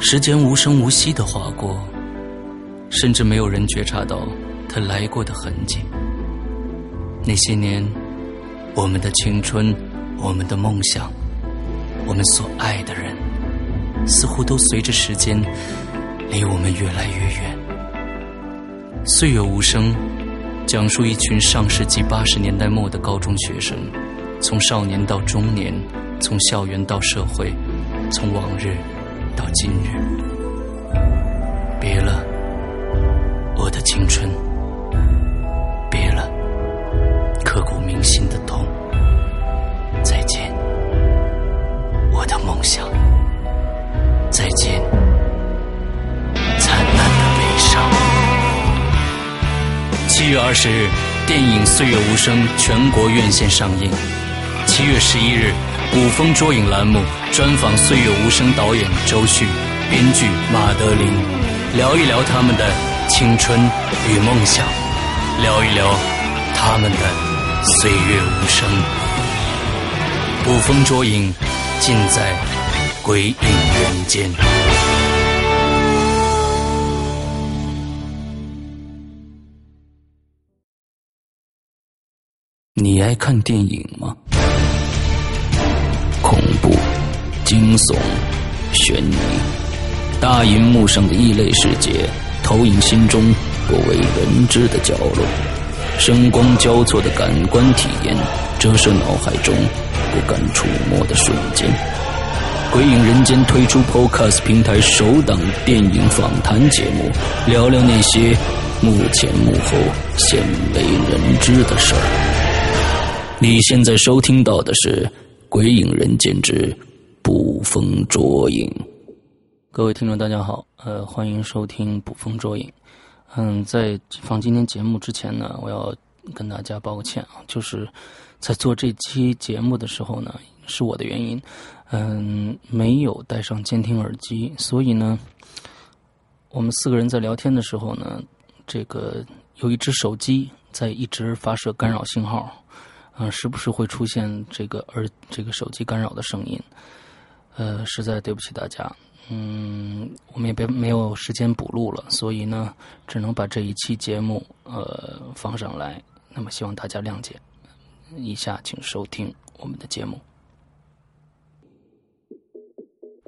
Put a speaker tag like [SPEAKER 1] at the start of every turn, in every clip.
[SPEAKER 1] 时间无声无息地划过，甚至没有人觉察到它来过的痕迹。那些年，我们的青春，我们的梦想，我们所爱的人，似乎都随着时间离我们越来越远。岁月无声，讲述一群上世纪八十年代末的高中学生，从少年到中年，从校园到社会，从往日。到今日，别了，我的青春；别了，刻骨铭心的痛。再见，我的梦想；再见，灿烂的悲伤。七月二十日，电影《岁月无声》全国院线上映；七月十一日。古风捉影栏目专访《岁月无声》导演周旭、编剧马德琳，聊一聊他们的青春与梦想，聊一聊他们的岁月无声。古风捉影，尽在鬼影人间。你爱看电影吗？恐怖、惊悚、悬疑，大银幕上的异类世界投影心中不为人知的角落，声光交错的感官体验折射脑海中不敢触摸的瞬间。鬼影人间推出 Podcast 平台首档电影访谈节目，聊聊那些幕前幕后鲜为人知的事儿。你现在收听到的是。《鬼影人间之捕风捉影》，各位听众大家好，呃，欢迎收听《捕风捉影》。嗯，在放今天节目之前呢，我要跟大家抱个歉啊，就是在做这期节目的时候呢，是我的原因，嗯，没有戴上监听耳机，所以呢，我们四个人在聊天的时候呢，这个有一只手机在一直发射干扰信号。啊、呃，时不时会出现这个耳这个手机干扰的声音，呃，实在对不起大家，嗯，我们也别没有时间补录了，所以呢，只能把这一期节目呃放上来，那么希望大家谅解。以下请收听我们的节目。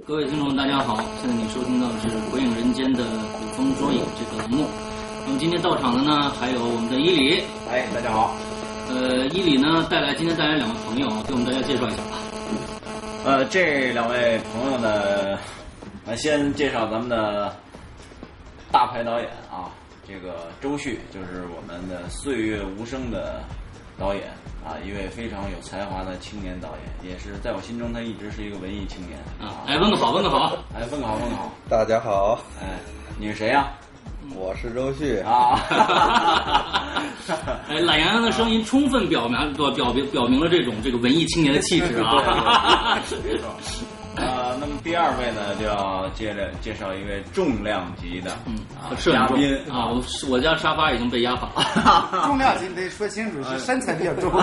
[SPEAKER 1] 各位听众，大家好，现在你收听到的是《鬼影人间》的捕风捉影这个栏目。那么今天到场的呢，还有我们的伊里，
[SPEAKER 2] 哎，大家好。
[SPEAKER 1] 呃，伊里呢带来今天带来两位朋友，啊给我们大家介绍一下吧。
[SPEAKER 2] 呃，这两位朋友呢，呃，先介绍咱们的大牌导演啊，这个周旭就是我们的《岁月无声》的导演啊，一位非常有才华的青年导演，也是在我心中他一直是一个文艺青年
[SPEAKER 1] 啊。 哎，问个好，问个好，
[SPEAKER 2] 哎，问个好，问个好。
[SPEAKER 3] 大家好，
[SPEAKER 2] 哎，你是谁呀、啊？
[SPEAKER 3] 我是周旭
[SPEAKER 2] 啊！
[SPEAKER 1] 哎，懒洋洋的声音充分表明表表明表明了这种这个文艺青年的气质
[SPEAKER 2] 啊！没错。呃，那么第二位呢，就要接着介绍一位重量级的
[SPEAKER 1] 嗯
[SPEAKER 2] 啊
[SPEAKER 1] 嘉
[SPEAKER 2] 宾
[SPEAKER 1] 啊，我我家沙发已经被压垮
[SPEAKER 4] 了。重量级你得说清楚，是身材比较重。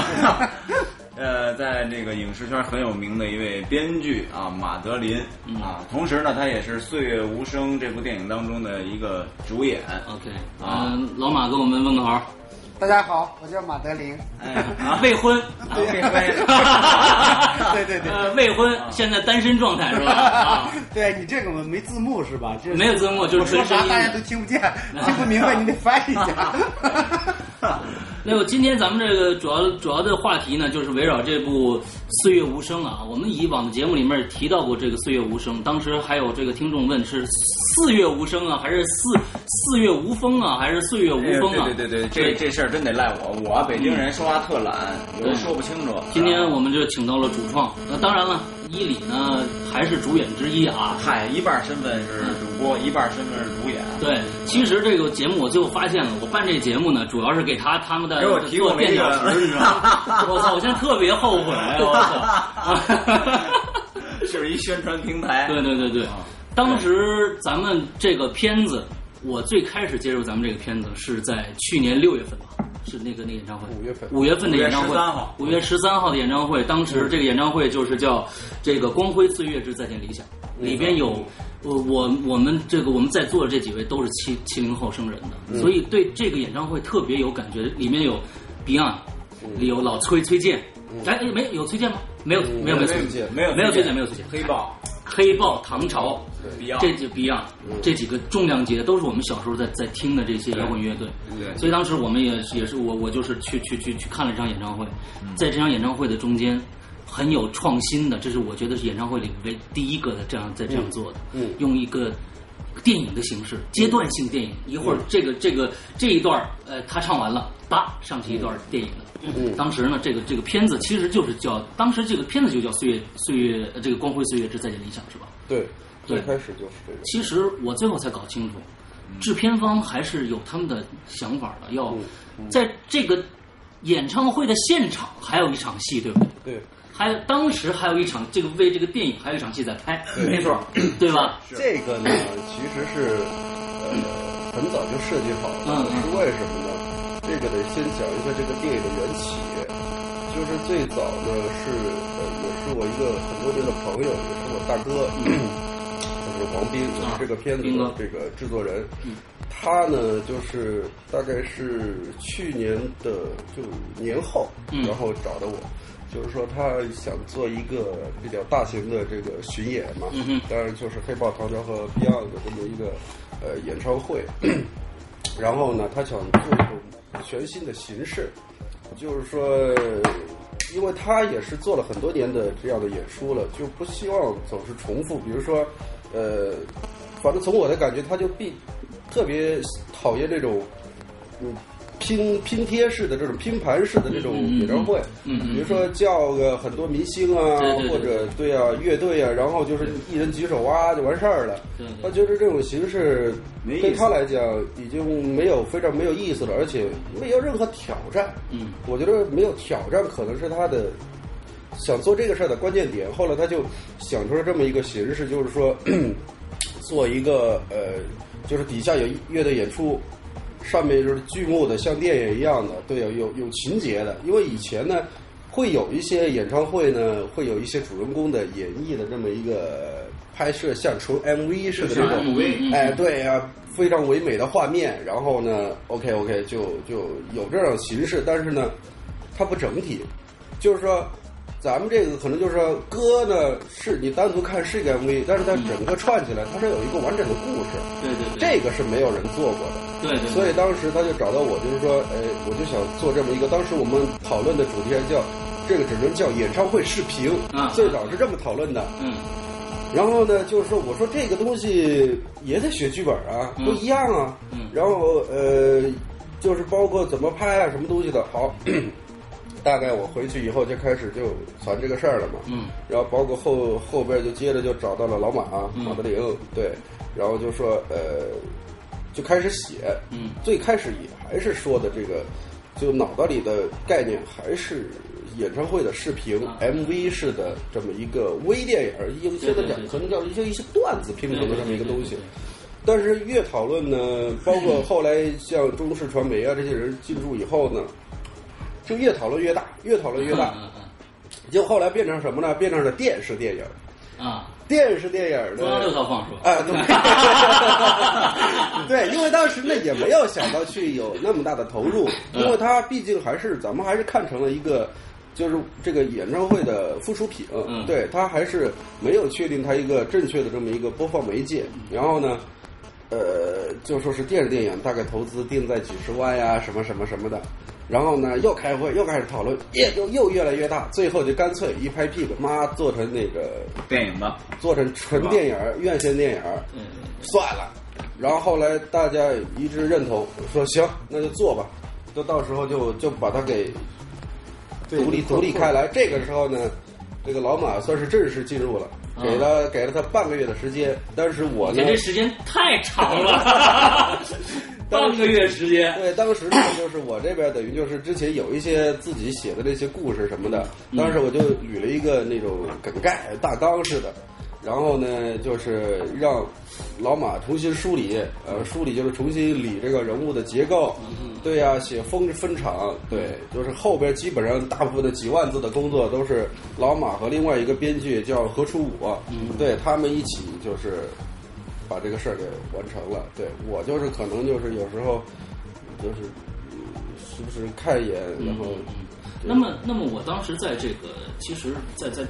[SPEAKER 2] 呃，在这个影视圈很有名的一位编剧啊，马德琳啊，同时呢，他也是《岁月无声》这部电影当中的一个主演。
[SPEAKER 1] OK，啊、呃，老马给我们问个好。
[SPEAKER 4] 大家好，我叫马德琳，
[SPEAKER 2] 哎啊、
[SPEAKER 1] 未婚，
[SPEAKER 2] 未 婚，
[SPEAKER 4] 对对对，
[SPEAKER 1] 呃，未婚，现在单身状态是吧？啊、
[SPEAKER 4] 对你这个没字幕是吧？这
[SPEAKER 1] 没有字幕，就是
[SPEAKER 4] 说啥大家都听不见，听不明白你得翻一下。
[SPEAKER 1] 那我今天咱们这个主要主要的话题呢，就是围绕这部《岁月无声》啊。我们以往的节目里面提到过这个《岁月无声》，当时还有这个听众问是四月无声啊，还是四四月无风啊，还是岁月无风啊？
[SPEAKER 2] 哎、对对对，这这事儿真得赖我，我北京人说话特懒，有时、嗯、说不清楚。
[SPEAKER 1] 今天我们就请到了主创，那当然了，伊里呢还是主演之一啊。
[SPEAKER 2] 嗨，一半身份是主播，一半身份是主演。
[SPEAKER 1] 对，其实这个节目我最后发现了，我办这节目呢，主要是给他他们的。
[SPEAKER 2] 给我
[SPEAKER 1] 提做垫脚石，你知道吗？我操！我现在特别后悔，我
[SPEAKER 2] 操！这是一宣传平台。
[SPEAKER 1] 对对对对，当时咱们这个片子，我最开始接触咱们这个片子是在去年六月份吧。是那个那演唱会，
[SPEAKER 5] 五月份
[SPEAKER 1] 五月份的演唱会，
[SPEAKER 2] 五月13号
[SPEAKER 1] 五月十三号的演唱会，当时这个演唱会就是叫这个《光辉岁月之再见理想》，里边有我我我们这个我们在座的这几位都是七七零后生人的，所以对这个演唱会特别有感觉，里面有 Beyond，有老崔崔健，哎哎没有崔健吗？没有没有没有崔健，
[SPEAKER 2] 没有
[SPEAKER 1] 嗯没有
[SPEAKER 2] 推
[SPEAKER 1] 崔
[SPEAKER 2] 荐
[SPEAKER 1] 健没有崔健，
[SPEAKER 2] 黑豹
[SPEAKER 1] 黑豹唐朝。
[SPEAKER 2] Beyond
[SPEAKER 1] 这就 Beyond
[SPEAKER 3] 嗯
[SPEAKER 1] 这几个重量级的都是我们小时候在在听的这些摇滚乐队，
[SPEAKER 2] 对
[SPEAKER 1] 所以当时我们也是也是我我就是去去去去看了这场演唱会，
[SPEAKER 3] 嗯
[SPEAKER 1] 在这场演唱会的中间很有创新的，这是我觉得是演唱会里唯第一个的这样在这样做的，
[SPEAKER 3] 嗯
[SPEAKER 1] 用一个。电影的形式，阶段性电影，一
[SPEAKER 3] 嗯
[SPEAKER 1] 会儿这个这个这一段儿呃，他唱完了，叭，上去一段儿电影了。
[SPEAKER 3] 嗯
[SPEAKER 1] 当时呢，这个这个片子其实就是叫，当时这个片子就叫《岁月岁月》，呃这个光辉岁月之再见理想，是吧？
[SPEAKER 3] 对，
[SPEAKER 1] 对
[SPEAKER 3] 最开始就是这个。
[SPEAKER 1] 其实我最后才搞清楚，制片方还是有他们的想法的，要在这个演唱会的现场还有一场戏，对不对？
[SPEAKER 3] 对，
[SPEAKER 1] 还有当时还有一场这个为这个电影还有一场戏在拍，
[SPEAKER 2] 没错，
[SPEAKER 1] 对吧？
[SPEAKER 3] 这个呢，其实是呃很早就设计好
[SPEAKER 1] 嗯
[SPEAKER 3] 了，
[SPEAKER 1] 嗯
[SPEAKER 3] 是为什么呢？这个得先讲一下这个电影的缘起。就是最早呢是呃也是我一个很多年的朋友，也是我大哥， 就是黄斌，就是这个片子
[SPEAKER 1] 嗯啊斌哥嗯
[SPEAKER 3] 的这个制作人。他呢，就是大概是去年的就年后，
[SPEAKER 1] 嗯
[SPEAKER 3] 然后找的我，就是说他想做一个比较大型的这个巡演嘛，
[SPEAKER 1] 嗯哼
[SPEAKER 3] 当然就是黑豹、唐朝和 Beyond 的这么一个呃演唱会。然后呢，他想做一种全新的形式，就是说，因为他也是做了很多年的这样的演出了，就不希望总是重复。比如说，呃，反正从我的感觉，他就必特别讨厌这种，嗯。拼拼贴式的这种拼盘式的这种
[SPEAKER 1] 嗯嗯嗯
[SPEAKER 3] 演唱会，
[SPEAKER 1] 嗯嗯
[SPEAKER 3] 比如说叫个很多明星啊，
[SPEAKER 1] 对对对
[SPEAKER 3] 或者对啊乐队啊，然后就是一人举手啊就完事儿了。
[SPEAKER 1] 对对
[SPEAKER 3] 他觉得这种形式
[SPEAKER 2] 没意思
[SPEAKER 3] 对他来讲已经没有非常没有意思了，而且没有任何挑战。
[SPEAKER 1] 嗯，
[SPEAKER 3] 我觉得没有挑战可能是他的想做这个事儿的关键点。后来他就想出了这么一个形式，就是说做一个呃，就是底下有乐队演出，上面就是剧目的，像电影一样的，对，有有有情节的。因为以前呢，会有一些演唱会呢，会有一些主人公的演绎的这么一个呃拍摄，像纯 MV 似的那种。
[SPEAKER 1] 嗯嗯嗯
[SPEAKER 3] 哎，对呀、非常唯美的画面。然后呢，OK OK，就就有这种形式，但是呢，它不整体，就是说。咱们这个可能就是说，歌呢是你单独看是一个 MV，但是它整个串起来，它是有一个完整的故事，
[SPEAKER 1] 嗯对对对，
[SPEAKER 3] 这个是没有人做过的。
[SPEAKER 1] 对对对，
[SPEAKER 3] 所以当时他就找到我，就是说，哎，我就想做这么一个。当时我们讨论的主题还叫这个只能叫演唱会视频，
[SPEAKER 1] 啊
[SPEAKER 3] 最早是这么讨论的。
[SPEAKER 1] 嗯
[SPEAKER 3] 然后呢，就是说，我说这个东西也得写剧本啊，
[SPEAKER 1] 嗯
[SPEAKER 3] 不一样啊。
[SPEAKER 1] 嗯
[SPEAKER 3] 然后呃，就是包括怎么拍啊，什么东西的。好， 大概我回去以后就开始就传这个事儿了嘛。
[SPEAKER 1] 嗯
[SPEAKER 3] 然后包括后后边就接着就找到了老马
[SPEAKER 1] 嗯
[SPEAKER 3] 马德玲，对，然后就说呃，就开始写，
[SPEAKER 1] 嗯
[SPEAKER 3] 最开始也还是说的这个，就脑袋里的概念还是演唱会的视频、
[SPEAKER 1] 啊
[SPEAKER 3] MV 式的这么一个微电影儿，因为现在
[SPEAKER 1] 对对
[SPEAKER 3] 讲
[SPEAKER 1] 对
[SPEAKER 3] 可能叫一些一些段子拼成的这么一个东
[SPEAKER 1] 对对对对
[SPEAKER 3] 西
[SPEAKER 1] 对。
[SPEAKER 3] 但是越讨论呢，包括后来像中视传媒啊这些人进驻以后呢，就越讨论越大，越讨论越 大，
[SPEAKER 1] 嗯嗯
[SPEAKER 3] 结果后来变成什么呢？变成了电视电影儿，
[SPEAKER 1] 嗯啊，
[SPEAKER 3] 电视电影儿呢
[SPEAKER 1] 中央六套放是吧？
[SPEAKER 3] 啊， 对，对，因为当时呢也没有想到去有那么大的投入，
[SPEAKER 1] 嗯
[SPEAKER 3] 因为它毕竟还是咱们还是看成了一个。就是这个演唱会的附属品，
[SPEAKER 1] 嗯
[SPEAKER 3] 对它还是没有确定它一个正确的这么一个播放媒介。然后呢，呃，就说是电视电影，大概投资定在几十万呀，什么什么什么的。然后呢，又开会，又开始讨论，也又又越来越大，最后就干脆一拍屁股，妈做成那个
[SPEAKER 2] 电影吧，
[SPEAKER 3] 做成纯电影儿院线电影儿
[SPEAKER 1] 对对对
[SPEAKER 3] 算了。然后后来大家一致认同，说行，那就做吧，就到时候就就把它给独立独立开来。这个时候呢，这个老马算是正式进入了，给了给了他半个月的时间。但是我
[SPEAKER 1] 我
[SPEAKER 3] 呢
[SPEAKER 1] 觉，得嗯这时间太长了， 半个月时间，
[SPEAKER 3] 对，当时呢，就是我这边等于就是之前有一些自己写的那些故事什么的，当时我就捋了一个那种梗概大纲似的，然后呢，就是让老马重新梳理，呃，梳理就是重新理这个人物的结构，对呀、写分分场，对，就是后边基本上大部分的几万字的工作都是老马和另外一个编剧叫何楚武，啊对他们一起就是把这个事儿给完成了。对我就是可能就是有时候就是嗯时不时看一眼，然后
[SPEAKER 1] 那么，那么我当时在这个，其实在，在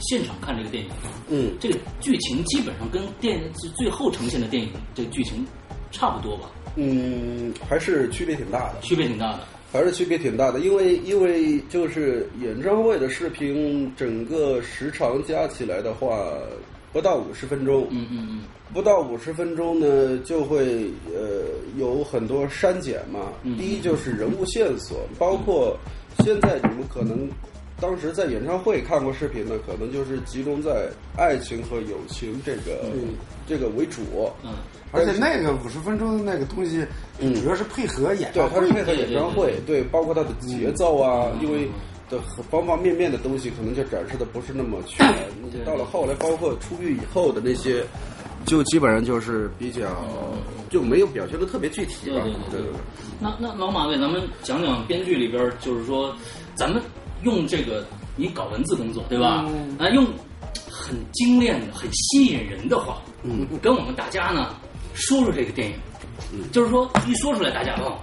[SPEAKER 1] 现场看这个电影，
[SPEAKER 3] 嗯
[SPEAKER 1] 这个剧情基本上跟电就最后呈现的电影这个剧情差不多吧，
[SPEAKER 3] 嗯，还是区别挺大的。
[SPEAKER 1] 区别挺大的。
[SPEAKER 3] 还是区别挺大的，因为因为就是演唱会的视频，整个时长加起来的话，不到五十分钟，
[SPEAKER 1] 嗯嗯嗯
[SPEAKER 3] 不到五十分钟呢，就会呃有很多删减嘛。
[SPEAKER 4] 嗯
[SPEAKER 3] 第一就是人物线索，包括现在你们可能当时在演唱会看过视频的，可能就是集中在爱情和友情这个、这个为主。
[SPEAKER 1] 嗯，
[SPEAKER 4] 嗯而且那个五十分钟的那个东西，主要是配合演
[SPEAKER 3] 对
[SPEAKER 4] 唱，
[SPEAKER 3] 它
[SPEAKER 4] 会
[SPEAKER 3] 是配合演唱会，对，包括它的节奏啊，因为的方方面面的东西可能就展示的不是那么全。到了后来，包括出狱以后的那些，就基本上就是比较就没有表现的特别具体了
[SPEAKER 1] 对对。对
[SPEAKER 3] 对对，
[SPEAKER 1] 那那老马给咱们讲讲编剧里边儿，就是说咱们用这个你搞文字工作对吧？
[SPEAKER 4] 嗯
[SPEAKER 1] 啊，用很精炼的、很吸引人的话，嗯，跟我们大家呢说说这个电影，就是说一说出来大家哦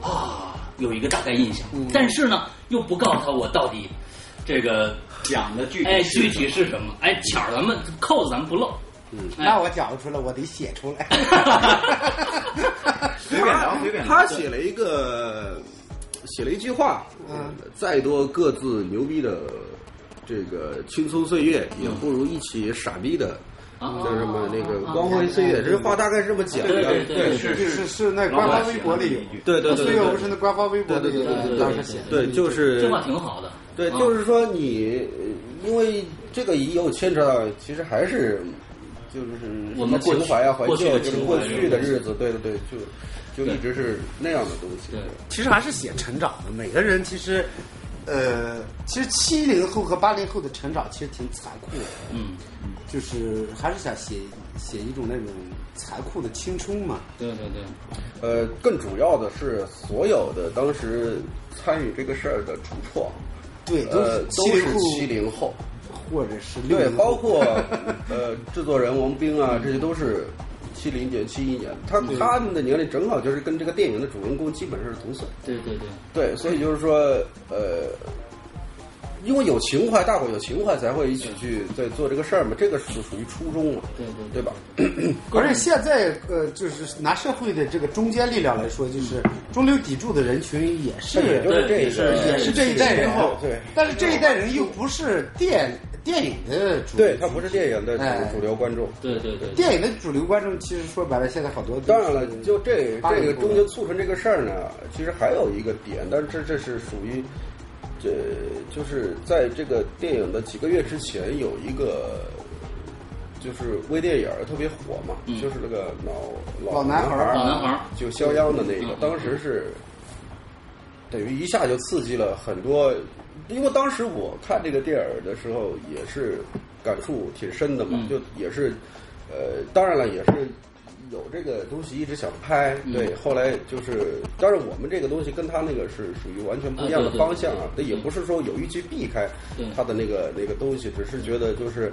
[SPEAKER 1] 啊有一个大概印象，
[SPEAKER 4] 嗯
[SPEAKER 1] 但是呢又不告诉他我到底这个
[SPEAKER 2] 讲的具体
[SPEAKER 1] 哎
[SPEAKER 2] 是
[SPEAKER 1] 具体是什么，哎巧儿咱们扣子咱们不漏，嗯，
[SPEAKER 4] 那我讲不出来，我得写出来。
[SPEAKER 2] 随便聊随便聊。
[SPEAKER 3] 他写了一个写了一句话，嗯，再多各自牛逼的这个青葱岁月，也不如一起傻逼的。
[SPEAKER 1] 啊
[SPEAKER 3] 叫什么那个光辉岁月，这话大概是这么讲的。
[SPEAKER 1] 哎对对对
[SPEAKER 2] 是
[SPEAKER 4] 是
[SPEAKER 2] 是
[SPEAKER 4] 是是，那官方微博里有。
[SPEAKER 3] 对对对
[SPEAKER 4] 所
[SPEAKER 3] 对
[SPEAKER 4] 以
[SPEAKER 3] 对
[SPEAKER 4] 我是那官方微博里有当时写的。
[SPEAKER 3] 对，就是
[SPEAKER 1] 这话挺好的，
[SPEAKER 3] 对，
[SPEAKER 1] 啊
[SPEAKER 3] 就是说你，呃因为这个也有牵扯到，其实还是就是
[SPEAKER 1] 我们
[SPEAKER 3] 什么情怀啊、怀
[SPEAKER 1] 过去
[SPEAKER 3] 旧，
[SPEAKER 1] 过去的
[SPEAKER 3] 就是
[SPEAKER 1] 情怀
[SPEAKER 3] 过去的日子，对对对，就就一直是那样的东西。
[SPEAKER 1] 对。
[SPEAKER 4] 其实还是写成长的。每个人其实，呃，其实七零后和八零后的成长其实挺残酷的，
[SPEAKER 1] 嗯，
[SPEAKER 4] 就是还是想写写一种那种残酷的青春嘛。
[SPEAKER 1] 对对对。
[SPEAKER 3] 呃，更主要的是所有的当时参与这个事儿的主创，
[SPEAKER 4] 对，都
[SPEAKER 3] 呃，
[SPEAKER 4] 是
[SPEAKER 3] 都是七
[SPEAKER 4] 零
[SPEAKER 3] 零后。
[SPEAKER 4] 后或者是六
[SPEAKER 3] 对
[SPEAKER 4] 零，后，
[SPEAKER 3] 包 括呃制作人王冰啊，这些都是七零年、七一年，他他们的年龄正好就是跟这个电影的主人公基本上是同岁。
[SPEAKER 1] 对对对，
[SPEAKER 3] 对，所以就是说，呃，因为有情怀，大伙有情怀才会一起去在做这个事儿嘛，这个是属于初衷嘛，
[SPEAKER 1] 对对
[SPEAKER 3] 对吧？
[SPEAKER 4] 而且现在呃，就是拿社会的这个中坚力量来说，就是中流砥柱的人群也是
[SPEAKER 3] 也就是
[SPEAKER 1] 对
[SPEAKER 3] 这
[SPEAKER 1] 也是
[SPEAKER 3] 个，
[SPEAKER 4] 也是这一代人
[SPEAKER 3] 对
[SPEAKER 4] 后，
[SPEAKER 3] 对
[SPEAKER 4] 但是这一代人又不是电电影的主，
[SPEAKER 3] 对，他不是电影的
[SPEAKER 4] 哎
[SPEAKER 3] 主主流观众。
[SPEAKER 1] 对对对，
[SPEAKER 4] 电影的主流观众，其实说白了，现在好多
[SPEAKER 3] 当然了，就这
[SPEAKER 4] 八
[SPEAKER 3] 这个
[SPEAKER 4] 零后
[SPEAKER 3] 中间促成这个事儿呢，其实还有一个点，但是这这是属于，这就是在这个电影的几个月之前有一个。就是微电影儿特别火嘛，就是那个老
[SPEAKER 4] 嗯老男
[SPEAKER 3] 男
[SPEAKER 4] 孩
[SPEAKER 3] 孩
[SPEAKER 4] 儿
[SPEAKER 3] 儿
[SPEAKER 1] 老男孩儿，
[SPEAKER 3] 就肖央的那个
[SPEAKER 1] 嗯，
[SPEAKER 3] 当时是等于一下就刺激了很多，因为当时我看这个电影的时候也是感触挺深的嘛，
[SPEAKER 1] 嗯
[SPEAKER 3] 就也是呃，当然了也是。有这个东西一直想拍，
[SPEAKER 1] 嗯
[SPEAKER 3] 对，后来就是，当然我们这个东西跟他那个是属于完全不一样的
[SPEAKER 1] 啊对对
[SPEAKER 3] 方向啊，
[SPEAKER 1] 对
[SPEAKER 3] 也不是说有意去避开
[SPEAKER 1] 对
[SPEAKER 3] 他的那个那个东西，只是觉得就是，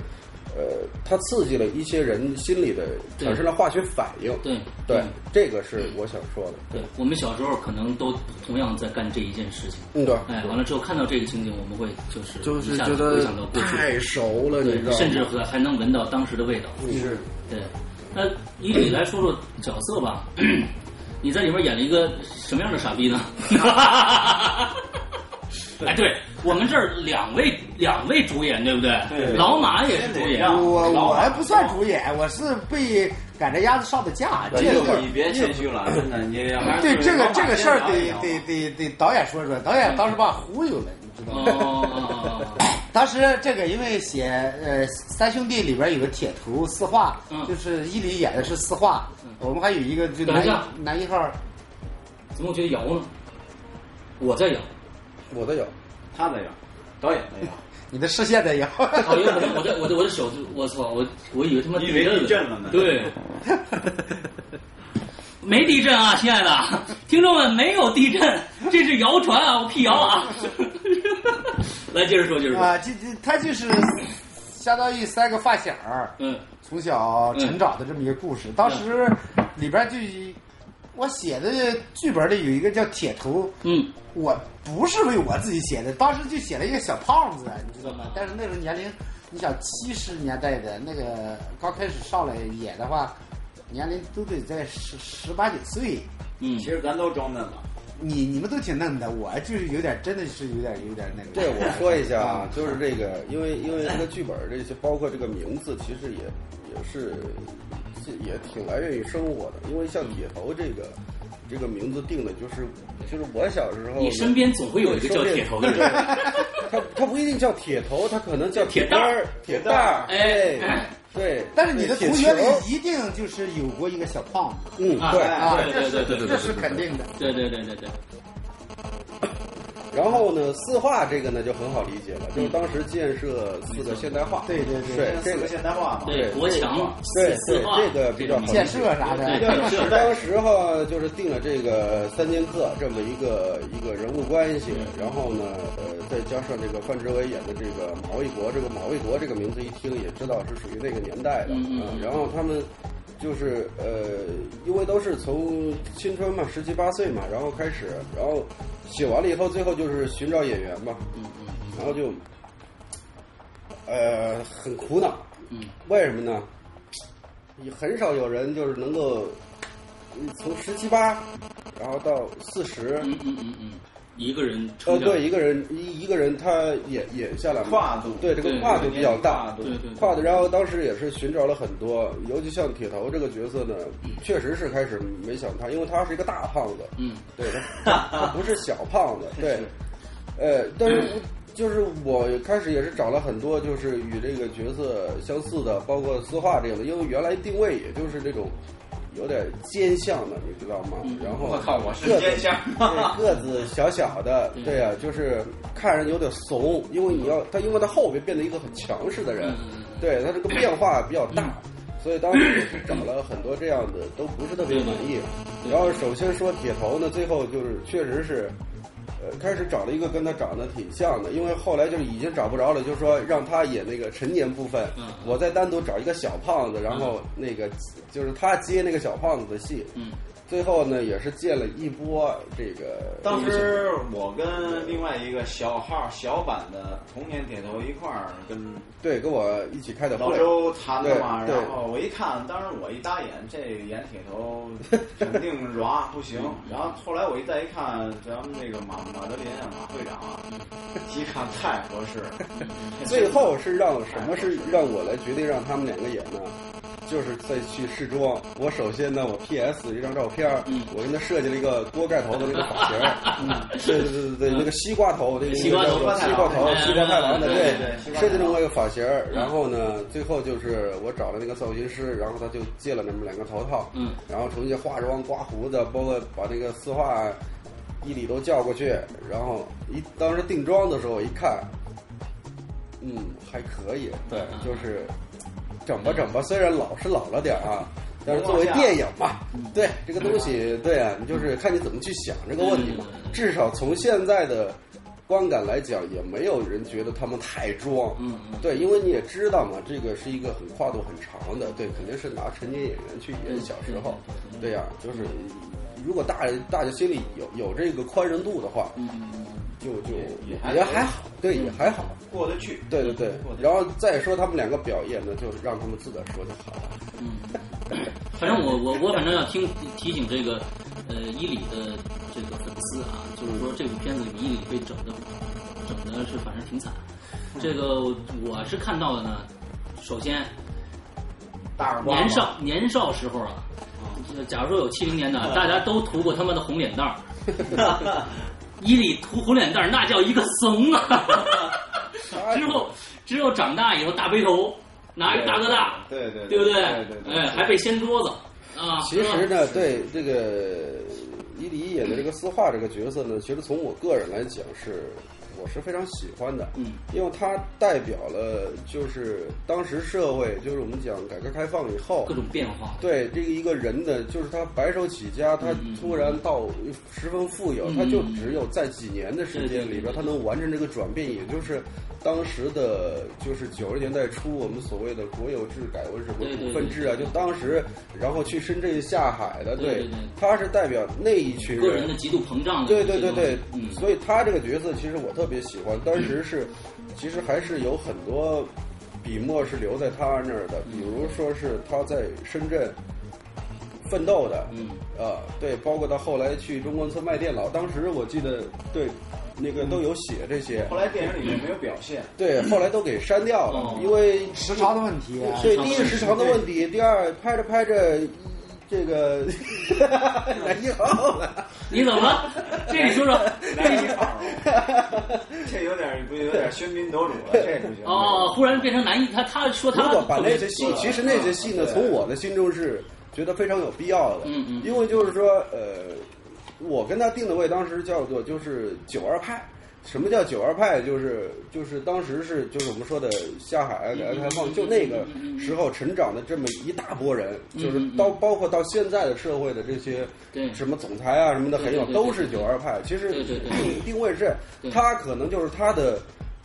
[SPEAKER 3] 呃，它刺激了一些人心里的
[SPEAKER 1] 对
[SPEAKER 3] 产生了化学反应，
[SPEAKER 1] 对
[SPEAKER 3] 对
[SPEAKER 1] 嗯，
[SPEAKER 3] 这个是我想说的。
[SPEAKER 1] 对，我们小时候可能都同样在干这一件事情。
[SPEAKER 3] 嗯，对，
[SPEAKER 1] 哎，完了之后看到这个情景，我们会就是
[SPEAKER 3] 就是
[SPEAKER 1] 一下
[SPEAKER 3] 觉
[SPEAKER 1] 子
[SPEAKER 3] 得
[SPEAKER 1] 回想到过去，
[SPEAKER 3] 太熟了，你
[SPEAKER 1] 对
[SPEAKER 3] 知道，吗？
[SPEAKER 1] 甚至还还能闻到当时的味道。
[SPEAKER 3] 是
[SPEAKER 1] 对，那以你来说说角色吧， 你在里边演了一个什么样的傻逼呢？ 哎，对我们这儿两位两位主演，对不对？
[SPEAKER 2] 对
[SPEAKER 1] 老马也是主演，
[SPEAKER 4] 我
[SPEAKER 2] 老
[SPEAKER 4] 我
[SPEAKER 2] 马
[SPEAKER 4] 还不算主演，我是被赶着鸭子上的架。这
[SPEAKER 2] 这
[SPEAKER 4] 个
[SPEAKER 2] 个你别谦虚了，真的，你要不然
[SPEAKER 4] 对
[SPEAKER 2] 就是
[SPEAKER 4] 这个
[SPEAKER 2] 老
[SPEAKER 4] 这
[SPEAKER 2] 马
[SPEAKER 4] 个
[SPEAKER 2] 先
[SPEAKER 4] 事儿
[SPEAKER 1] 哎
[SPEAKER 2] 聊一
[SPEAKER 4] 得
[SPEAKER 2] 聊
[SPEAKER 4] 得得得导演说说，导演当时把我忽悠了，你知道吗？
[SPEAKER 1] 哦，
[SPEAKER 4] 当时这个因为写呃三兄弟里边有个铁头四化，
[SPEAKER 1] 嗯
[SPEAKER 4] 就是伊犁演的是四化，我们还有一个就
[SPEAKER 1] 等
[SPEAKER 4] 男
[SPEAKER 1] 一下
[SPEAKER 4] 男一号儿，
[SPEAKER 1] 怎么我觉得摇呢？我在摇。
[SPEAKER 3] 我的有，
[SPEAKER 2] 他的呀，导演的呀，
[SPEAKER 4] 你的视线在摇。
[SPEAKER 1] 哦，因为我的我的我的我的手就，我操，我我以为他妈
[SPEAKER 2] 你
[SPEAKER 1] 地
[SPEAKER 2] 以为
[SPEAKER 1] 震
[SPEAKER 2] 地震了呢
[SPEAKER 1] 对，没地震啊，亲爱的听众们，没有地震，这是谣传啊，我辟谣啊。 来，接着说，接着说，
[SPEAKER 4] 啊，这这他就是相当于三个发小儿
[SPEAKER 1] 嗯
[SPEAKER 4] 从小成长的这么一个故事。当时里边就一我写的剧本里有一个叫铁头，
[SPEAKER 1] 嗯，
[SPEAKER 4] 我不是为我自己写的，当时就写了一个小胖子，你知道吗？但是那时候年龄，你想七十年代的那个刚开始上来演的话，年龄都得在十十八九岁。
[SPEAKER 1] 嗯
[SPEAKER 2] 其，实咱都装嫩了，
[SPEAKER 4] 你你们都挺嫩的，我就是有点，真的是有点有点那个。
[SPEAKER 3] 这我说一下啊，就是这个，因为因为这个剧本儿这些，包括这个名字，其实也也是是也挺来源于生活的。因为像铁头这个这个名字定的，就是就是我小时候
[SPEAKER 1] 你身边总会有一个叫铁头的人，
[SPEAKER 3] 他他不一定叫铁头，他可能叫
[SPEAKER 1] 铁
[SPEAKER 3] 蛋
[SPEAKER 1] 蛋
[SPEAKER 3] 儿
[SPEAKER 1] 儿、
[SPEAKER 3] 铁蛋儿，
[SPEAKER 1] 哎
[SPEAKER 3] 哎，对。
[SPEAKER 4] 但是你的
[SPEAKER 3] 铁
[SPEAKER 4] 同学里
[SPEAKER 3] 球
[SPEAKER 4] 一定就是有过一个小胖子
[SPEAKER 3] 嗯，
[SPEAKER 1] 啊
[SPEAKER 3] 对。
[SPEAKER 4] 啊，
[SPEAKER 1] 对
[SPEAKER 4] 这
[SPEAKER 1] 对
[SPEAKER 4] 是
[SPEAKER 1] 对对对
[SPEAKER 4] 这是肯定的。
[SPEAKER 1] 对对对对对，
[SPEAKER 3] 然后呢，四化这个呢就很好理解了，就是当时建设四个现代化，
[SPEAKER 4] 对对对
[SPEAKER 3] 对，
[SPEAKER 2] 四
[SPEAKER 3] 这
[SPEAKER 2] 个
[SPEAKER 3] 个
[SPEAKER 2] 现代化嘛，
[SPEAKER 1] 对国强
[SPEAKER 3] 对
[SPEAKER 1] 四
[SPEAKER 3] 对
[SPEAKER 1] 化，
[SPEAKER 3] 这个比较好理解
[SPEAKER 4] 建设啥的
[SPEAKER 1] 对
[SPEAKER 3] 对，
[SPEAKER 1] 建设
[SPEAKER 3] 当时哈就是定了这个三剑客这么一个一个人物关系，
[SPEAKER 1] 嗯
[SPEAKER 3] 然后呢，呃，再加上这个范志伟演的这个马卫国，这个马卫国这个名字一听也知道是属于那个年代的，啊
[SPEAKER 1] 嗯嗯
[SPEAKER 3] 然后他们。就是呃，因为都是从青春嘛，十七八岁嘛，然后开始，然后写完了以后，最后就是寻找演员嘛，
[SPEAKER 1] 嗯嗯
[SPEAKER 3] 然后就呃很苦恼，
[SPEAKER 1] 嗯
[SPEAKER 3] 为什么呢？也很少有人就是能够嗯从十七八，然后到四十、
[SPEAKER 1] 嗯嗯嗯嗯，一个人
[SPEAKER 3] 呃，
[SPEAKER 1] 成长，
[SPEAKER 3] 对，一个人一一个人他演演下来嘛
[SPEAKER 2] 跨度
[SPEAKER 3] 对这个
[SPEAKER 1] 对
[SPEAKER 3] 跨度比较大，
[SPEAKER 2] 跨度
[SPEAKER 1] 对对
[SPEAKER 3] 跨度。然后当时也是寻找了很多，尤其像铁头这个角色呢，确实是开始没想他，因为他是一个大胖子，
[SPEAKER 1] 嗯
[SPEAKER 3] 对 他，他不是小胖子，对，呃，但是我就是我开始也是找了很多就是与这个角色相似的，包括丝画这样的，因为原来定位也就是那种有点尖项的，你知道吗？然后
[SPEAKER 2] 嗯我靠我是嗯
[SPEAKER 3] 个子
[SPEAKER 2] 尖项
[SPEAKER 3] 对个子小小的，对啊，就是看着有点怂，因为你要他，因为他后边变得一个很强势的人，
[SPEAKER 1] 嗯嗯
[SPEAKER 3] 对他这个变化比较大，
[SPEAKER 2] 嗯
[SPEAKER 3] 所以当时也是找了很多这样的，都不是特别满意。
[SPEAKER 2] 嗯
[SPEAKER 3] 然后首先说铁头呢，最后就是确实是，呃，开始找了一个跟他长得挺像的，因为后来就是已经找不着了，就是说让他演那个成年部分，
[SPEAKER 1] 嗯
[SPEAKER 3] 我再单独找一个小胖子，然后那个就是他接那个小胖子的戏，
[SPEAKER 1] 嗯
[SPEAKER 3] 最后呢也是借了一波这个。
[SPEAKER 2] 当时我跟另外一个小号小版的童年铁头一块儿跟
[SPEAKER 3] 对，跟我一起开的
[SPEAKER 2] 老
[SPEAKER 3] 会，
[SPEAKER 2] 周谈的嘛，
[SPEAKER 3] 对
[SPEAKER 2] 然后我一看，当时我一搭眼，这眼铁头肯定软不 行。然后后来我一再一看，咱们那个马马德林啊，马会长啊，一看太合适了。
[SPEAKER 3] 最后是让什么是让我来决定让他们两个演呢？就是再去试妆。我首先呢，我 P S 一张照片儿，
[SPEAKER 1] 嗯
[SPEAKER 3] 我给他设计了一个锅盖头的那个发型儿，对对对对，那个西瓜头，那个
[SPEAKER 1] 西瓜头嗯
[SPEAKER 3] 那个西瓜头，西瓜太郎的，
[SPEAKER 1] 对
[SPEAKER 2] 对对西瓜
[SPEAKER 1] 嗯
[SPEAKER 2] 太郎
[SPEAKER 3] 设计了我一个发型儿。然后呢，最后就是我找了那个造型师，然后他就借了那么两个头套，
[SPEAKER 1] 嗯，
[SPEAKER 3] 然后重新化妆、刮胡子，包括把那个丝袜伊里都叫过去，然后一当时定妆的时候一看，嗯，还可以，对，
[SPEAKER 1] 嗯
[SPEAKER 3] 就是整吧整吧，虽然老是老了点儿啊，但是作为电影嘛，对这个东西，对啊，你就是看你怎么去想这个问题嘛。至少从现在的观感来讲，也没有人觉得他们太装，
[SPEAKER 1] 嗯嗯
[SPEAKER 3] 对，因为你也知道嘛，这个是一个很跨度很长的，对，肯定是拿成年演员去
[SPEAKER 2] 嗯
[SPEAKER 3] 演小时候，
[SPEAKER 1] 嗯
[SPEAKER 3] 对呀、就是如果大大家心里有有这个宽容度的话，
[SPEAKER 1] 嗯
[SPEAKER 3] 就就
[SPEAKER 2] 也还嗯
[SPEAKER 3] 也还好，对，也还好，
[SPEAKER 2] 过得去，
[SPEAKER 3] 对对对。然后再说他们两个表演呢，就让他们自个儿说就好了。
[SPEAKER 1] 嗯，反正我我我反正要听提醒这个呃伊里的这个粉丝啊，就是说这部片子里伊里被整的整的是反正挺惨。这个我是看到的呢，首先
[SPEAKER 2] 大耳刮嘛
[SPEAKER 1] 年少年少时候啊，假如说有七零年的，大家都涂过他妈的红脸蛋儿，伊里涂红脸蛋儿那叫一个怂啊！之后之后长大以后大背头，拿一个大哥大，
[SPEAKER 2] 对对
[SPEAKER 1] 对不
[SPEAKER 2] 对
[SPEAKER 1] 对？
[SPEAKER 2] 对对，
[SPEAKER 1] 哎，还被掀桌子啊！
[SPEAKER 3] 其实呢，对这个伊犁演的这个丝画这个角色呢，其实从我个人来讲是我是非常喜欢的，
[SPEAKER 1] 嗯，
[SPEAKER 3] 因为它代表了就是当时社会，就是我们讲改革开放以后
[SPEAKER 1] 各，种变化，
[SPEAKER 3] 对这个一个人的，就是他白手起家，他突然到十分富有，
[SPEAKER 1] 嗯
[SPEAKER 3] 他就只有在几年的时间
[SPEAKER 1] 对
[SPEAKER 3] 里
[SPEAKER 1] 对对
[SPEAKER 3] 边，他能完成这个转变，也就是当时的，就是九十年代初我们所谓的国有制改为什么
[SPEAKER 1] 对对
[SPEAKER 3] 股份制啊，
[SPEAKER 1] 对对
[SPEAKER 3] 就当时然后去深圳下海的，
[SPEAKER 1] 对对对
[SPEAKER 3] 他是代表那一群
[SPEAKER 1] 个人的极度膨胀的
[SPEAKER 3] 对
[SPEAKER 1] 啊这
[SPEAKER 3] 对
[SPEAKER 1] 些
[SPEAKER 3] 对
[SPEAKER 1] 东西，
[SPEAKER 3] 对，
[SPEAKER 1] 嗯，
[SPEAKER 3] 所以他这个角色其实我特别喜欢。当时是，其实还是有很多笔墨是留在他那儿的，
[SPEAKER 1] 嗯
[SPEAKER 3] 比如说是他在深圳奋斗的，
[SPEAKER 1] 嗯，
[SPEAKER 3] 啊，对，包括他后来去中关村卖电脑，当时我记得对，那
[SPEAKER 1] 嗯
[SPEAKER 3] 个都有写这些
[SPEAKER 2] 后，来电影里面没有表现，
[SPEAKER 3] 对，后来都给删掉
[SPEAKER 1] 哦
[SPEAKER 3] 了，因为
[SPEAKER 4] 时长的问题，
[SPEAKER 3] 对，
[SPEAKER 1] 长
[SPEAKER 3] 第一个时长的问题，第二拍着拍着。这个 难听好了，
[SPEAKER 1] 你怎么 了？这你说说，
[SPEAKER 2] 来一号， 这有点不有点喧宾夺主了，啊这不行。
[SPEAKER 1] 哦，忽然变成男一，他他说他
[SPEAKER 3] 如果把
[SPEAKER 1] 特别
[SPEAKER 3] 那些戏
[SPEAKER 1] 多，了
[SPEAKER 3] 其实那些戏呢，
[SPEAKER 2] 对
[SPEAKER 3] 从我的心中是觉得非常有必要的。
[SPEAKER 1] 嗯嗯
[SPEAKER 3] 因为就是说，呃，我跟他定的位当时叫做就是九二派。什么叫九二派？就是就是当时是就是我们说的下
[SPEAKER 1] 嗯
[SPEAKER 3] 海啊改革开放，就那个时候成长的这么一大波人，就是
[SPEAKER 1] 嗯
[SPEAKER 3] 到包括到现在的社会的这些
[SPEAKER 1] 对
[SPEAKER 3] 什么总裁啊什么的，
[SPEAKER 1] 嗯对
[SPEAKER 3] 很有
[SPEAKER 1] 对对
[SPEAKER 3] 都
[SPEAKER 1] 对
[SPEAKER 3] 是
[SPEAKER 1] 对
[SPEAKER 3] 九二派。其实
[SPEAKER 1] 对对对
[SPEAKER 3] 定定位是
[SPEAKER 1] 对
[SPEAKER 3] 他可能就是他的。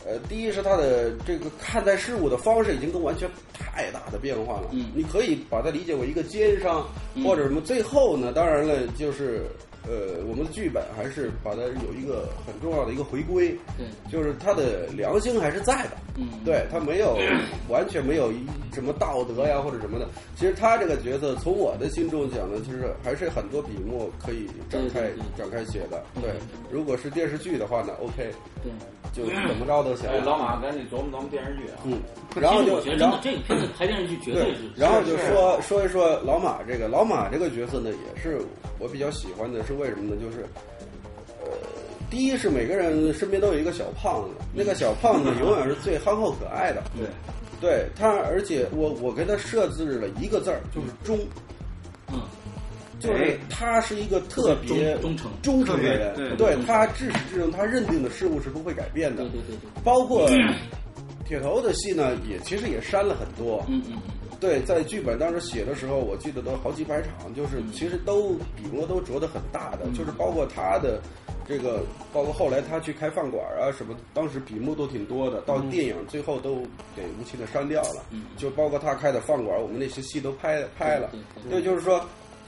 [SPEAKER 3] 呃，第一是他的这个看待事物的方式已经跟完全太大的变化了。
[SPEAKER 1] 嗯
[SPEAKER 3] 你可以把它理解为一个奸商、或者什么。最后呢，当然了，就是呃，我们的剧本还是把它有一个很重要的一个回归，
[SPEAKER 1] 对，
[SPEAKER 3] 就是他的良心还是在的。
[SPEAKER 1] 嗯，
[SPEAKER 3] 对他 没有完全没有一什么道德呀或者什么的。其实他这个角色，从我的心中讲呢，就是还是很多笔墨可以展开
[SPEAKER 1] 对对对
[SPEAKER 3] 展开写的。
[SPEAKER 1] 嗯
[SPEAKER 3] 对，如果是电视剧的话呢，OK，
[SPEAKER 1] 对。
[SPEAKER 3] 就怎么着都行
[SPEAKER 2] 哎，。老马，赶紧琢磨琢磨电视剧啊！
[SPEAKER 3] 嗯，然后
[SPEAKER 1] 其实
[SPEAKER 3] 就
[SPEAKER 1] 我觉得真的
[SPEAKER 3] 然后
[SPEAKER 1] 这个片子拍电视剧绝
[SPEAKER 3] 对
[SPEAKER 1] 是，，
[SPEAKER 3] 然后就说说一说老马这个老马这个角色呢，也是我比较喜欢的，是为什么呢？就是。呃，第一是每个人身边都有一个小胖子，那个小胖子永远是最憨厚可爱的。
[SPEAKER 2] 对，
[SPEAKER 3] 对他，而且我我给他设置了一个字儿，就是忠，
[SPEAKER 1] 嗯，
[SPEAKER 3] 就是他是一个特别
[SPEAKER 1] 忠忠诚
[SPEAKER 3] 忠诚的人，
[SPEAKER 2] 特别对
[SPEAKER 3] 对
[SPEAKER 1] 忠诚
[SPEAKER 3] 他至始至终他认定的事物是不会改变的
[SPEAKER 1] 对，对对对，
[SPEAKER 3] 包括 铁头的戏呢，也其实也删了很多，
[SPEAKER 1] 嗯嗯
[SPEAKER 3] 对，在剧本当时写的时候，我记得都好几百场，就是
[SPEAKER 1] 嗯
[SPEAKER 3] 其实都笔墨都着得很大的，就是包括他的这个，包括后来他去开饭馆啊什么，当时笔墨都挺多的，到电影最后都给无情的删掉了，
[SPEAKER 1] 嗯
[SPEAKER 3] 就包括他开的饭馆，我们那些戏都拍拍了
[SPEAKER 1] 对，对
[SPEAKER 3] 对，就是说。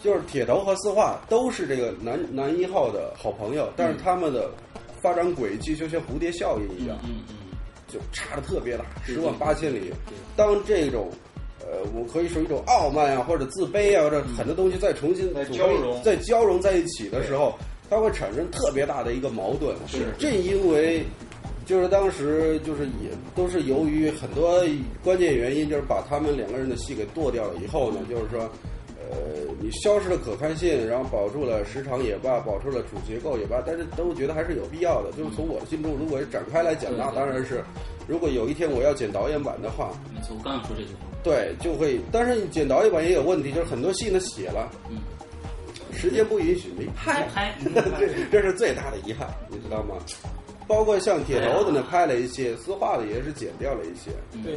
[SPEAKER 3] 就是铁头和四化都是这个男男一号的好朋友，但是他们的发展轨迹就像蝴蝶效应一样
[SPEAKER 1] 嗯，嗯嗯，
[SPEAKER 3] 就差的特别大，
[SPEAKER 1] 对
[SPEAKER 3] 十
[SPEAKER 2] 嗯
[SPEAKER 1] 对
[SPEAKER 3] 万八千里
[SPEAKER 1] 对。
[SPEAKER 3] 当这种，呃，我可以说一种傲慢啊，或者自卑啊，或者很多东西再重新
[SPEAKER 2] 嗯再
[SPEAKER 3] 组合
[SPEAKER 2] 交融
[SPEAKER 3] 再交融在一起的时候，它会产生特别大的一个矛盾。啊
[SPEAKER 2] 是
[SPEAKER 3] 正因为。就是当时就是也都是由于很多关键原因，就是把他们两个人的戏给剁掉了以后呢，就是说，呃，你消失了可看性，然后保住了时长也罢，保住了主结构也罢，但是都觉得还是有必要的。就是从我的心中，如果是展开来讲，
[SPEAKER 1] 对
[SPEAKER 3] 那
[SPEAKER 1] 对
[SPEAKER 3] 当然是，如果有一天我要剪导演版的话，
[SPEAKER 1] 没错，我刚想说这句话，
[SPEAKER 3] 对，就会。但是你剪导演版也有问题，就是很多戏呢写了，
[SPEAKER 1] 嗯，
[SPEAKER 3] 时间不允许没拍
[SPEAKER 1] 拍，拍，
[SPEAKER 3] 这 这是最大的遗憾，你知道吗？包括像铁头子呢拍了一些，丝袜的也是剪掉了一些。
[SPEAKER 2] 嗯
[SPEAKER 4] 对，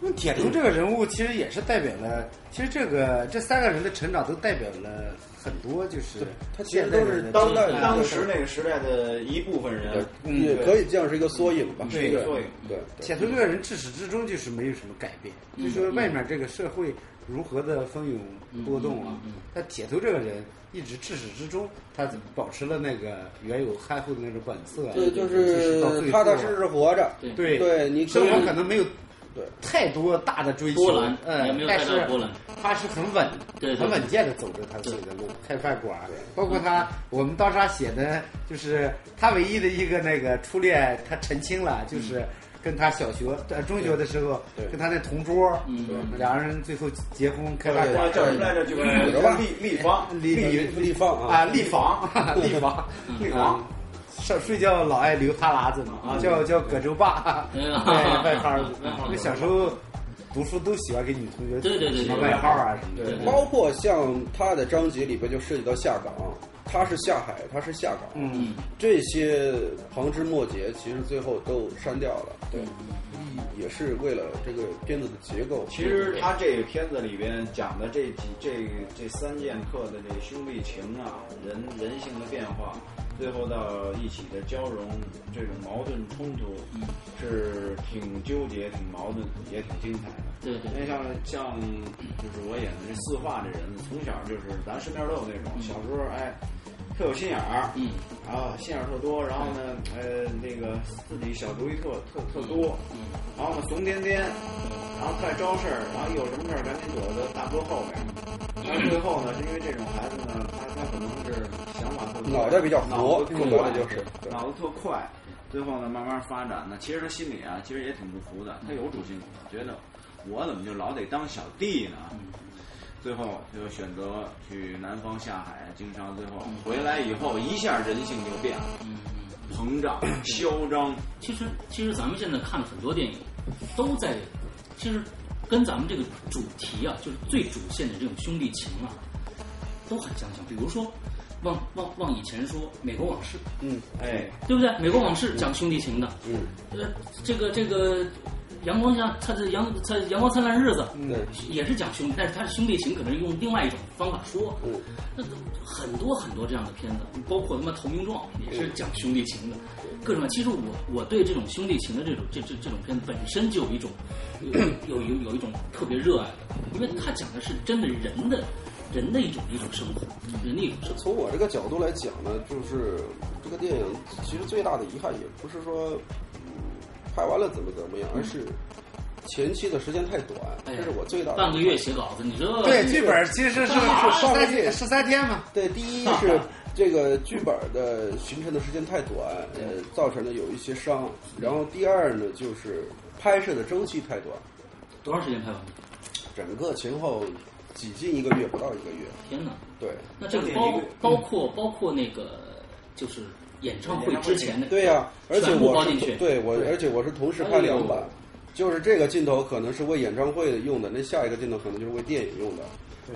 [SPEAKER 4] 那铁
[SPEAKER 3] 嗯
[SPEAKER 4] 头这个人物其实也是代表了，其实这个这三个人的成长都代表了很多，就是
[SPEAKER 3] 他其实都是
[SPEAKER 4] 现代人的
[SPEAKER 3] 当代
[SPEAKER 4] 成长
[SPEAKER 2] 当时那个时代的一部分人，
[SPEAKER 4] 嗯
[SPEAKER 3] 也可以这样是一个缩影吧，
[SPEAKER 4] 对
[SPEAKER 3] 对
[SPEAKER 2] 缩影
[SPEAKER 3] 对，对
[SPEAKER 4] 铁头这个人至始至终就是没有什么改变，就
[SPEAKER 3] 嗯
[SPEAKER 4] 说外面这个社会如何的风涌波动啊
[SPEAKER 1] 嗯嗯嗯，
[SPEAKER 4] 但铁头这个人一直至始至终他保持了那个原有憨厚的那种本色啊，
[SPEAKER 3] 对，就
[SPEAKER 4] 就是到
[SPEAKER 3] 是
[SPEAKER 4] 最
[SPEAKER 3] 踏踏
[SPEAKER 4] 后啊
[SPEAKER 3] 实实活着，
[SPEAKER 1] 对
[SPEAKER 4] 对
[SPEAKER 3] 对你
[SPEAKER 4] 生活
[SPEAKER 3] 跟
[SPEAKER 4] 可能没有
[SPEAKER 3] 对
[SPEAKER 4] 太多大的追求，
[SPEAKER 1] 波澜也
[SPEAKER 4] 嗯
[SPEAKER 1] 没，有
[SPEAKER 4] 但
[SPEAKER 1] 太大
[SPEAKER 4] 是
[SPEAKER 1] 的波澜
[SPEAKER 4] 他是很稳，
[SPEAKER 1] 对对
[SPEAKER 4] 很稳健的走着他自己的路，开饭馆儿，包括他，我们当时还写的就是他唯一的一个那个初恋，他澄清了，就是。跟他小学、呃中学的时候
[SPEAKER 3] 嗯对，对
[SPEAKER 4] 跟他那同桌，
[SPEAKER 1] 嗯
[SPEAKER 4] 对两人最后结婚开饭
[SPEAKER 3] 对
[SPEAKER 4] 馆
[SPEAKER 2] 那
[SPEAKER 4] 儿，
[SPEAKER 2] 叫什么来着？就是
[SPEAKER 3] 嗯
[SPEAKER 2] 立立方，
[SPEAKER 4] 立
[SPEAKER 3] 立立方啊
[SPEAKER 4] 啊，
[SPEAKER 2] 哎
[SPEAKER 4] 立房， 立房，
[SPEAKER 2] 立方。
[SPEAKER 4] 上睡觉老爱流哈喇子嘛，叫叫葛洲爸，
[SPEAKER 1] 嗯
[SPEAKER 4] 对
[SPEAKER 1] 啊
[SPEAKER 4] 外号儿
[SPEAKER 1] 外号儿。
[SPEAKER 4] 那小时候读书都喜欢给女同学
[SPEAKER 1] 对对对
[SPEAKER 4] 起
[SPEAKER 1] 对
[SPEAKER 4] 外号啊什么
[SPEAKER 1] 对
[SPEAKER 4] 的。
[SPEAKER 1] 对
[SPEAKER 3] 包括像他的章节里边就涉及到下岗，他是下海，他是下港，
[SPEAKER 4] 嗯，
[SPEAKER 3] 这些旁枝末节其实最后都删掉了，对，也是为了这个片子的结构。
[SPEAKER 2] 嗯其实他这个片子里边讲的这几这这三剑客的这兄弟情啊，人人性的变化，最后到一起的交融，这种矛盾冲突，
[SPEAKER 1] 嗯
[SPEAKER 2] 是挺纠结、挺矛盾、也挺精彩的。
[SPEAKER 1] 对对
[SPEAKER 2] 因为像像就是我演的这四化这人，从小就是咱身边都有那种，小时候哎特有心眼儿，
[SPEAKER 1] 嗯，
[SPEAKER 2] 然后心眼儿特多，然后呢呃那个自己小主意特特特多，
[SPEAKER 1] 嗯，
[SPEAKER 2] 然后呢怂颠颠，然后太招事儿，然后一有什么事儿赶紧躲到大哥后边儿。然后最后呢，是因为这种孩子呢，他他可能是想法特多
[SPEAKER 3] 脑袋比较活，
[SPEAKER 2] 脑子特
[SPEAKER 3] 更
[SPEAKER 2] 快
[SPEAKER 3] 多的就是对
[SPEAKER 2] 脑子特快，最后呢慢慢发展呢，其实他心里啊，其实也挺不服的，他有主心骨，觉得我怎么就老得当小弟呢？
[SPEAKER 1] 嗯
[SPEAKER 2] 最后就选择去南方下海经商，最后回来以后一下人性就变了，
[SPEAKER 1] 嗯嗯。
[SPEAKER 2] 膨胀、嚣张，
[SPEAKER 1] 其实其实咱们现在看了很多电影，都在其实跟咱们这个主题啊，就是最主线的这种兄弟情啊，都很相像。比如说，往往往以前说《美国往事
[SPEAKER 3] 嗯
[SPEAKER 2] 哎，》，
[SPEAKER 1] 对不对？《美国往事》讲兄弟情的，
[SPEAKER 3] 嗯，
[SPEAKER 1] 呃，这个这个阳光下，他的阳他阳光灿烂日子。
[SPEAKER 3] 对，
[SPEAKER 1] 也是讲兄弟，但是他是兄弟情，可能用另外一种方法说。
[SPEAKER 3] 嗯
[SPEAKER 1] 那很多很多这样的片子，包括他妈《投名状》也是讲兄弟情的，各种。其实我我对这种兄弟情的这种这这这种片子本身就有一种有有有一种特别热爱的，因为它讲的是真的人的人的一种一种生活，人的一种生活。
[SPEAKER 3] 从我这个角度来讲呢，就是这个电影其实最大的遗憾也不是说、嗯、拍完了怎么怎么样，而是前期的时间太短，
[SPEAKER 1] 嗯哎呀
[SPEAKER 3] 这是我最大
[SPEAKER 2] 嗯
[SPEAKER 3] 的
[SPEAKER 1] 半个月写稿子，你这
[SPEAKER 4] 对，剧本其实是是
[SPEAKER 3] 上
[SPEAKER 4] 三
[SPEAKER 3] 个月
[SPEAKER 4] 十三天嘛，
[SPEAKER 3] 对，第一 是这个剧本的形成的时间太短，
[SPEAKER 1] 嗯
[SPEAKER 3] 呃，造成了有一些伤。然后第二呢，就是拍摄的周期太短，
[SPEAKER 1] 多长时间拍完？
[SPEAKER 3] 整个前后几近一个月不到一个月。
[SPEAKER 1] 天哪！
[SPEAKER 3] 对，
[SPEAKER 1] 那这个
[SPEAKER 2] 将近一
[SPEAKER 1] 包
[SPEAKER 2] 个月
[SPEAKER 1] 包括包括那个就是演唱会之前的
[SPEAKER 3] 对呀、而且
[SPEAKER 1] 全部
[SPEAKER 3] 我
[SPEAKER 1] 包进去哎
[SPEAKER 3] 是对我，而且我是同时拍两版，就是这个镜头可能是为演唱会用的，那下一个镜头可能就是为电影用的，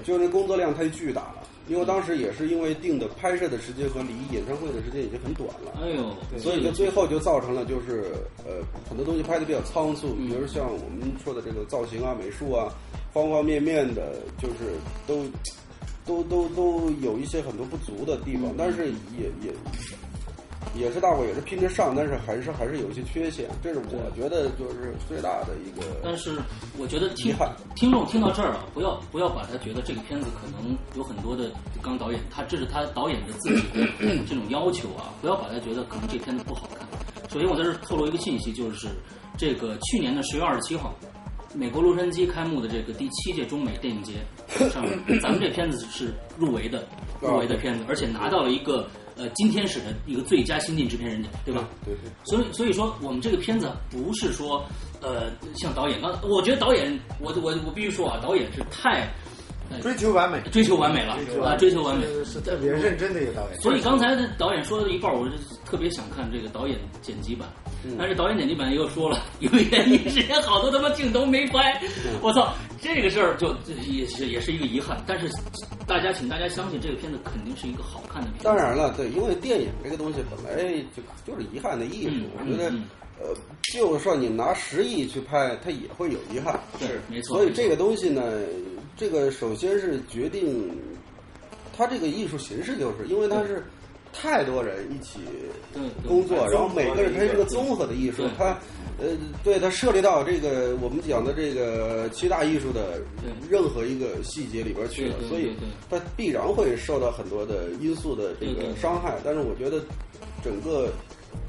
[SPEAKER 3] 就那工作量太巨大了。因
[SPEAKER 1] 嗯
[SPEAKER 3] 为当时也是因为定的拍摄的时间和离演唱会的时间已经很短了，
[SPEAKER 1] 哎呦，
[SPEAKER 3] 所以就最后就造成了就是呃很多东西拍的比较仓促，
[SPEAKER 1] 嗯
[SPEAKER 3] 比如像我们说的这个造型啊、美术啊，方方面面的，就是都都都都有一些很多不足的地
[SPEAKER 1] 嗯
[SPEAKER 3] 方，但是也也。也是大伙也是拼着上，但是还是还是有一些缺陷，这是我觉得就是最大的一个
[SPEAKER 1] 但是我觉得听
[SPEAKER 3] 遗憾
[SPEAKER 1] 听众听到这儿啊，不要不要把他觉得这个片子可能有很多的刚导演，他这是他导演的自己的这种要求 啊，不要把他觉得可能这片子不好看。首先我在这儿透露一个信息，就是这个去年的十月二十七号，美国洛杉矶开幕的这个第七届中美电影节上面，咱们这片子是入围的入围的片
[SPEAKER 3] 啊
[SPEAKER 1] 子，而且拿到了一个呃今天史的一个最佳新晋制片人奖，对吧？
[SPEAKER 3] 对对
[SPEAKER 1] 所以所以说，我们这个片子不是说，呃，像导演刚，我觉得导演，我我我必须说啊，导演是太
[SPEAKER 4] 追求完美，
[SPEAKER 1] 追求完美了啊，追求完美。
[SPEAKER 4] 是是特别认真的一个导演。
[SPEAKER 1] 所以刚才的导演说的一半，我就特别想看这个导演剪辑版，
[SPEAKER 3] 嗯
[SPEAKER 1] 但是导演剪辑版又说了，由于原因之前好多他妈镜头没拍，
[SPEAKER 3] 嗯
[SPEAKER 1] 我操，这个事儿就这也是也是一个遗憾。但是大家请大家相信，这个片子肯定是一个好看的片子。
[SPEAKER 3] 当然了，对，因为电影这个东西本来就就是遗憾的艺术，
[SPEAKER 1] 嗯
[SPEAKER 3] 我觉得、
[SPEAKER 1] 嗯
[SPEAKER 3] 呃，就算你拿十亿去拍，它也会有遗憾，
[SPEAKER 1] 对没错
[SPEAKER 3] 所以这个东西呢，这个首先是决定它这个艺术形式，就是因为它是太多人一起
[SPEAKER 1] 对对
[SPEAKER 3] 工作，然后每个人它是一个综合的艺术
[SPEAKER 1] 对，
[SPEAKER 3] 它。呃，对，它涉及到这个我们讲的这个七大艺术的
[SPEAKER 1] 对
[SPEAKER 3] 任何一个细节里边去了
[SPEAKER 1] 对，对
[SPEAKER 3] 所以
[SPEAKER 1] 对对
[SPEAKER 3] 它必然会受到很多的因素的这
[SPEAKER 1] 对
[SPEAKER 3] 个
[SPEAKER 1] 对
[SPEAKER 3] 伤害。但是我觉得整个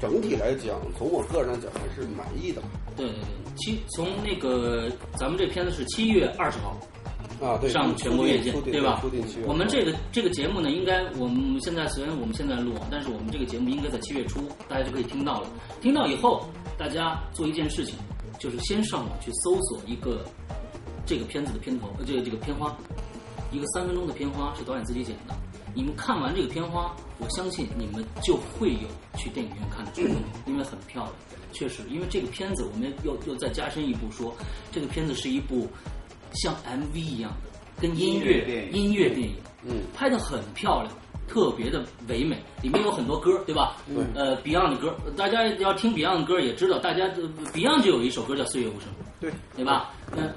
[SPEAKER 3] 整体来讲，从我个人来讲还是满意的
[SPEAKER 1] 对对对，七从那个咱们这片子是七月二十号，
[SPEAKER 3] 啊。对，
[SPEAKER 1] 上全国院线
[SPEAKER 3] 初定
[SPEAKER 1] 对吧
[SPEAKER 3] 初定期
[SPEAKER 1] 我们这个这个节目呢，应该我们现在虽然我们现在录，啊但是我们这个节目应该在七月初，大家就可以听到了。听到以后，大家做一件事情，就是先上网去搜索一个这个片子的片头，呃，这个这个片花，一个三分钟的片花是导演自己剪的。你们看完这个片花，我相信你们就会有去电影院看的冲动，因为很漂亮。确实，因为这个片子，我们又又再加深一步说，这个片子是一部像 MV 一样的，跟音
[SPEAKER 2] 音乐
[SPEAKER 1] 乐
[SPEAKER 2] 电影
[SPEAKER 1] 音乐电影，
[SPEAKER 3] 嗯，
[SPEAKER 1] 拍的很漂亮，特别的唯美，里面有很多歌，对吧？
[SPEAKER 3] 对
[SPEAKER 1] 呃，Beyond 的歌，大家要听 Beyond 的歌也知道，大家呃 Beyond 就有一首歌叫《岁月无声》，
[SPEAKER 3] 对
[SPEAKER 1] 对吧？那、呃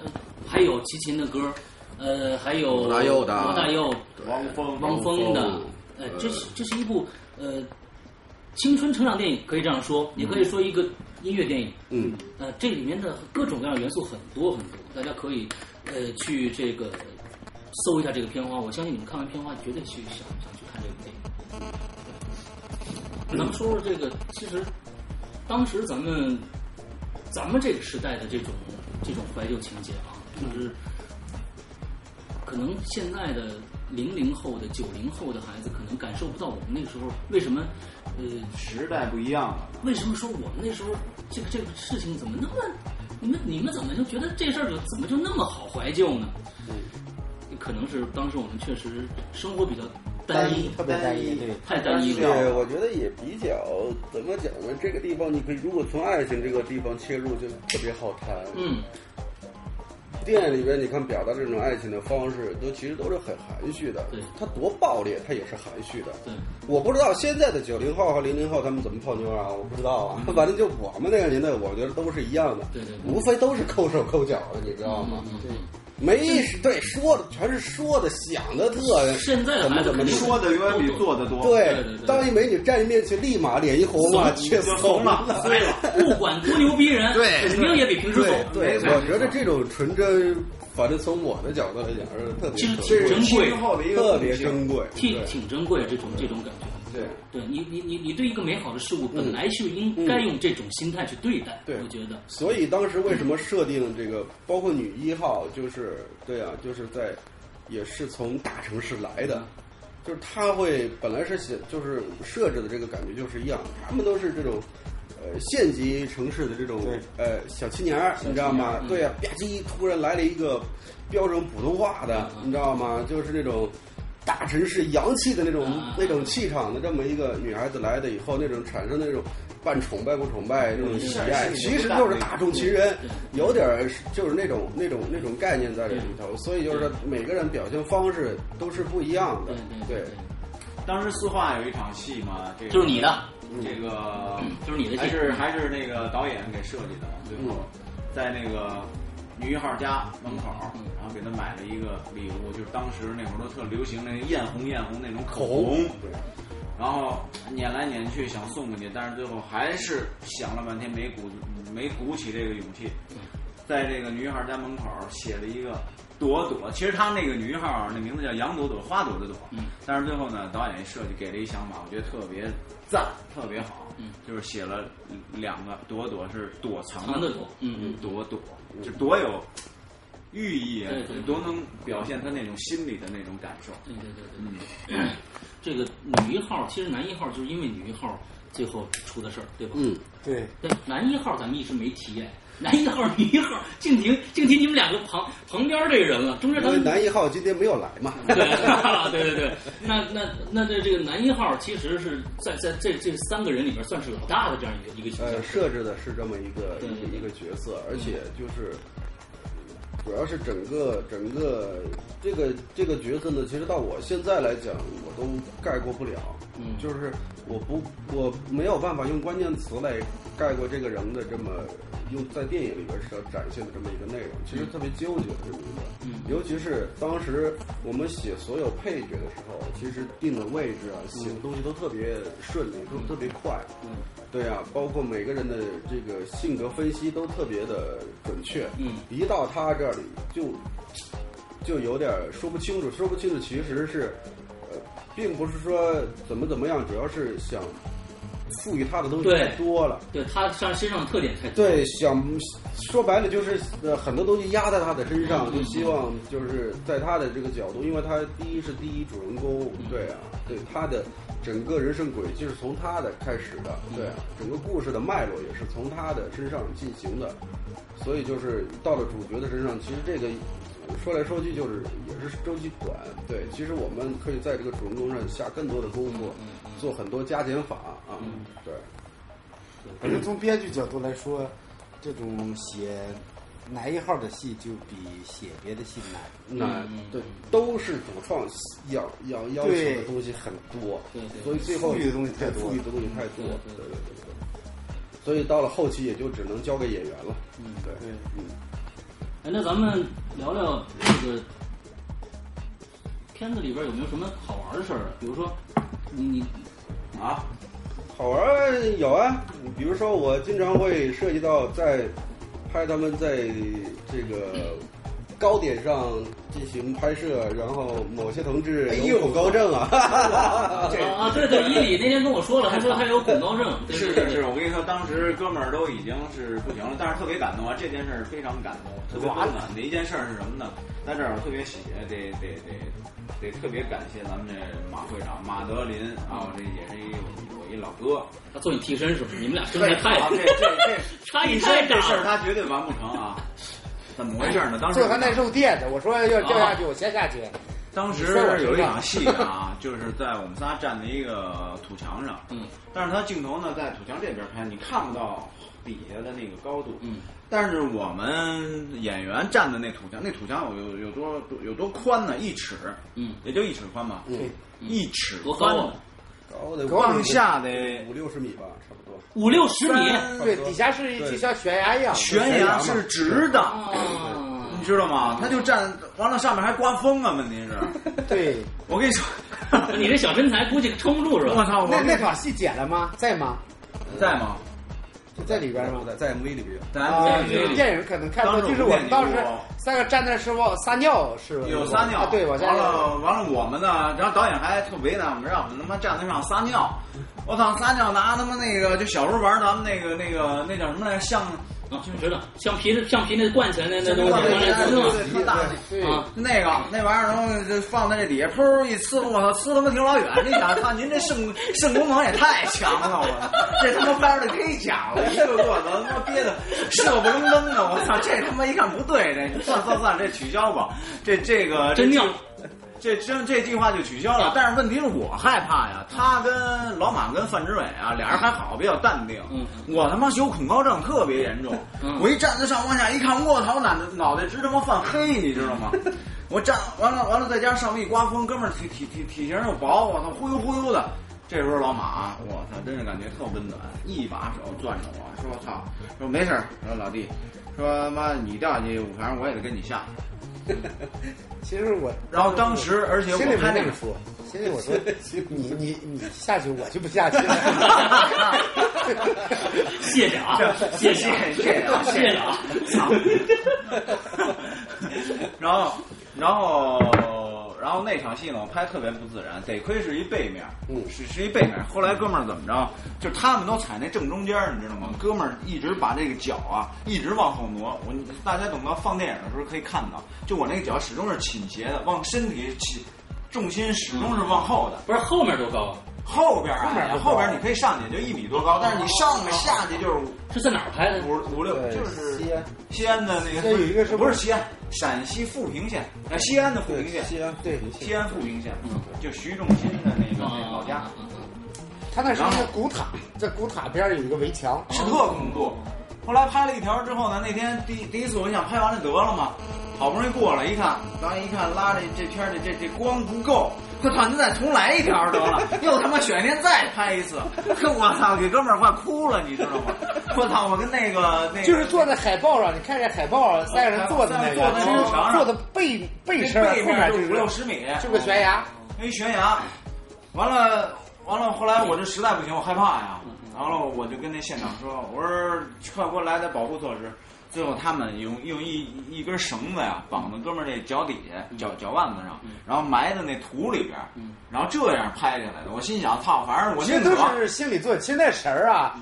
[SPEAKER 1] 还有齐秦的歌，呃，还有
[SPEAKER 3] 罗大佑的啊
[SPEAKER 1] 罗大佑、
[SPEAKER 2] 汪峰，
[SPEAKER 1] 汪峰的，呃，这是这是一部呃青春成长电影，可以这样说，也可以说一个音乐电影。
[SPEAKER 3] 嗯，
[SPEAKER 1] 呃，这里面的各种各样的元素很多很多，大家可以呃去这个搜一下这个片花，我相信你们看完片花绝对去想想去看这部电影。咱们说说这个，其实当时咱们咱们这个时代的这种这种怀旧情节啊，就是可能现在的零零后的、九零后的孩子，可能感受不到我们那个时候为什么呃
[SPEAKER 2] 时代不一样了。
[SPEAKER 1] 为什么说我们那时候这个这个事情怎么那么，你们你们怎么就觉得这事儿就怎么就那么好怀旧呢？可能是当时我们确实生活比较单一，
[SPEAKER 4] 特别单一，对，
[SPEAKER 1] 太单一
[SPEAKER 2] 单一
[SPEAKER 1] 了。
[SPEAKER 3] 对，我觉得也比较怎么讲呢？这个地方你可以如果从爱情这个地方切入，就特别好谈。
[SPEAKER 1] 嗯，
[SPEAKER 3] 电影里边你看表达这种爱情的方式，都其实都是很含蓄的。
[SPEAKER 1] 对
[SPEAKER 3] 它多爆裂，它也是含蓄的。
[SPEAKER 1] 对，
[SPEAKER 3] 我不知道现在的九零后和零零后他们怎么泡妞啊，我不知道啊。反正就我们那个年代，我觉得都是一样的，
[SPEAKER 1] 嗯对对对
[SPEAKER 3] 无非都是抠手抠脚的，你知道吗？
[SPEAKER 1] 嗯，嗯
[SPEAKER 3] 没对说的全是说的，想的特
[SPEAKER 1] 现在的孩子
[SPEAKER 3] 怎么
[SPEAKER 1] 肯
[SPEAKER 3] 怎么
[SPEAKER 1] 定
[SPEAKER 2] 说的永远比做的多。
[SPEAKER 1] 对对对
[SPEAKER 3] 当一美女站你面前，立马脸一红啊， 却
[SPEAKER 2] 就
[SPEAKER 3] 怂
[SPEAKER 2] 怂了，
[SPEAKER 1] 对了，不管多牛逼人，
[SPEAKER 3] 对
[SPEAKER 1] 肯定也比平时
[SPEAKER 3] 对
[SPEAKER 1] 好。
[SPEAKER 3] 对，
[SPEAKER 1] 没错
[SPEAKER 3] 我觉得这种纯真，反正从我的角度来讲是特别
[SPEAKER 1] 其实
[SPEAKER 3] 这
[SPEAKER 1] 挺
[SPEAKER 3] 是
[SPEAKER 1] 珍贵
[SPEAKER 2] 今，后的一个
[SPEAKER 3] 特别珍贵。
[SPEAKER 1] 挺
[SPEAKER 3] 对
[SPEAKER 1] 挺珍贵这种这种感觉。
[SPEAKER 3] 对，
[SPEAKER 1] 对你你你你对一个美好的事物，本来就应该用这种心态去对待。
[SPEAKER 3] 对
[SPEAKER 1] 我觉得，
[SPEAKER 3] 所以当时为什么设定这个，包括女一号，就是对啊，就是在也是从大城市来的，就是她会本来是写就是设置的这个感觉就是一样，他们都是这种。呃，县级城市的这种呃小青年儿，你嗯知道吗？对呀、吧唧，突然来了一个标准普通话的，
[SPEAKER 1] 嗯嗯
[SPEAKER 3] 你知道吗？就是那种大城市洋气的那种、
[SPEAKER 1] 嗯
[SPEAKER 3] 那种气场的这么一个女孩子来的以后，那种产生的那种半崇拜不崇拜这种喜爱，其实就是大众情人，有点儿就是那种那种那种概念在里头，所以就是说每个人表现方式都是不一样的
[SPEAKER 1] 对，对对，
[SPEAKER 2] 当时四化有一场戏嘛，这个
[SPEAKER 1] 就是你的，嗯
[SPEAKER 2] 这个
[SPEAKER 1] 就是你的
[SPEAKER 2] 还
[SPEAKER 1] 戏。
[SPEAKER 2] 是还是那个导演给设计的，最
[SPEAKER 1] 嗯
[SPEAKER 2] 后在那个女一号家门口，
[SPEAKER 1] 嗯
[SPEAKER 2] 然后给她买了一个礼物，就是当时那会儿都特流行那个艳红艳红那种口红，
[SPEAKER 3] 对
[SPEAKER 2] 然后撵来撵去想送过去，但是最后还是想了半天没鼓没鼓起这个勇气，
[SPEAKER 1] 嗯
[SPEAKER 2] 在这个女孩家门口写了一个朵朵，其实她那个女号那名字叫杨朵朵，花朵的朵，
[SPEAKER 1] 嗯
[SPEAKER 2] 但是最后呢，导演设计给了一想法，我觉得特别赞，特别好，
[SPEAKER 1] 嗯
[SPEAKER 2] 就是写了两个朵朵是躲藏
[SPEAKER 1] 藏的
[SPEAKER 2] 的
[SPEAKER 1] 多，嗯嗯，
[SPEAKER 2] 朵朵，就多有寓意啊
[SPEAKER 1] 对对对，
[SPEAKER 2] 多能表现她那种心里的那种感受，
[SPEAKER 1] 对对对对，
[SPEAKER 2] 嗯，
[SPEAKER 1] 这个女一号其实男一号就是因为女一号最后出的事儿，对吧？
[SPEAKER 3] 嗯，
[SPEAKER 4] 对，
[SPEAKER 1] 对，男一号咱们一直没提哎，男一号、女一号，静婷、静婷，你们两个旁旁边这人了，中间
[SPEAKER 3] 因
[SPEAKER 1] 咱
[SPEAKER 3] 为
[SPEAKER 1] 们
[SPEAKER 3] 呃男一号今天没有来嘛，
[SPEAKER 1] 对 对对对，那那那这这个男一号其实是在在这这三个人里面算是老大的这样一个一个形象
[SPEAKER 3] 呃，，设置的是这么一个
[SPEAKER 1] 对
[SPEAKER 3] 一
[SPEAKER 1] 对
[SPEAKER 3] 个一个角色，而且就是。主要是整个整个这个这个角色呢，其实到我现在来讲，我都概括不了。
[SPEAKER 1] 嗯
[SPEAKER 3] 就是我不我没有办法用关键词来概括这个人的这么用在电影里边所展现的这么一个内容，其实特别纠结的这么一个。
[SPEAKER 1] 嗯
[SPEAKER 3] 尤其是当时我们写所有配角的时候，其实定的位置啊，写的东西都特别顺利，都特别快。
[SPEAKER 1] 嗯
[SPEAKER 3] 对啊，包括每个人的这个性格分析都特别的准确。
[SPEAKER 1] 嗯
[SPEAKER 3] 一到他这里就就有点说不清楚，说不清楚，其实是呃，并不是说怎么怎么样，主要是想赋予他的东西
[SPEAKER 1] 对
[SPEAKER 3] 太多了。
[SPEAKER 1] 对他上身上的特点太 多，
[SPEAKER 3] 对，想说白了就是呃，很多东西压在他的身上，就希望就是在他的这个角度，因为他第一是第一主人公，对啊，对他的整个人生轨迹是从他的开始的，对啊，整个故事的脉络也是从他的身上进行的，所以就是到了主角的身上，其实这个。呃说来说去就是也是周期短，对，其实我们可以在这个主人公上下更多的功夫，做很多加减法啊，对，
[SPEAKER 4] 反正从编剧角度来说，这种写男一号的戏就比写别的戏难。
[SPEAKER 3] 那对，都是主创要要要求的东西很多，
[SPEAKER 1] 对对对
[SPEAKER 3] 所以最后
[SPEAKER 4] 赋予的东西太多
[SPEAKER 3] 赋予的东西太多，
[SPEAKER 1] 对
[SPEAKER 3] 对对对对。所以到了后期也就只能交给演员了，嗯，对，嗯，
[SPEAKER 1] 哎，那咱们聊聊这个片子里边有没有什么好玩的事儿啊？比如说，你
[SPEAKER 2] 啊，
[SPEAKER 3] 好玩儿有啊，比如说我经常会涉及到在拍他们在这个高点上进行拍摄，然后某些同志有恐高症啊，
[SPEAKER 1] 啊啊，对对，伊里那天跟我说了，还说他有恐高症，对
[SPEAKER 2] 是
[SPEAKER 1] 对
[SPEAKER 2] 是
[SPEAKER 1] 对
[SPEAKER 2] 是，
[SPEAKER 1] 对，
[SPEAKER 2] 我跟你说，当时哥们儿都已经是不行了，但是特别感动啊，这件事儿非常感动，特别温暖的一件事儿是什么呢？在这儿我特别喜，得得得得特别感谢咱们这马会长马德林啊，我这也是一我一老哥，
[SPEAKER 1] 他做你替身是不是？你们俩身材太
[SPEAKER 2] 啊这这这
[SPEAKER 1] 差异
[SPEAKER 2] 你说
[SPEAKER 1] 太
[SPEAKER 2] 这
[SPEAKER 1] 大
[SPEAKER 2] 事儿
[SPEAKER 1] 了。
[SPEAKER 2] 他绝对完不成啊！怎么回事呢？当时
[SPEAKER 4] 最后那肉垫的，我说要掉下去，我先下去。
[SPEAKER 2] 当时有一场戏啊，就是在我们仨站的一个土墙上，
[SPEAKER 1] 嗯
[SPEAKER 2] 但是他镜头呢在土墙这边拍，你看不到底下的那个高度。
[SPEAKER 1] 嗯，
[SPEAKER 2] 但是我们演员站的那土墙，那土墙有有有多多有多宽呢？一尺，
[SPEAKER 1] 嗯，
[SPEAKER 2] 也就一尺宽吧，
[SPEAKER 3] 嗯，
[SPEAKER 2] 一尺
[SPEAKER 1] 多啊宽
[SPEAKER 2] 高
[SPEAKER 1] 呢？
[SPEAKER 3] 高的
[SPEAKER 2] 往下得
[SPEAKER 3] 五六十米吧，差不多。
[SPEAKER 1] 五六十米
[SPEAKER 2] 三
[SPEAKER 4] 对，底下是一就像啊悬崖一样。
[SPEAKER 2] 悬崖是直的，
[SPEAKER 1] 啊！
[SPEAKER 2] 你知道吗？他就站完了，上面还刮风啊！问题是，
[SPEAKER 4] 对，
[SPEAKER 2] 我跟你说，
[SPEAKER 1] 你这小身材估计撑不住是
[SPEAKER 2] 我
[SPEAKER 1] 吧？
[SPEAKER 2] 操，我
[SPEAKER 4] 那那场戏剪了吗？在吗？
[SPEAKER 2] 在吗？
[SPEAKER 4] 就在里边吗？
[SPEAKER 3] 在在 MV 里边。
[SPEAKER 2] 咱
[SPEAKER 4] 啊
[SPEAKER 2] 咱，
[SPEAKER 1] 对
[SPEAKER 4] 电影可能看
[SPEAKER 2] 当时
[SPEAKER 4] 到，就是
[SPEAKER 2] 我
[SPEAKER 4] 我
[SPEAKER 2] 见
[SPEAKER 4] 们当时
[SPEAKER 2] 你我
[SPEAKER 4] 三个站那是往撒尿是吧
[SPEAKER 2] 有撒
[SPEAKER 4] 啊
[SPEAKER 2] 尿，
[SPEAKER 4] 对，往下
[SPEAKER 2] 完了完了，我们呢，然后导演还特为难我们，让我们他妈站台上撒尿，我操，撒尿拿他妈那个，就小时候玩咱们那个那个那叫什么来着，像
[SPEAKER 1] 啊，就知道橡皮的橡皮那灌起来那那东西，
[SPEAKER 2] 那个
[SPEAKER 1] 往里
[SPEAKER 2] 那
[SPEAKER 1] 滋
[SPEAKER 2] 个
[SPEAKER 1] 嘛
[SPEAKER 2] 特大那
[SPEAKER 4] 对
[SPEAKER 1] 啊，
[SPEAKER 2] 那个那玩意儿，然后就放在这底下，噗一呲，我操，呲他妈挺老远。你想，操，您这肾肾功能也太强了，我这他妈班的忒假了，一个个的他妈憋的射不愣登的，我操，这他妈一看不对，这算算算，这取消吧，这这个
[SPEAKER 1] 啊真尿，
[SPEAKER 2] 这这这计划就取消了。但是问题是我害怕呀，他跟老马跟范志伟啊，俩人还好，比较淡定。
[SPEAKER 1] 嗯
[SPEAKER 2] 我他妈是有恐高症，特别严重。
[SPEAKER 1] 嗯
[SPEAKER 2] 我一站在上往下一看，我操，脑袋脑袋直他妈犯黑，你知道吗？我站完了完了，再加上上面一刮风，哥们儿体体体体型又薄，我操，忽悠忽悠的。这时候老马，我操，真是感觉特温暖，一把手攥着我说：“操，说没事儿，说老弟，说妈你掉下去，反正我也得跟你下。
[SPEAKER 4] 其实我”，
[SPEAKER 2] 然后当时，而且
[SPEAKER 4] 心里
[SPEAKER 2] 我
[SPEAKER 4] 没
[SPEAKER 2] 拍那
[SPEAKER 4] 那
[SPEAKER 2] 个
[SPEAKER 4] 么说，心里 我说你你你下去，我就不下 去了。
[SPEAKER 1] 谢谢啊，谢谢啊
[SPEAKER 2] 谢谢啊
[SPEAKER 1] 谢谢啊！
[SPEAKER 2] 操！ 然后，然后，然后那场戏呢，我拍特别不自然，得亏是一背面，
[SPEAKER 3] 嗯
[SPEAKER 2] 是是一背面。后来哥们儿怎么着，就他们都踩那正中间儿，你知道吗？哥们儿一直把这个脚啊，一直往后挪。我大家等到放电影的时候可以看到，就我那个脚始终是倾斜的，往身体起重心始终是往后的。
[SPEAKER 1] 不是后面多高啊？
[SPEAKER 2] 后边儿
[SPEAKER 4] 后边儿
[SPEAKER 2] 啊，
[SPEAKER 4] 不
[SPEAKER 2] 后边儿你可以上去，就一米多高，但是你上去下去就是
[SPEAKER 1] 是在哪儿拍的？
[SPEAKER 2] 五五六，
[SPEAKER 3] 对
[SPEAKER 2] 就是
[SPEAKER 3] 西安
[SPEAKER 2] 西安的那个，
[SPEAKER 4] 西安有一个是
[SPEAKER 2] 不是西安，陕西富平县，呃，西安的富平县，
[SPEAKER 3] 西安对
[SPEAKER 2] 西安富平县
[SPEAKER 1] 嗯，
[SPEAKER 2] 就徐仲新的那个那个老家，
[SPEAKER 4] 嗯他那是一个古塔，在古塔边儿有一个围墙，
[SPEAKER 2] 是特恐怖。后来拍了一条之后呢，那天第第一次我想拍完了得了嘛，好不容易过来一看，导演一看拉着这片儿的这这光不够，我操，您再重来一条得 了，又他妈选一天再拍一次，我操，给哥们儿快哭了，你知道吗？我操，我跟那个那个
[SPEAKER 4] 就是坐在海报上，你看这海报上三个人坐的那
[SPEAKER 2] 坐
[SPEAKER 4] 个，
[SPEAKER 2] 在
[SPEAKER 4] 其
[SPEAKER 2] 那个墙上
[SPEAKER 4] 实坐的背背身儿，
[SPEAKER 2] 背
[SPEAKER 4] 后
[SPEAKER 2] 面
[SPEAKER 4] 面
[SPEAKER 2] 就
[SPEAKER 4] 就
[SPEAKER 2] 五六
[SPEAKER 4] 是
[SPEAKER 2] 十米，
[SPEAKER 4] 是个悬崖。
[SPEAKER 2] 那一悬崖，完了完了，后来我这实在不行，我害怕呀，然后我就跟那县长说，我说快给我来点保护措施。最后他们用用一一根绳子呀绑在哥们儿那脚底下脚脚腕子上，然后埋在那土里边儿，然后这样拍下来的。我心想，操，反正我
[SPEAKER 4] 其
[SPEAKER 2] 宁
[SPEAKER 4] 实都
[SPEAKER 2] 可
[SPEAKER 4] 是心理作用，其实那神儿啊，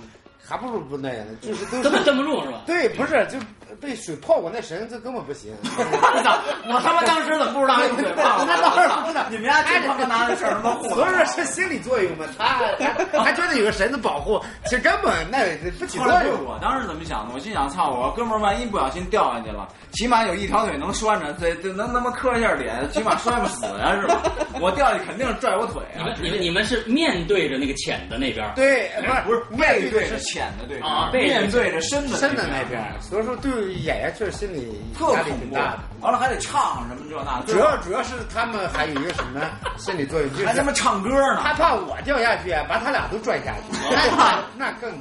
[SPEAKER 4] 还不如不那样呢，就是都
[SPEAKER 1] 根本
[SPEAKER 4] 是
[SPEAKER 1] 站不住是吧？
[SPEAKER 4] 对，不是就被水泡过，那神这根本 不行。
[SPEAKER 2] 我操，我他妈当时怎么不知道用嘴巴了？
[SPEAKER 4] 那当然不知道
[SPEAKER 2] 你们家真他妈拿那事儿他妈糊弄
[SPEAKER 4] 所以说是心理作用嘛，他 他他觉得有个神的保护，其实根本那不起
[SPEAKER 2] 后
[SPEAKER 4] 作
[SPEAKER 2] 来
[SPEAKER 4] 用。
[SPEAKER 2] 我当时怎么想的？我心想，操我哥们儿，万一不小心掉下去了，起码有一条腿能拴着，得得能他妈磕一下脸，起码摔不死呀、是吧？我掉下去肯定是拽我腿
[SPEAKER 1] 你
[SPEAKER 2] 啊
[SPEAKER 1] 们！你们你们是面对着那个浅的那边儿，
[SPEAKER 4] 对，不
[SPEAKER 2] 不
[SPEAKER 4] 是
[SPEAKER 2] 是背对着
[SPEAKER 4] 是
[SPEAKER 2] 浅的对面
[SPEAKER 1] 啊背对着
[SPEAKER 2] 面对着身子
[SPEAKER 4] 深的那
[SPEAKER 2] 边
[SPEAKER 4] 边，所以说对就是演员确实心理
[SPEAKER 2] 特
[SPEAKER 4] 压力
[SPEAKER 2] 恐
[SPEAKER 4] 挺
[SPEAKER 2] 怖，
[SPEAKER 4] 大的。
[SPEAKER 2] 完了还得唱什么这那，
[SPEAKER 4] 主要主要是他们还有一个什么心理作用，就是
[SPEAKER 2] 还他妈唱歌呢
[SPEAKER 4] 他。怕我掉下去，啊把他俩都拽下去，那 那那更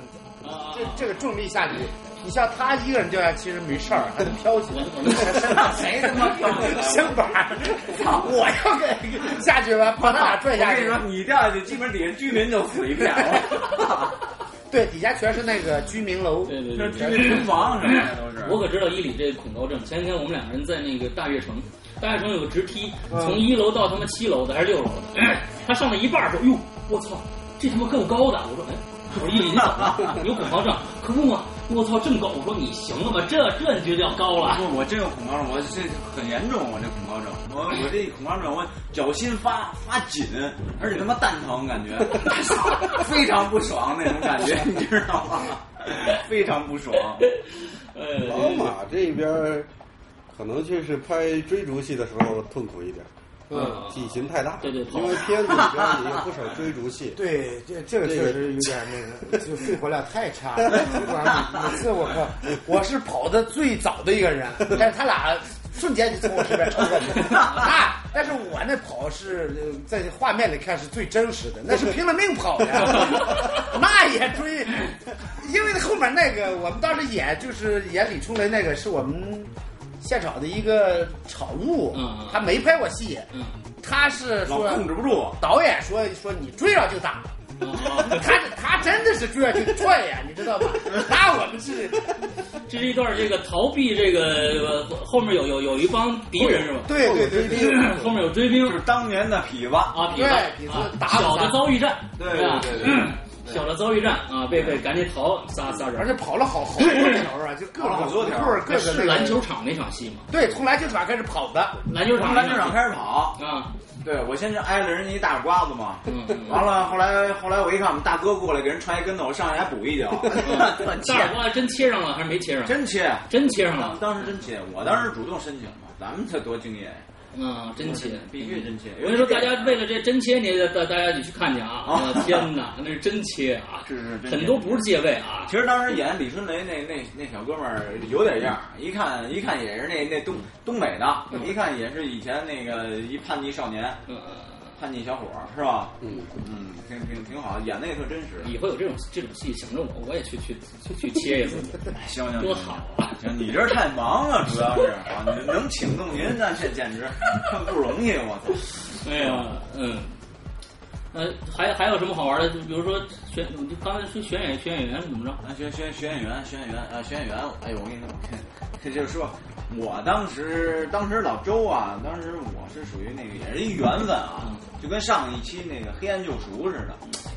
[SPEAKER 1] 啊
[SPEAKER 4] 这这个重力下去，你像他一个人掉下去其实没事儿，还能飘起来
[SPEAKER 1] 我。我
[SPEAKER 2] 谁他妈跳过 来
[SPEAKER 4] 身板儿， 我要给下去吧，把他俩拽下
[SPEAKER 2] 我跟
[SPEAKER 4] 去
[SPEAKER 2] 你。说，你掉下去，基本底下居民就死一 片了，
[SPEAKER 4] 对，底下全是那个居民楼，，
[SPEAKER 1] 对对
[SPEAKER 2] 这
[SPEAKER 1] 对
[SPEAKER 2] 居民
[SPEAKER 1] 对。
[SPEAKER 2] 平房什么的都是。
[SPEAKER 1] 我可知道伊里这恐高症。前几天我们两个人在那个大悦城，大悦城有个直梯，从一楼到他妈七楼的还是六楼的， 他上到一半儿说：“哟，我操，这他妈够高的！”我说：“哎，我说伊里你怎么了？你有恐高症？可不嘛！我操，这么高！我说你行了吧？这这你就叫高了。”
[SPEAKER 2] 不，我真有恐高症，我这很严重，我这恐高症，我我这恐高症，我脚心发发紧，而且他妈蛋疼，感觉非常不爽那种感觉，你知道吗？非常不爽。
[SPEAKER 1] 呃，
[SPEAKER 3] 老马这边儿可能就是拍追逐戏的时候痛苦一点，
[SPEAKER 1] 嗯
[SPEAKER 3] 体型太大，
[SPEAKER 1] 对对
[SPEAKER 3] 因为片子里边儿也有不少追逐戏
[SPEAKER 4] 对，这这个
[SPEAKER 3] 这
[SPEAKER 4] 确
[SPEAKER 3] 个
[SPEAKER 4] 实有点 那个， 就肺活量太差了。不管每次我靠，我是跑的最早的一个人，但是他俩瞬间就从我身边超过去了。啊！但是我那跑是呃在画面里看是最真实的，那是拼了命跑呀， 那也追。因为后面那个我们当时演就是演李春雷那个是我们现场的一个场务
[SPEAKER 1] 嗯嗯，
[SPEAKER 4] 他没拍过戏
[SPEAKER 1] 嗯，
[SPEAKER 4] 他是
[SPEAKER 2] 老
[SPEAKER 4] 说
[SPEAKER 2] 控制不住，
[SPEAKER 4] 导演说说你追上就打， 他他真的是追上就踹呀，你知道吗？那我们是
[SPEAKER 1] 这是一段这个逃避这个呃后面有有有一帮敌人是吧？
[SPEAKER 4] 对对对 对
[SPEAKER 1] 后面有追兵
[SPEAKER 2] 就是当年的痞子，
[SPEAKER 1] 啊，比
[SPEAKER 4] 对比
[SPEAKER 1] 子
[SPEAKER 4] 子
[SPEAKER 1] 啊
[SPEAKER 4] 打
[SPEAKER 1] 小的
[SPEAKER 4] 死他
[SPEAKER 1] 遭遇战，
[SPEAKER 2] 对
[SPEAKER 1] 是吧嗯
[SPEAKER 2] 对对对对
[SPEAKER 1] 小的遭遇战啊，被被赶紧逃仨仨
[SPEAKER 4] 而
[SPEAKER 1] 人。
[SPEAKER 4] 且跑了好好多条啊，就各
[SPEAKER 2] 跑了
[SPEAKER 4] 种
[SPEAKER 2] 好多条
[SPEAKER 4] 各种各个
[SPEAKER 1] 是篮球场那场戏吗？
[SPEAKER 4] 对，从篮球场开始跑的，
[SPEAKER 1] 篮球场
[SPEAKER 2] 从
[SPEAKER 1] 那
[SPEAKER 2] 篮球
[SPEAKER 1] 场
[SPEAKER 2] 场
[SPEAKER 1] 戏
[SPEAKER 2] 开始跑，
[SPEAKER 1] 啊，
[SPEAKER 2] 对我先是挨了人家一大耳刮子嘛，
[SPEAKER 1] 嗯嗯
[SPEAKER 2] 完了后来后来我一看我们大哥过来给人传一跟头，我上去还补一脚，
[SPEAKER 1] 嗯大耳刮真切上了还是没切上？
[SPEAKER 2] 真切，
[SPEAKER 1] 真切上了，
[SPEAKER 2] 当时真切，我当时主动申请嘛，咱们这多敬业呀。
[SPEAKER 1] 嗯，真切，
[SPEAKER 2] 必须真切
[SPEAKER 1] 我跟你说，大家为了这真切，你大大家得去看去啊！
[SPEAKER 2] 啊
[SPEAKER 1] 我天哪，那是真切啊！
[SPEAKER 2] 是是真切
[SPEAKER 1] 很多不是借位啊，
[SPEAKER 2] 其实当时演李春雷那那那小哥们儿有点样儿，一看一看也是那那东东北的，一看也是以前那个一叛逆少年、
[SPEAKER 1] 嗯，
[SPEAKER 2] 叛逆小伙儿是吧？
[SPEAKER 3] 嗯，
[SPEAKER 2] 嗯，挺挺挺好，演的也特真实。
[SPEAKER 1] 以后有这种这种戏，想着我，我也去去去去切一次，
[SPEAKER 2] 行行，
[SPEAKER 1] 哎多好啊！
[SPEAKER 2] 行，你这儿太忙了，主要是 啊，你能请动您，那这简直 不容易，我操！
[SPEAKER 1] 哎呀，嗯，呃，还还有什么好玩的？就比如说选，我就刚才说选演选演员是怎么着？
[SPEAKER 2] 啊，学学学演员，学演员啊，学演员！哎呦，我跟你说，这就是说，我当时当时老周啊，当时我是属于那个也是一缘分啊，就跟上一期那个黑暗救赎似的，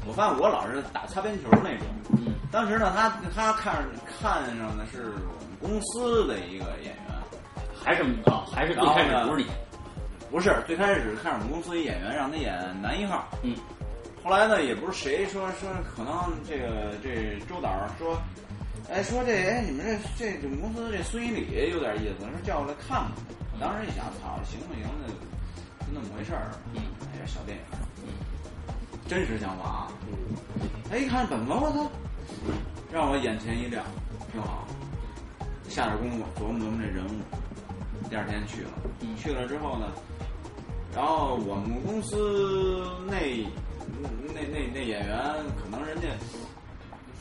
[SPEAKER 2] 我发现我老是打擦边球那种。
[SPEAKER 1] 嗯
[SPEAKER 2] 当时呢，他他看看上的是我们公司的一个演员，
[SPEAKER 1] 还是啊，还是最开始不是你，
[SPEAKER 2] 不是最开始看上我们公司一演员，让他演男一号。
[SPEAKER 1] 嗯，
[SPEAKER 2] 后来呢，也不是谁说说，可能这个这周导说，哎，说这哎你们这这你们公司这孙一礼有点意思，说叫过来看看。当时一想，操，行不行的，就那么回事儿。
[SPEAKER 1] 嗯，
[SPEAKER 2] 哎，这小电影，
[SPEAKER 1] 嗯
[SPEAKER 2] 真实想法啊。哎，一看本子，我操，让我眼前一亮，挺好。下点功夫琢磨琢磨这人物，第二天去了，
[SPEAKER 1] 嗯
[SPEAKER 2] 去了之后呢，然后我们公司那那那那演员可能人家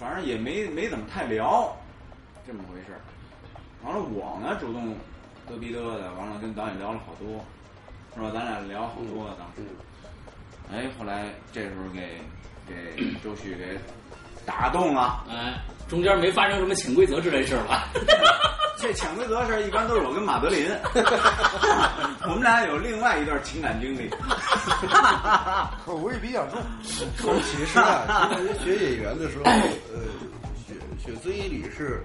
[SPEAKER 2] 反正也没没怎么太聊，这么回事儿。完了我呢主动嘚逼嘚的，完了跟导演聊了好多，是吧？咱俩聊好多了当
[SPEAKER 3] 嗯
[SPEAKER 2] 时。哎，后来这时候给给周旭给打动了。
[SPEAKER 1] 哎，中间没发生什么潜规则之类的事儿 吧？
[SPEAKER 2] 这潜规则的事儿一般都是我跟马德 林，我们俩有另外一段情感 经历。
[SPEAKER 4] 口味比较重。
[SPEAKER 3] 尤其是啊，其实学演员的时候，呃，学学孙一礼是，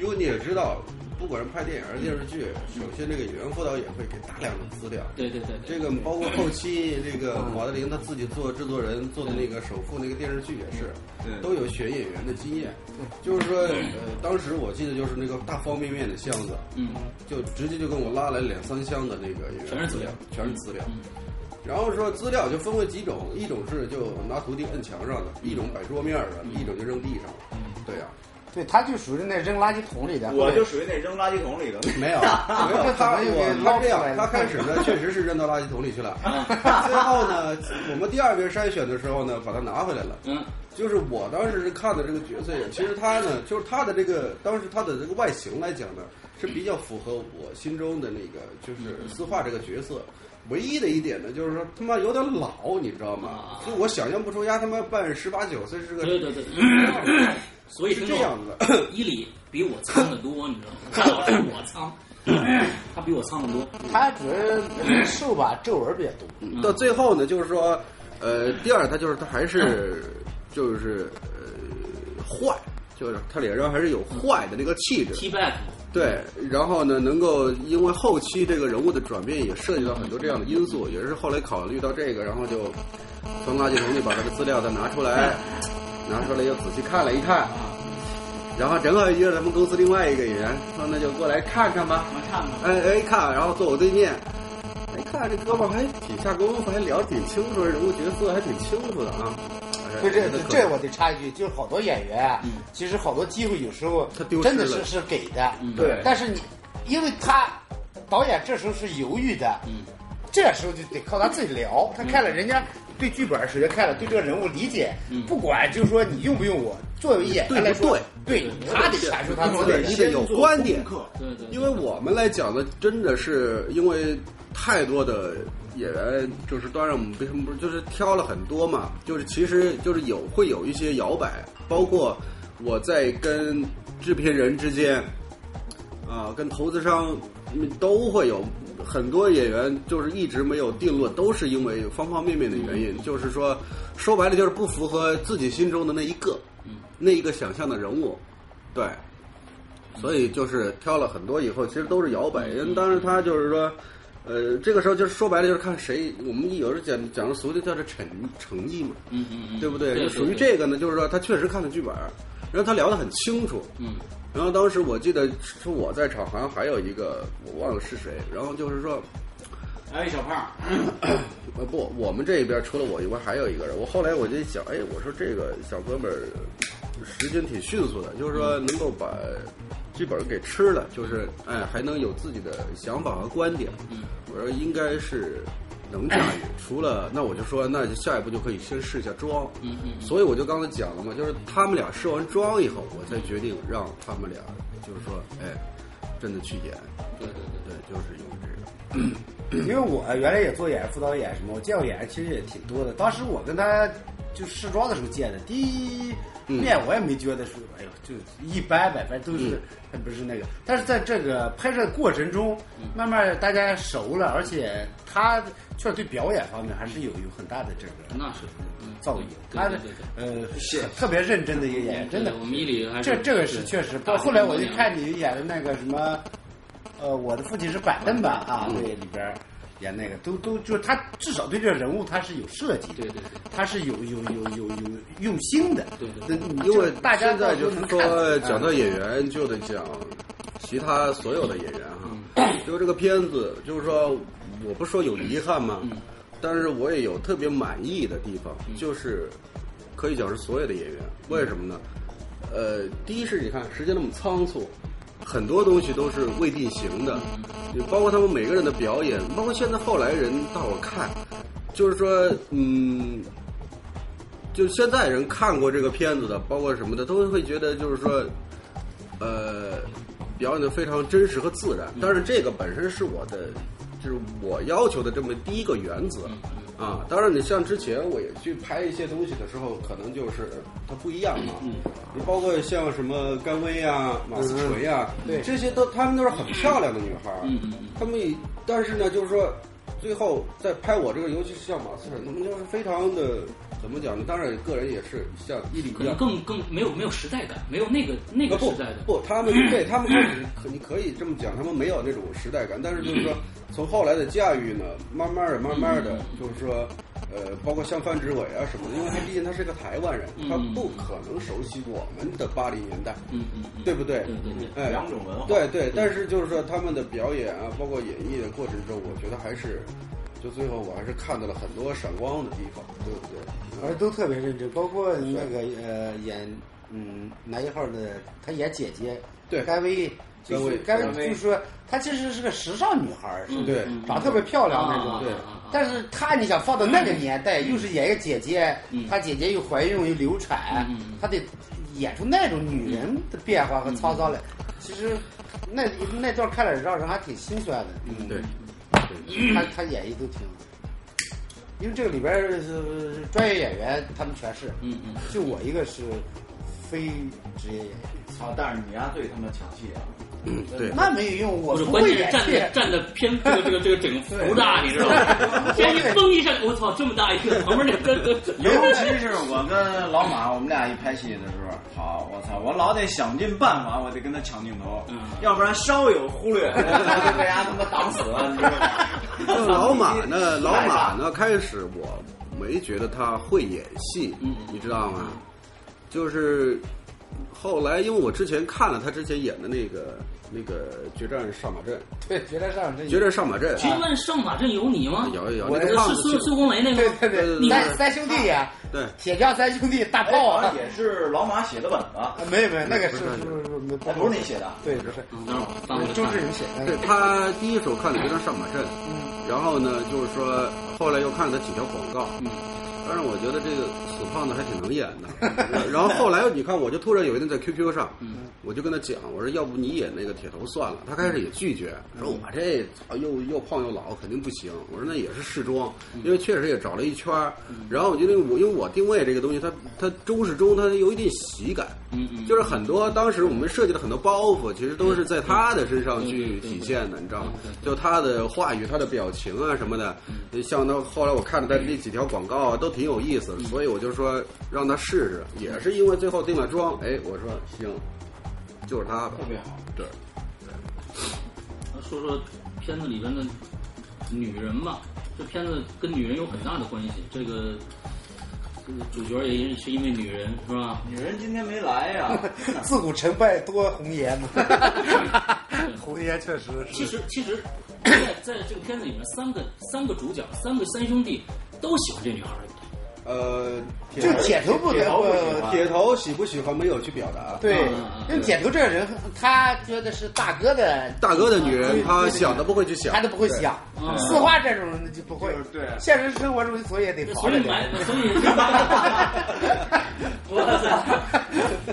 [SPEAKER 3] 因为你也知道，不管是拍电影还是电视剧，首先这个演员副导演会给大量的资料。
[SPEAKER 1] 对对对对，
[SPEAKER 3] 这个包括后期，这个马德林他自己做制作人做的那个《首富》那个电视剧也是，
[SPEAKER 2] 对
[SPEAKER 3] 都有选演员的经验。就是说，呃，当时我记得就是那个大方便面的箱子，
[SPEAKER 1] 嗯，
[SPEAKER 3] 就直接就跟我拉来两三箱的那个演员
[SPEAKER 1] 全是资料，嗯
[SPEAKER 3] 全是资料。然后说资料就分为几种，一种是就拿徒弟摁墙上的，一种摆桌面儿的，一种就扔地上了。对呀、
[SPEAKER 4] 对，他就属于那扔垃圾桶里的，
[SPEAKER 2] 我就属于那扔垃圾桶里的。
[SPEAKER 3] 没有，没有他我他这样，他开始呢确实是扔到垃圾桶里去了，最后呢，我们第二遍筛选的时候呢，把它拿回来了。
[SPEAKER 1] 嗯，
[SPEAKER 3] 就是我当时是看的这个角色演，其实他呢，就是他的这个当时他的这个外形来讲呢，是比较符合我心中的那个就是丝画这个角色。唯一的一点呢，就是说他妈有点老，你知道吗
[SPEAKER 1] 啊？
[SPEAKER 3] 就我想象不出丫他妈办十八九岁是个
[SPEAKER 1] 对对对， 所以
[SPEAKER 3] 是
[SPEAKER 1] 听
[SPEAKER 3] 这
[SPEAKER 1] 众
[SPEAKER 3] 样子的。
[SPEAKER 1] 伊里比我苍得多，你知道吗？他老是我苍， 他比我苍得多。
[SPEAKER 4] 他主要瘦吧，皱纹比较多。
[SPEAKER 3] 到最后呢，就是说，呃，第二他就是他还是就是呃坏，就是他脸上还是有坏的那个气质。
[SPEAKER 1] T back，
[SPEAKER 3] 对，然后呢，能够因为后期这个人物的转变也涉及到很多这样的因素，也是后来考虑到这个，然后就从垃圾桶里把这个资料再拿出来，拿出来又仔细看了一看，然后正好约了咱们公司另外一个演员，说那就过来看看吧，
[SPEAKER 1] 我看看，
[SPEAKER 3] 哎哎看，然后坐我对面，哎看这哥们儿还挺下功夫，还聊得挺清楚，人物角色还挺清楚的啊。
[SPEAKER 4] 对这
[SPEAKER 3] 那可
[SPEAKER 4] 这我得插一句，就是好多演员啊，
[SPEAKER 1] 嗯
[SPEAKER 4] 其实好多机会有时候
[SPEAKER 3] 他丢失
[SPEAKER 4] 真的
[SPEAKER 3] 了
[SPEAKER 4] 是是给的，
[SPEAKER 1] 嗯
[SPEAKER 2] 对
[SPEAKER 4] 但是你因为他导演这时候是犹豫的，
[SPEAKER 1] 嗯，
[SPEAKER 4] 这时候就得靠他自己聊。他看了人家对剧本首先看了，对这个人物理解，
[SPEAKER 1] 嗯
[SPEAKER 4] 不管就是说你用不用我作为演员来说，对他得阐述他自己
[SPEAKER 3] 对
[SPEAKER 4] 的
[SPEAKER 3] 你
[SPEAKER 4] 理
[SPEAKER 3] 得
[SPEAKER 4] 解。
[SPEAKER 3] 有观点。
[SPEAKER 1] 对对，
[SPEAKER 3] 因为我们来讲呢，真的是因为太多的演员，就是当然我们为什么不是就是挑了很多嘛，就是其实就是有会有一些摇摆，包括我在跟制片人之间，啊、跟投资商嗯都会有很多演员就是一直没有定论，都是因为方方面面的原因，就是说说白了就是不符合自己心中的那一个，
[SPEAKER 1] 嗯
[SPEAKER 3] 那一个想象的人物，对，所以就是挑了很多以后，其实都是摇
[SPEAKER 1] 嗯
[SPEAKER 3] 摆。因为当时他就是说，呃，这个时候就是说白了就是看谁，我们有时候讲讲的俗的叫这成成绩嘛，
[SPEAKER 1] 嗯嗯嗯，
[SPEAKER 3] 对不
[SPEAKER 1] 对？
[SPEAKER 3] 就属于，这个呢，就是说他确实看了剧本，然后他聊得很清楚，
[SPEAKER 1] 嗯
[SPEAKER 3] 然后当时我记得是我在场，好像还有一个我忘了是谁。然后就是说，
[SPEAKER 2] 还哎有一小胖，
[SPEAKER 3] 呃不，我们这边除了我以外还有一个人。我后来我就想，哎，我说这个小哥们儿时间挺迅速的，就是
[SPEAKER 1] 嗯
[SPEAKER 3] 说能够把剧本给吃了，就是哎还能有自己的想法和观点。
[SPEAKER 1] 嗯
[SPEAKER 3] 我说应该是能驾驭。除了那我就说，那就下一步就可以先试一下妆。
[SPEAKER 1] 嗯嗯，
[SPEAKER 3] 所以我就刚才讲了嘛，就是他们俩试完妆以后，我才决定让他们俩，就是说，哎，真的去演，
[SPEAKER 1] 对对对，
[SPEAKER 3] 对，就是有这个，
[SPEAKER 6] 因为我原来也做演员、副导演什么，我见过演员其实也挺多的。当时我跟他就试妆的时候见的，第一
[SPEAKER 1] 嗯
[SPEAKER 6] 面我也没觉得说，哎呦，就一般呗，反正都
[SPEAKER 1] 嗯
[SPEAKER 6] 是还不是那个。但是在这个拍摄过程中，
[SPEAKER 1] 嗯
[SPEAKER 6] 慢慢大家熟了，而且他确实对表演方面还是有有很大的这个
[SPEAKER 1] 那是，嗯，
[SPEAKER 6] 造诣。
[SPEAKER 1] 对
[SPEAKER 6] 他
[SPEAKER 1] 对
[SPEAKER 6] 的
[SPEAKER 1] 对对
[SPEAKER 6] 呃特别认真的一个演员，真的
[SPEAKER 1] 对我们伊里还是
[SPEAKER 6] 这这个是确实。包括后来我就看你演的那个什么，呃，我的父亲是板凳吧啊，
[SPEAKER 3] 嗯
[SPEAKER 6] 对里边儿演那个都都就是他至少对这个人物他是有设计的，
[SPEAKER 1] 对对对，
[SPEAKER 6] 他是有有有有有用心的。
[SPEAKER 1] 对对
[SPEAKER 6] 那嗯你就
[SPEAKER 3] 因为
[SPEAKER 6] 大家
[SPEAKER 3] 现在
[SPEAKER 6] 到时候
[SPEAKER 3] 就是
[SPEAKER 6] 能看嗯出
[SPEAKER 3] 说
[SPEAKER 6] 来
[SPEAKER 3] 讲到演员，就得讲其他所有的演员哈，
[SPEAKER 6] 嗯
[SPEAKER 3] 就这个片子，就是说，我不说有遗憾
[SPEAKER 6] 嗯
[SPEAKER 3] 嘛，但是我也有特别满意的地方，就是可以讲是所有的演员，
[SPEAKER 6] 嗯
[SPEAKER 3] 为什么呢？呃，第一是你看时间那么仓促，很多东西都是未定型的，
[SPEAKER 6] 嗯
[SPEAKER 3] 你包括他们每个人的表演，包括现在后来人到我看，就是说，嗯，就是现在人看过这个片子的，包括什么的，都会觉得就是说，呃，表演的非常真实和自然。但是这个本身是我的，就是我要求的这么第一个原则啊。当然，你像之前我也去拍一些东西的时候，可能就是它不一样嘛。你包括像什么甘薇啊、马思纯呀，对，这些都她们都是很漂亮的女孩儿。
[SPEAKER 1] 嗯嗯嗯
[SPEAKER 3] 他们也，但是呢，就是说，最后在拍我这个，尤其是像马思纯，他们就是非常的怎么讲呢？当然，个人也是像伊里
[SPEAKER 1] 可
[SPEAKER 3] 一样
[SPEAKER 1] 能，更更没有没有时代感，没有那个那
[SPEAKER 3] 啊
[SPEAKER 1] 个
[SPEAKER 3] 不
[SPEAKER 1] 时代的，
[SPEAKER 3] 不，他们对他们开始可你可以这么讲，他们没有那种时代感，但是就是说，从后来的驾驭呢，慢慢的、慢慢的，就是说，呃，包括像范志伟啊什么的，因为他毕竟他是个台湾人，他
[SPEAKER 1] 嗯
[SPEAKER 3] 不可能熟悉我们的八零年代，
[SPEAKER 1] 嗯嗯嗯，
[SPEAKER 3] 对不对？
[SPEAKER 1] 对对对，
[SPEAKER 3] 哎，
[SPEAKER 2] 两种文化，
[SPEAKER 3] 对对，但是就是说他们的表演啊，包括演绎的过程中，我觉得还是，就最后我还是看到了很多闪光的地方，对不对？
[SPEAKER 4] 而都特别认真，包括那个呃演嗯男一号的，她演姐姐，
[SPEAKER 3] 对
[SPEAKER 4] 甘薇，就
[SPEAKER 3] 甘
[SPEAKER 4] 是
[SPEAKER 3] 薇
[SPEAKER 4] 甘
[SPEAKER 3] 甘薇
[SPEAKER 4] 薇，就是说她其实是个时尚女孩儿，是不是
[SPEAKER 3] 对
[SPEAKER 4] 长得特别漂亮那种。
[SPEAKER 1] 啊
[SPEAKER 3] 对
[SPEAKER 4] 但是她，你想放到那个年代，又是演一个姐姐，她姐姐又怀孕又流产
[SPEAKER 1] 嗯嗯嗯，
[SPEAKER 4] 她得演出那种女人的变化和沧桑来。其实那那段看了让人还挺心酸的。嗯，
[SPEAKER 3] 对，
[SPEAKER 4] 他他演绎都挺，因为这个里边儿是专业演员他们全是，
[SPEAKER 1] 嗯嗯，
[SPEAKER 4] 就我一个是非职业演员，
[SPEAKER 2] 操！但是你丫最他妈抢戏 啊！
[SPEAKER 3] 对
[SPEAKER 4] 那没有用，我
[SPEAKER 1] 不是，
[SPEAKER 4] 不
[SPEAKER 1] 关
[SPEAKER 4] 会
[SPEAKER 1] 键是
[SPEAKER 4] 演
[SPEAKER 1] 站
[SPEAKER 4] 戏
[SPEAKER 1] 的。站的偏这个这个这个整个幅大，你知道 吗？这一蹦一下，我操，这么大一个，旁边这个
[SPEAKER 2] 尤其是我跟老马，我们俩一拍戏的时候，好，我操，我老得想尽办法，我得跟他抢镜头，
[SPEAKER 1] 嗯
[SPEAKER 2] 要不然稍有忽略，我我 就被他他妈挡死 了，你知道吗？
[SPEAKER 3] 老马 呢？老马呢？开始我没觉得他会演戏，你知道吗？就是后来，因为我之前看了他之前演的那个那个《决战上马镇
[SPEAKER 4] 对，决赛上这》，
[SPEAKER 3] 《决战上马镇》
[SPEAKER 1] 请问上马镇有你吗？
[SPEAKER 3] 摇一摇，
[SPEAKER 4] 我
[SPEAKER 3] 那
[SPEAKER 1] 是
[SPEAKER 3] 个胖
[SPEAKER 1] 孙
[SPEAKER 3] 子
[SPEAKER 1] 孙红雷那
[SPEAKER 4] 对
[SPEAKER 1] 个吗？
[SPEAKER 4] 对
[SPEAKER 3] 对对
[SPEAKER 4] 对，
[SPEAKER 3] 对
[SPEAKER 4] 三三兄弟呀，
[SPEAKER 3] 对，
[SPEAKER 4] 铁匠三兄弟大
[SPEAKER 2] 哎，
[SPEAKER 4] 炮
[SPEAKER 2] 好
[SPEAKER 4] 啊
[SPEAKER 2] 像，也是老马写的本子，
[SPEAKER 4] 没有没有，那个是
[SPEAKER 3] 不是
[SPEAKER 4] 是不是不是
[SPEAKER 2] 哎，不是你写的，
[SPEAKER 4] 对，不是，
[SPEAKER 1] 等会儿我翻过来
[SPEAKER 4] 是周志勇写的那嗯
[SPEAKER 3] 对
[SPEAKER 4] 个，
[SPEAKER 3] 他第一首看的《决战上马镇》，然后呢，就是说后来又看了他几条广告，
[SPEAKER 1] 嗯
[SPEAKER 3] 但是我觉得这个死胖子还挺能演的。然后后来你看，我就突然有一天在 QQ 上，我就跟他讲，我说要不你演那个铁头算了。他开始也拒绝，说我这操又又胖又老肯定不行。我说那也是试装，因为确实也找了一圈儿。然后我觉得我因为我定位这个东西，它它中是中，它有一定喜感。
[SPEAKER 1] 嗯嗯，
[SPEAKER 3] 就是很多当时我们设计的很多包袱，其实都是在他的身上
[SPEAKER 4] 嗯
[SPEAKER 3] 去体现的，你知道吗？就他的话语、他的表情啊什么的，
[SPEAKER 4] 嗯
[SPEAKER 3] 像他后来我看了他那几条广告啊，都挺有意思
[SPEAKER 4] 嗯
[SPEAKER 3] 的，所以我就说让他试试，也是因为最后定了妆，哎，我说行，就是他吧，
[SPEAKER 2] 特别好。
[SPEAKER 3] 对，
[SPEAKER 1] 说说片子里边的女人吧，这片子跟女人有很大的关系。这个这个主角也是因为女人是吧？
[SPEAKER 2] 女人今天没来呀、
[SPEAKER 4] 自古成败多红颜嘛， 红颜确实
[SPEAKER 1] 其实其实在在这个片子里面，三个三个主角，三个三兄弟都喜欢这女孩儿。
[SPEAKER 3] 呃，
[SPEAKER 4] 就铁头不
[SPEAKER 2] 铁
[SPEAKER 4] 得
[SPEAKER 2] 头不
[SPEAKER 4] 不
[SPEAKER 2] 行啊
[SPEAKER 3] 铁头喜不喜欢没有去表达，
[SPEAKER 4] 对
[SPEAKER 1] 嗯嗯，嗯
[SPEAKER 4] 因为剪头这个人，他觉得是大哥的，
[SPEAKER 3] 大哥的女人
[SPEAKER 4] 对
[SPEAKER 3] 她
[SPEAKER 4] 对对
[SPEAKER 3] 想都不会去想
[SPEAKER 4] 他，都不会想
[SPEAKER 1] 嗯。
[SPEAKER 4] 四花这种人就不会
[SPEAKER 2] 就是，对
[SPEAKER 4] 现实生活中所以也得
[SPEAKER 1] 所
[SPEAKER 4] 防着
[SPEAKER 1] 以
[SPEAKER 4] 点
[SPEAKER 1] 买。， 所以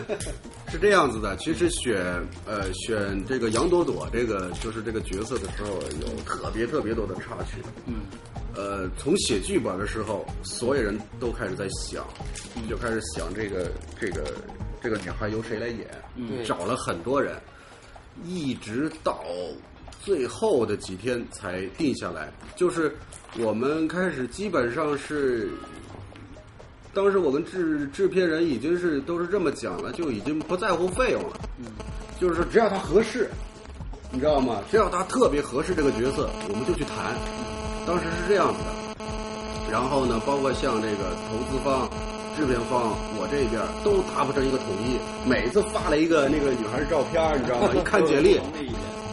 [SPEAKER 2] 我
[SPEAKER 3] 是这样子的，其实选呃选这个杨朵朵这个就是这个角色的时候，有特别特别多的插曲。
[SPEAKER 1] 嗯，
[SPEAKER 3] 呃，从写剧本的时候，所有人都开始在想，
[SPEAKER 1] 嗯
[SPEAKER 3] 就开始想这个这个这个女孩由谁来演，
[SPEAKER 1] 嗯
[SPEAKER 3] 找了很多人，一直到最后的几天才定下来。就是我们开始基本上是当时我跟制制片人已经是都是这么讲了，就已经不在乎费用了，嗯，就是说只要他合适，你知道吗？只要他特别合适这个角色，我们就去谈。当时是这样子的，然后呢，包括像这个投资方、制片方，我这边都达不成一个统一。每次发了一个那个女孩的照片儿，你知 道吗？一看简历，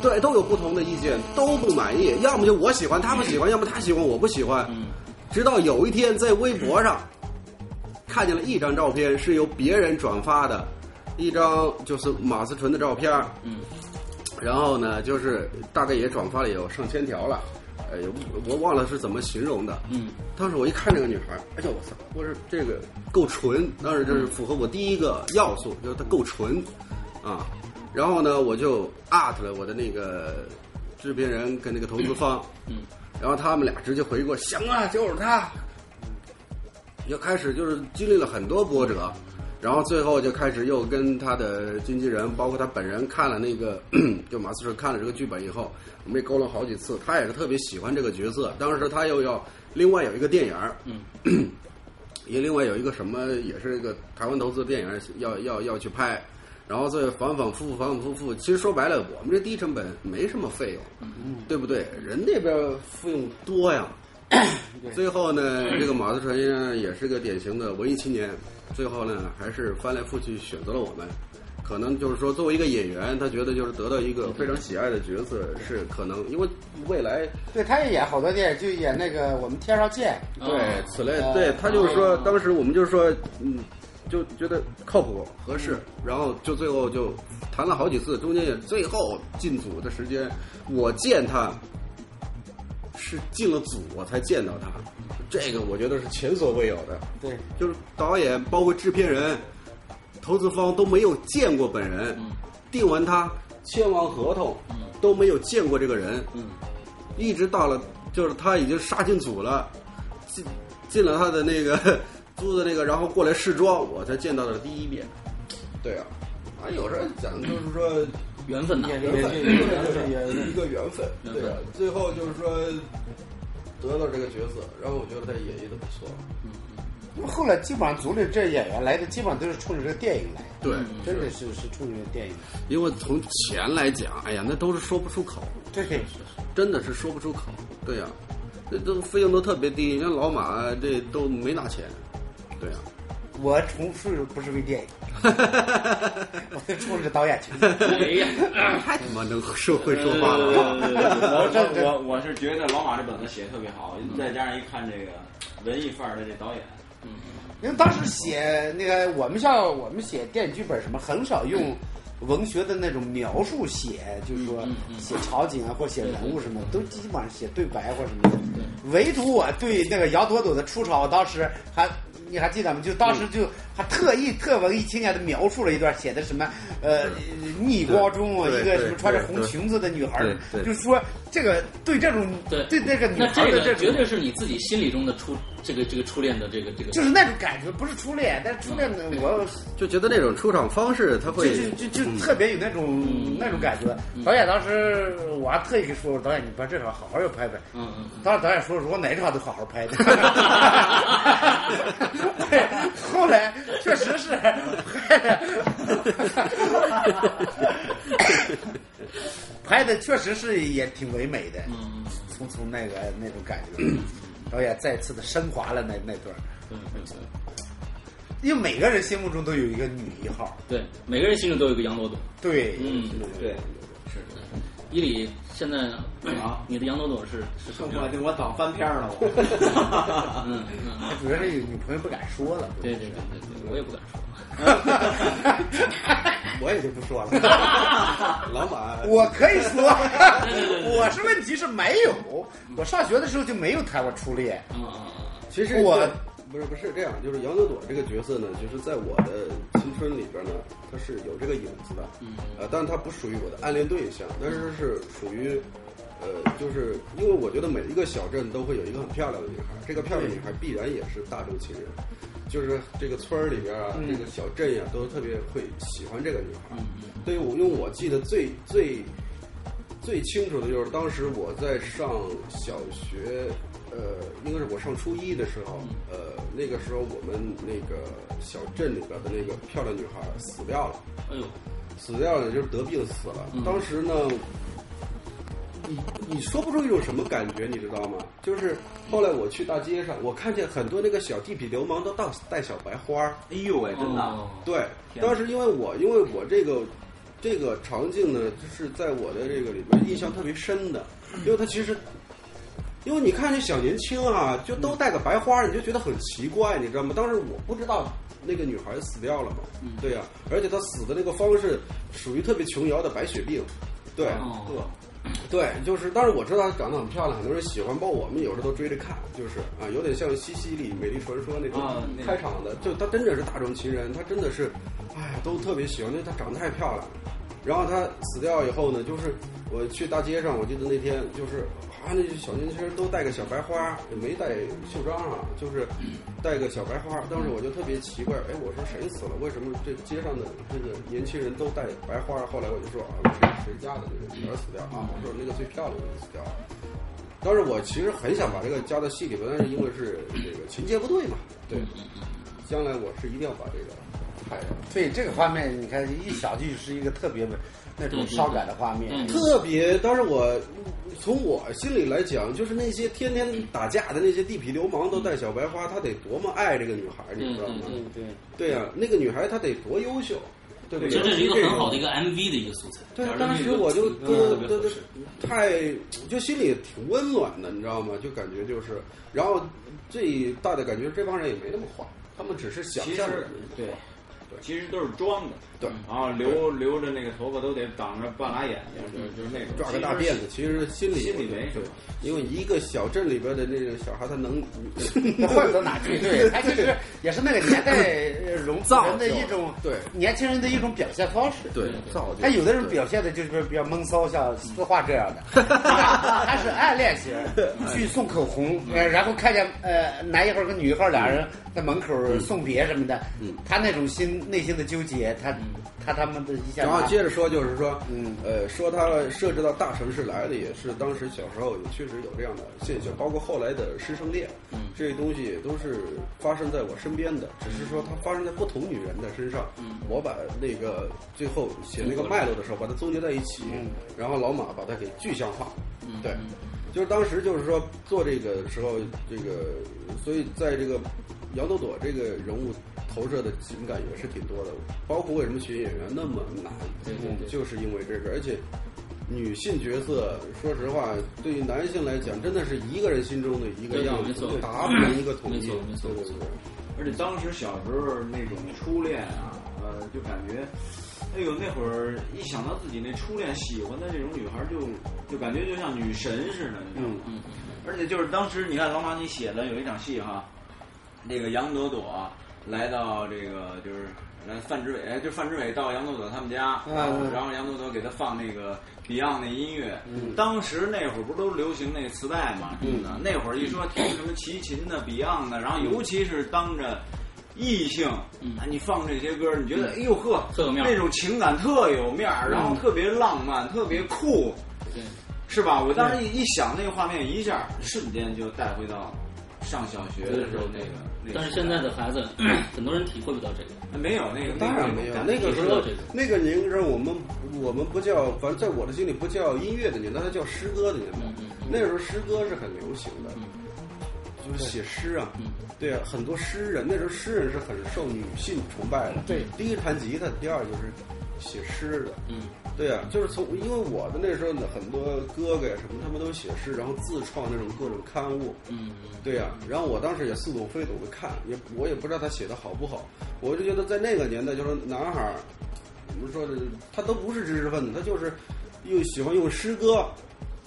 [SPEAKER 3] 对，都有不同的意见，都不满意，要么就我喜欢他不喜欢，要么他喜欢我不喜欢。
[SPEAKER 1] 嗯
[SPEAKER 3] 直到有一天在微博上看见了一张照片，是由别人转发的，一张就是马思纯的照片。
[SPEAKER 1] 嗯，
[SPEAKER 3] 然后呢，就是大概也转发了有上千条了，哎呦，我忘了是怎么形容的。
[SPEAKER 1] 嗯，
[SPEAKER 3] 当时我一看这个女孩，哎呦我操，我说这个够纯，当时
[SPEAKER 1] 嗯
[SPEAKER 3] 就是符合我第一个要素，就是她够纯，啊，然后呢，我就 at 了我的那个制片人跟那个投资方，
[SPEAKER 1] 嗯嗯
[SPEAKER 3] 然后他们俩直接回过，行啊，就是她，就开始就是经历了很多波折，然后最后就开始又跟他的经纪人，包括他本人看了那个，就马思纯看了这个剧本以后，我们也沟了好几次，他也是特别喜欢这个角色。当时他又要另外有一个电影儿，也另外有一个什么，也是一个台湾投资的电影要要要去拍，然后再反反复复反反复复。其实说白了，我们这低成本没什么费用，对不对？人那边费用多呀。 最后呢，这个马思纯呢也是个典型的文艺青年，最后呢还是翻来覆去选择了我们。可能就是说，作为一个演员，他觉得就是得到一个非常喜爱的角色是可能，因为未来
[SPEAKER 4] 对，他也演好多电影，就演那个我们天上见，
[SPEAKER 1] 啊
[SPEAKER 3] 对，此类
[SPEAKER 4] 哦，
[SPEAKER 3] 对他就是说，
[SPEAKER 1] 哦
[SPEAKER 3] 当时我们就是说，嗯，就觉得靠谱合适，然后就最后就谈了好几次，中间也最后进组的时间，我见他是进了组我才见到他，这个我觉得是前所未有的。
[SPEAKER 4] 对，
[SPEAKER 3] 就是导演包括制片人、投资方都没有见过本人，
[SPEAKER 1] 嗯
[SPEAKER 3] 定完他签完合同、都没有见过这个人，
[SPEAKER 1] 嗯
[SPEAKER 3] 一直到了就是他已经杀进组了，进进了他的那个 租的那个，然后过来试妆，我才见到的第一面。对啊，啊，有时候讲的就是说。
[SPEAKER 1] 缘分呐，
[SPEAKER 3] 缘分，就是也一个缘分，对啊，最后就是说得到这个角色，然后我觉得他演绎的不错，
[SPEAKER 4] 那么后来基本上组里这演员来的，基本上都是冲着这电影来的，
[SPEAKER 3] 对，
[SPEAKER 4] 真的是是冲着这电影。
[SPEAKER 3] 因为从钱来讲，哎呀，那都是说不出口，
[SPEAKER 4] 对，
[SPEAKER 3] 真的是说不出口。对呀、那都费用都特别低，人家老马这都没拿钱。对呀、
[SPEAKER 4] 我重述不是为电影，我是冲着导演去的。
[SPEAKER 1] 哎呀，
[SPEAKER 3] 太他妈能社会说话了。
[SPEAKER 2] 我我我我是觉得老马这本子写的特别好，再加上一看这个文艺范儿的这导演，
[SPEAKER 4] 因为当时写那个我们像我们写电影剧本什么，很少用文学的那种描述写，就是说写场景啊或写人物什么，都基本上写对白或什么的。唯独我对那个杨朵朵的出场，我当时还。你还记得吗？就当时就还特意特文艺青年的描述了一段，写的什么呃逆光中啊，
[SPEAKER 3] 对
[SPEAKER 4] 一个
[SPEAKER 3] 对
[SPEAKER 4] 什么穿着
[SPEAKER 3] 对
[SPEAKER 4] 红
[SPEAKER 3] 对
[SPEAKER 4] 裙子的女孩儿
[SPEAKER 3] 对，对
[SPEAKER 4] 就是说这个对这种
[SPEAKER 1] 对
[SPEAKER 4] 对那个女
[SPEAKER 1] 那
[SPEAKER 4] 孩
[SPEAKER 1] 这
[SPEAKER 4] 儿的
[SPEAKER 1] 个
[SPEAKER 4] 这
[SPEAKER 1] 绝
[SPEAKER 4] 种
[SPEAKER 1] 对是你自己心里中的初这个这个初恋的这个这个
[SPEAKER 4] 就是那种感觉，不是初恋，但是初恋呢，我
[SPEAKER 3] 就觉得那种出场方式，他会
[SPEAKER 4] 就就
[SPEAKER 1] 嗯
[SPEAKER 4] 就就特别有那种、那种感觉。导演当时我还特意跟说，导演你把这场好好要拍拍。
[SPEAKER 1] 嗯嗯
[SPEAKER 4] 当时导演说，如果哪场都好好 拍的。对，后来确实是拍的，拍的确实是也挺唯美的。
[SPEAKER 1] 嗯
[SPEAKER 4] 从从那个那种感觉，导演再次的升华了那那段儿。
[SPEAKER 1] 嗯，对对
[SPEAKER 4] 因为每个人心目中都有一个女一号，
[SPEAKER 1] 对，对每个人心里都有一个杨朵朵。
[SPEAKER 4] 对，
[SPEAKER 1] 嗯，
[SPEAKER 2] 对，
[SPEAKER 1] 伊里现在
[SPEAKER 2] 啊
[SPEAKER 1] 你的杨朵朵是是什么样？
[SPEAKER 2] 我我早翻篇儿了， 我。
[SPEAKER 1] 嗯嗯，
[SPEAKER 4] 主要是有女朋友不敢说了。
[SPEAKER 1] 对对对对对，我也不敢说。
[SPEAKER 3] 我也就不说了。 老马，
[SPEAKER 4] 我可以说，我是问题是没有，我上学的时候就没有谈过初恋。
[SPEAKER 1] 嗯嗯嗯。
[SPEAKER 3] 其实
[SPEAKER 4] 我
[SPEAKER 3] 不是不是这样，就是杨朵朵这个角色呢，就是在我的青春里边呢，她是有这个影子的，嗯，呃，但是她不属于我的暗恋对象，但是是属于，呃，就是因为我觉得每一个小镇都会有一个很漂亮的女孩，这个漂亮女孩必然也是大众情人，就是这个村儿里边啊，这个小镇呀、都特别会喜欢这个女孩。对于我，因为我记得最最最清楚的就是当时我在上小学，呃，应该是我上初一的时候，呃，那个时候我们那个小镇里边的那个漂亮女孩死掉了，
[SPEAKER 1] 哎呦，
[SPEAKER 3] 死掉了就是得病死了。当时呢，你你说不出一种什么感觉，你知道吗？就是后来我去大街上，我看见很多那个小地痞流氓都到带小白花儿
[SPEAKER 2] 哎呦喂，真的，
[SPEAKER 1] 哦
[SPEAKER 3] 对，
[SPEAKER 1] 天哪
[SPEAKER 3] 当时因为我因为我这个这个场景呢，就是在我的这个里面印象特别深的，因为它其实，因为你看这小年轻啊，就
[SPEAKER 1] 嗯
[SPEAKER 3] 都戴个白花儿，你就觉得很奇怪，你知道吗？当时我不知道那个女孩死掉了嘛，
[SPEAKER 1] 嗯
[SPEAKER 3] 对呀、而且她死的那个方式属于特别琼瑶的白血病，对，
[SPEAKER 1] 哦
[SPEAKER 3] 啊对。对，就是，但是我知道她长得很漂亮，很多人喜欢，包括我们有时候都追着看，就是啊，有点像《西西里美丽传说》那种
[SPEAKER 2] 啊那
[SPEAKER 3] 开场的，就她真的是大众情人，她真的是，哎，都特别喜欢，因为她长得太漂亮了。然后她死掉以后呢，就是我去大街上，我记得那天就是啊，那些小年轻人都戴个小白花，也没戴袖章啊，就是戴个小白花。当时我就特别奇怪，哎，我说谁死了？为什么这街上的这个年轻人都戴白花？后来我就说啊，谁谁家的那个女儿死掉啊？我说那个最漂亮的死掉了。当时我其实很想把这个加到戏里边，但是因为是这个情节不对嘛，对，
[SPEAKER 1] 嗯
[SPEAKER 3] 将来我是一定要把这个拍上。
[SPEAKER 4] 对这个画面，你看一想就是一个特别那种伤感的画面。
[SPEAKER 1] 嗯
[SPEAKER 3] 特别，当时我从我心里来讲，就是那些天天打架的那些地痞流氓都戴小白花，他得多么爱这个女孩，你知道吗？
[SPEAKER 1] 嗯
[SPEAKER 4] 对，
[SPEAKER 3] 对呀、那个女孩她得多优秀，对不
[SPEAKER 1] 我
[SPEAKER 3] 对？
[SPEAKER 1] 觉嗯得这是一个很
[SPEAKER 3] 种
[SPEAKER 1] 好的一个 MV 的一个素材。
[SPEAKER 3] 对啊
[SPEAKER 1] 两，人
[SPEAKER 3] 当
[SPEAKER 1] 一
[SPEAKER 3] 时
[SPEAKER 1] 个
[SPEAKER 3] 我就
[SPEAKER 1] 嗯
[SPEAKER 3] 都
[SPEAKER 1] 特别
[SPEAKER 3] 都
[SPEAKER 1] 合
[SPEAKER 3] 都
[SPEAKER 1] 适
[SPEAKER 3] 太就心里挺温暖的，你知道吗？就感觉就是，然后最大的感觉，这帮人也没那么坏，他们只是想
[SPEAKER 2] 其
[SPEAKER 3] 象
[SPEAKER 2] 实
[SPEAKER 3] 的。
[SPEAKER 2] 对，其实都是装的，
[SPEAKER 3] 对
[SPEAKER 2] 然后留留着那个头发都得挡着半拉眼睛，就是就是那种
[SPEAKER 3] 抓个大辫子，其实心里
[SPEAKER 2] 心里没什么
[SPEAKER 3] 因为一个小镇里边的那个小孩，他 能
[SPEAKER 4] 那换不到哪去？对，他其实也是那个年代呃容
[SPEAKER 3] 造
[SPEAKER 4] 人的一种
[SPEAKER 3] 对
[SPEAKER 4] 年轻人的一种表现方式。
[SPEAKER 3] 对嗯造就
[SPEAKER 4] 他哎有的人表现的就是比较闷骚，像丝画这样 的，他是暗恋型，
[SPEAKER 3] 嗯
[SPEAKER 4] 去送口红，呃，然后看见呃男一号跟女一号俩人
[SPEAKER 3] 嗯
[SPEAKER 4] 在门口送别什么的，嗯他那种心内心的纠结，他他他们的一下
[SPEAKER 3] 嗯然
[SPEAKER 4] 拿，
[SPEAKER 3] 后接着说，就是说，
[SPEAKER 4] 嗯
[SPEAKER 3] 呃，说他设置到大城市来的，也是当时小时候也确实有这样的现象，包括后来的师生恋，嗯，这些东西也都是发生在我身边的，
[SPEAKER 4] 嗯
[SPEAKER 3] 只是说它发生在不同女人的身上。嗯，我把那个最后写那个
[SPEAKER 4] 嗯
[SPEAKER 3] 脉络的时候，把它总结在一起，然后老马把它给具象化，嗯，对。就是当时就是说做这个时候，这个所以在这个杨朵朵这个人物投射的情感也是挺多的，包括为什么选演员那么难，
[SPEAKER 1] 对对对
[SPEAKER 3] 就是因为这个，而且。女性角色，说实话，对于男性来讲，真的是一个人心中的一个
[SPEAKER 1] 对对
[SPEAKER 3] 样
[SPEAKER 1] 没
[SPEAKER 3] 子，
[SPEAKER 1] 错
[SPEAKER 3] 就达不成一个统
[SPEAKER 1] 没
[SPEAKER 3] 一。
[SPEAKER 1] 错没错
[SPEAKER 3] 对对对。
[SPEAKER 2] 而且当时小时候那种初恋啊，呃，就感觉，哎呦，那会儿一想到自己那初恋喜欢的这种女孩就，就感觉就像女神似的，你知道吗？
[SPEAKER 1] 嗯
[SPEAKER 2] 而且就是当时你看老马你写的有一场戏哈，那个杨朵朵来到这个就是来范志伟，哎，就范志伟到杨朵朵他们家，
[SPEAKER 4] 嗯
[SPEAKER 2] 然后杨朵朵给他放那个 Beyond 那音乐，
[SPEAKER 1] 嗯
[SPEAKER 2] 当时那会儿不都流行那磁带嘛，真的，那会儿一说听什么齐秦
[SPEAKER 1] 嗯
[SPEAKER 2] 的 Beyond 的，然后尤其是当着。异性，
[SPEAKER 1] 嗯
[SPEAKER 2] 啊你放这些歌，你觉得哎呦呵，
[SPEAKER 1] 特有面儿嗯
[SPEAKER 2] 那种情感特有面儿，然后特别浪漫，特别酷，
[SPEAKER 1] 对，
[SPEAKER 2] 是吧？我当时一一想那个画面，一下瞬间就带回到上小学的时候那个。那个
[SPEAKER 1] 但是现在的孩子， 很多人体会不到这个。
[SPEAKER 2] 没有那个，
[SPEAKER 3] 当然没有，
[SPEAKER 2] 那
[SPEAKER 3] 那
[SPEAKER 2] 个
[SPEAKER 3] 个时
[SPEAKER 1] 知道
[SPEAKER 3] 候
[SPEAKER 1] 这个，
[SPEAKER 3] 那个年代我们我们不叫，反正在我的心里不叫音乐的年代，它叫诗歌的年代
[SPEAKER 1] 嗯嗯。
[SPEAKER 3] 那时候诗歌是很流行的，就是写诗啊
[SPEAKER 1] 嗯，
[SPEAKER 3] 对啊，很多诗人那时候诗人是很受女性崇拜的。
[SPEAKER 4] 对，
[SPEAKER 3] 第一弹吉他，第二就是写诗的。
[SPEAKER 1] 嗯，
[SPEAKER 3] 对啊，就是从因为我的那时候呢，很多哥哥呀什么，他们都写诗，然后自创那种各种刊物。
[SPEAKER 1] 嗯
[SPEAKER 3] 对呀、然后我当时也似懂非懂的看，也我也不知道他写的好不好，我就觉得在那个年代，就是男孩儿，我们说的他都不是知识分子，他就是又喜欢用诗歌，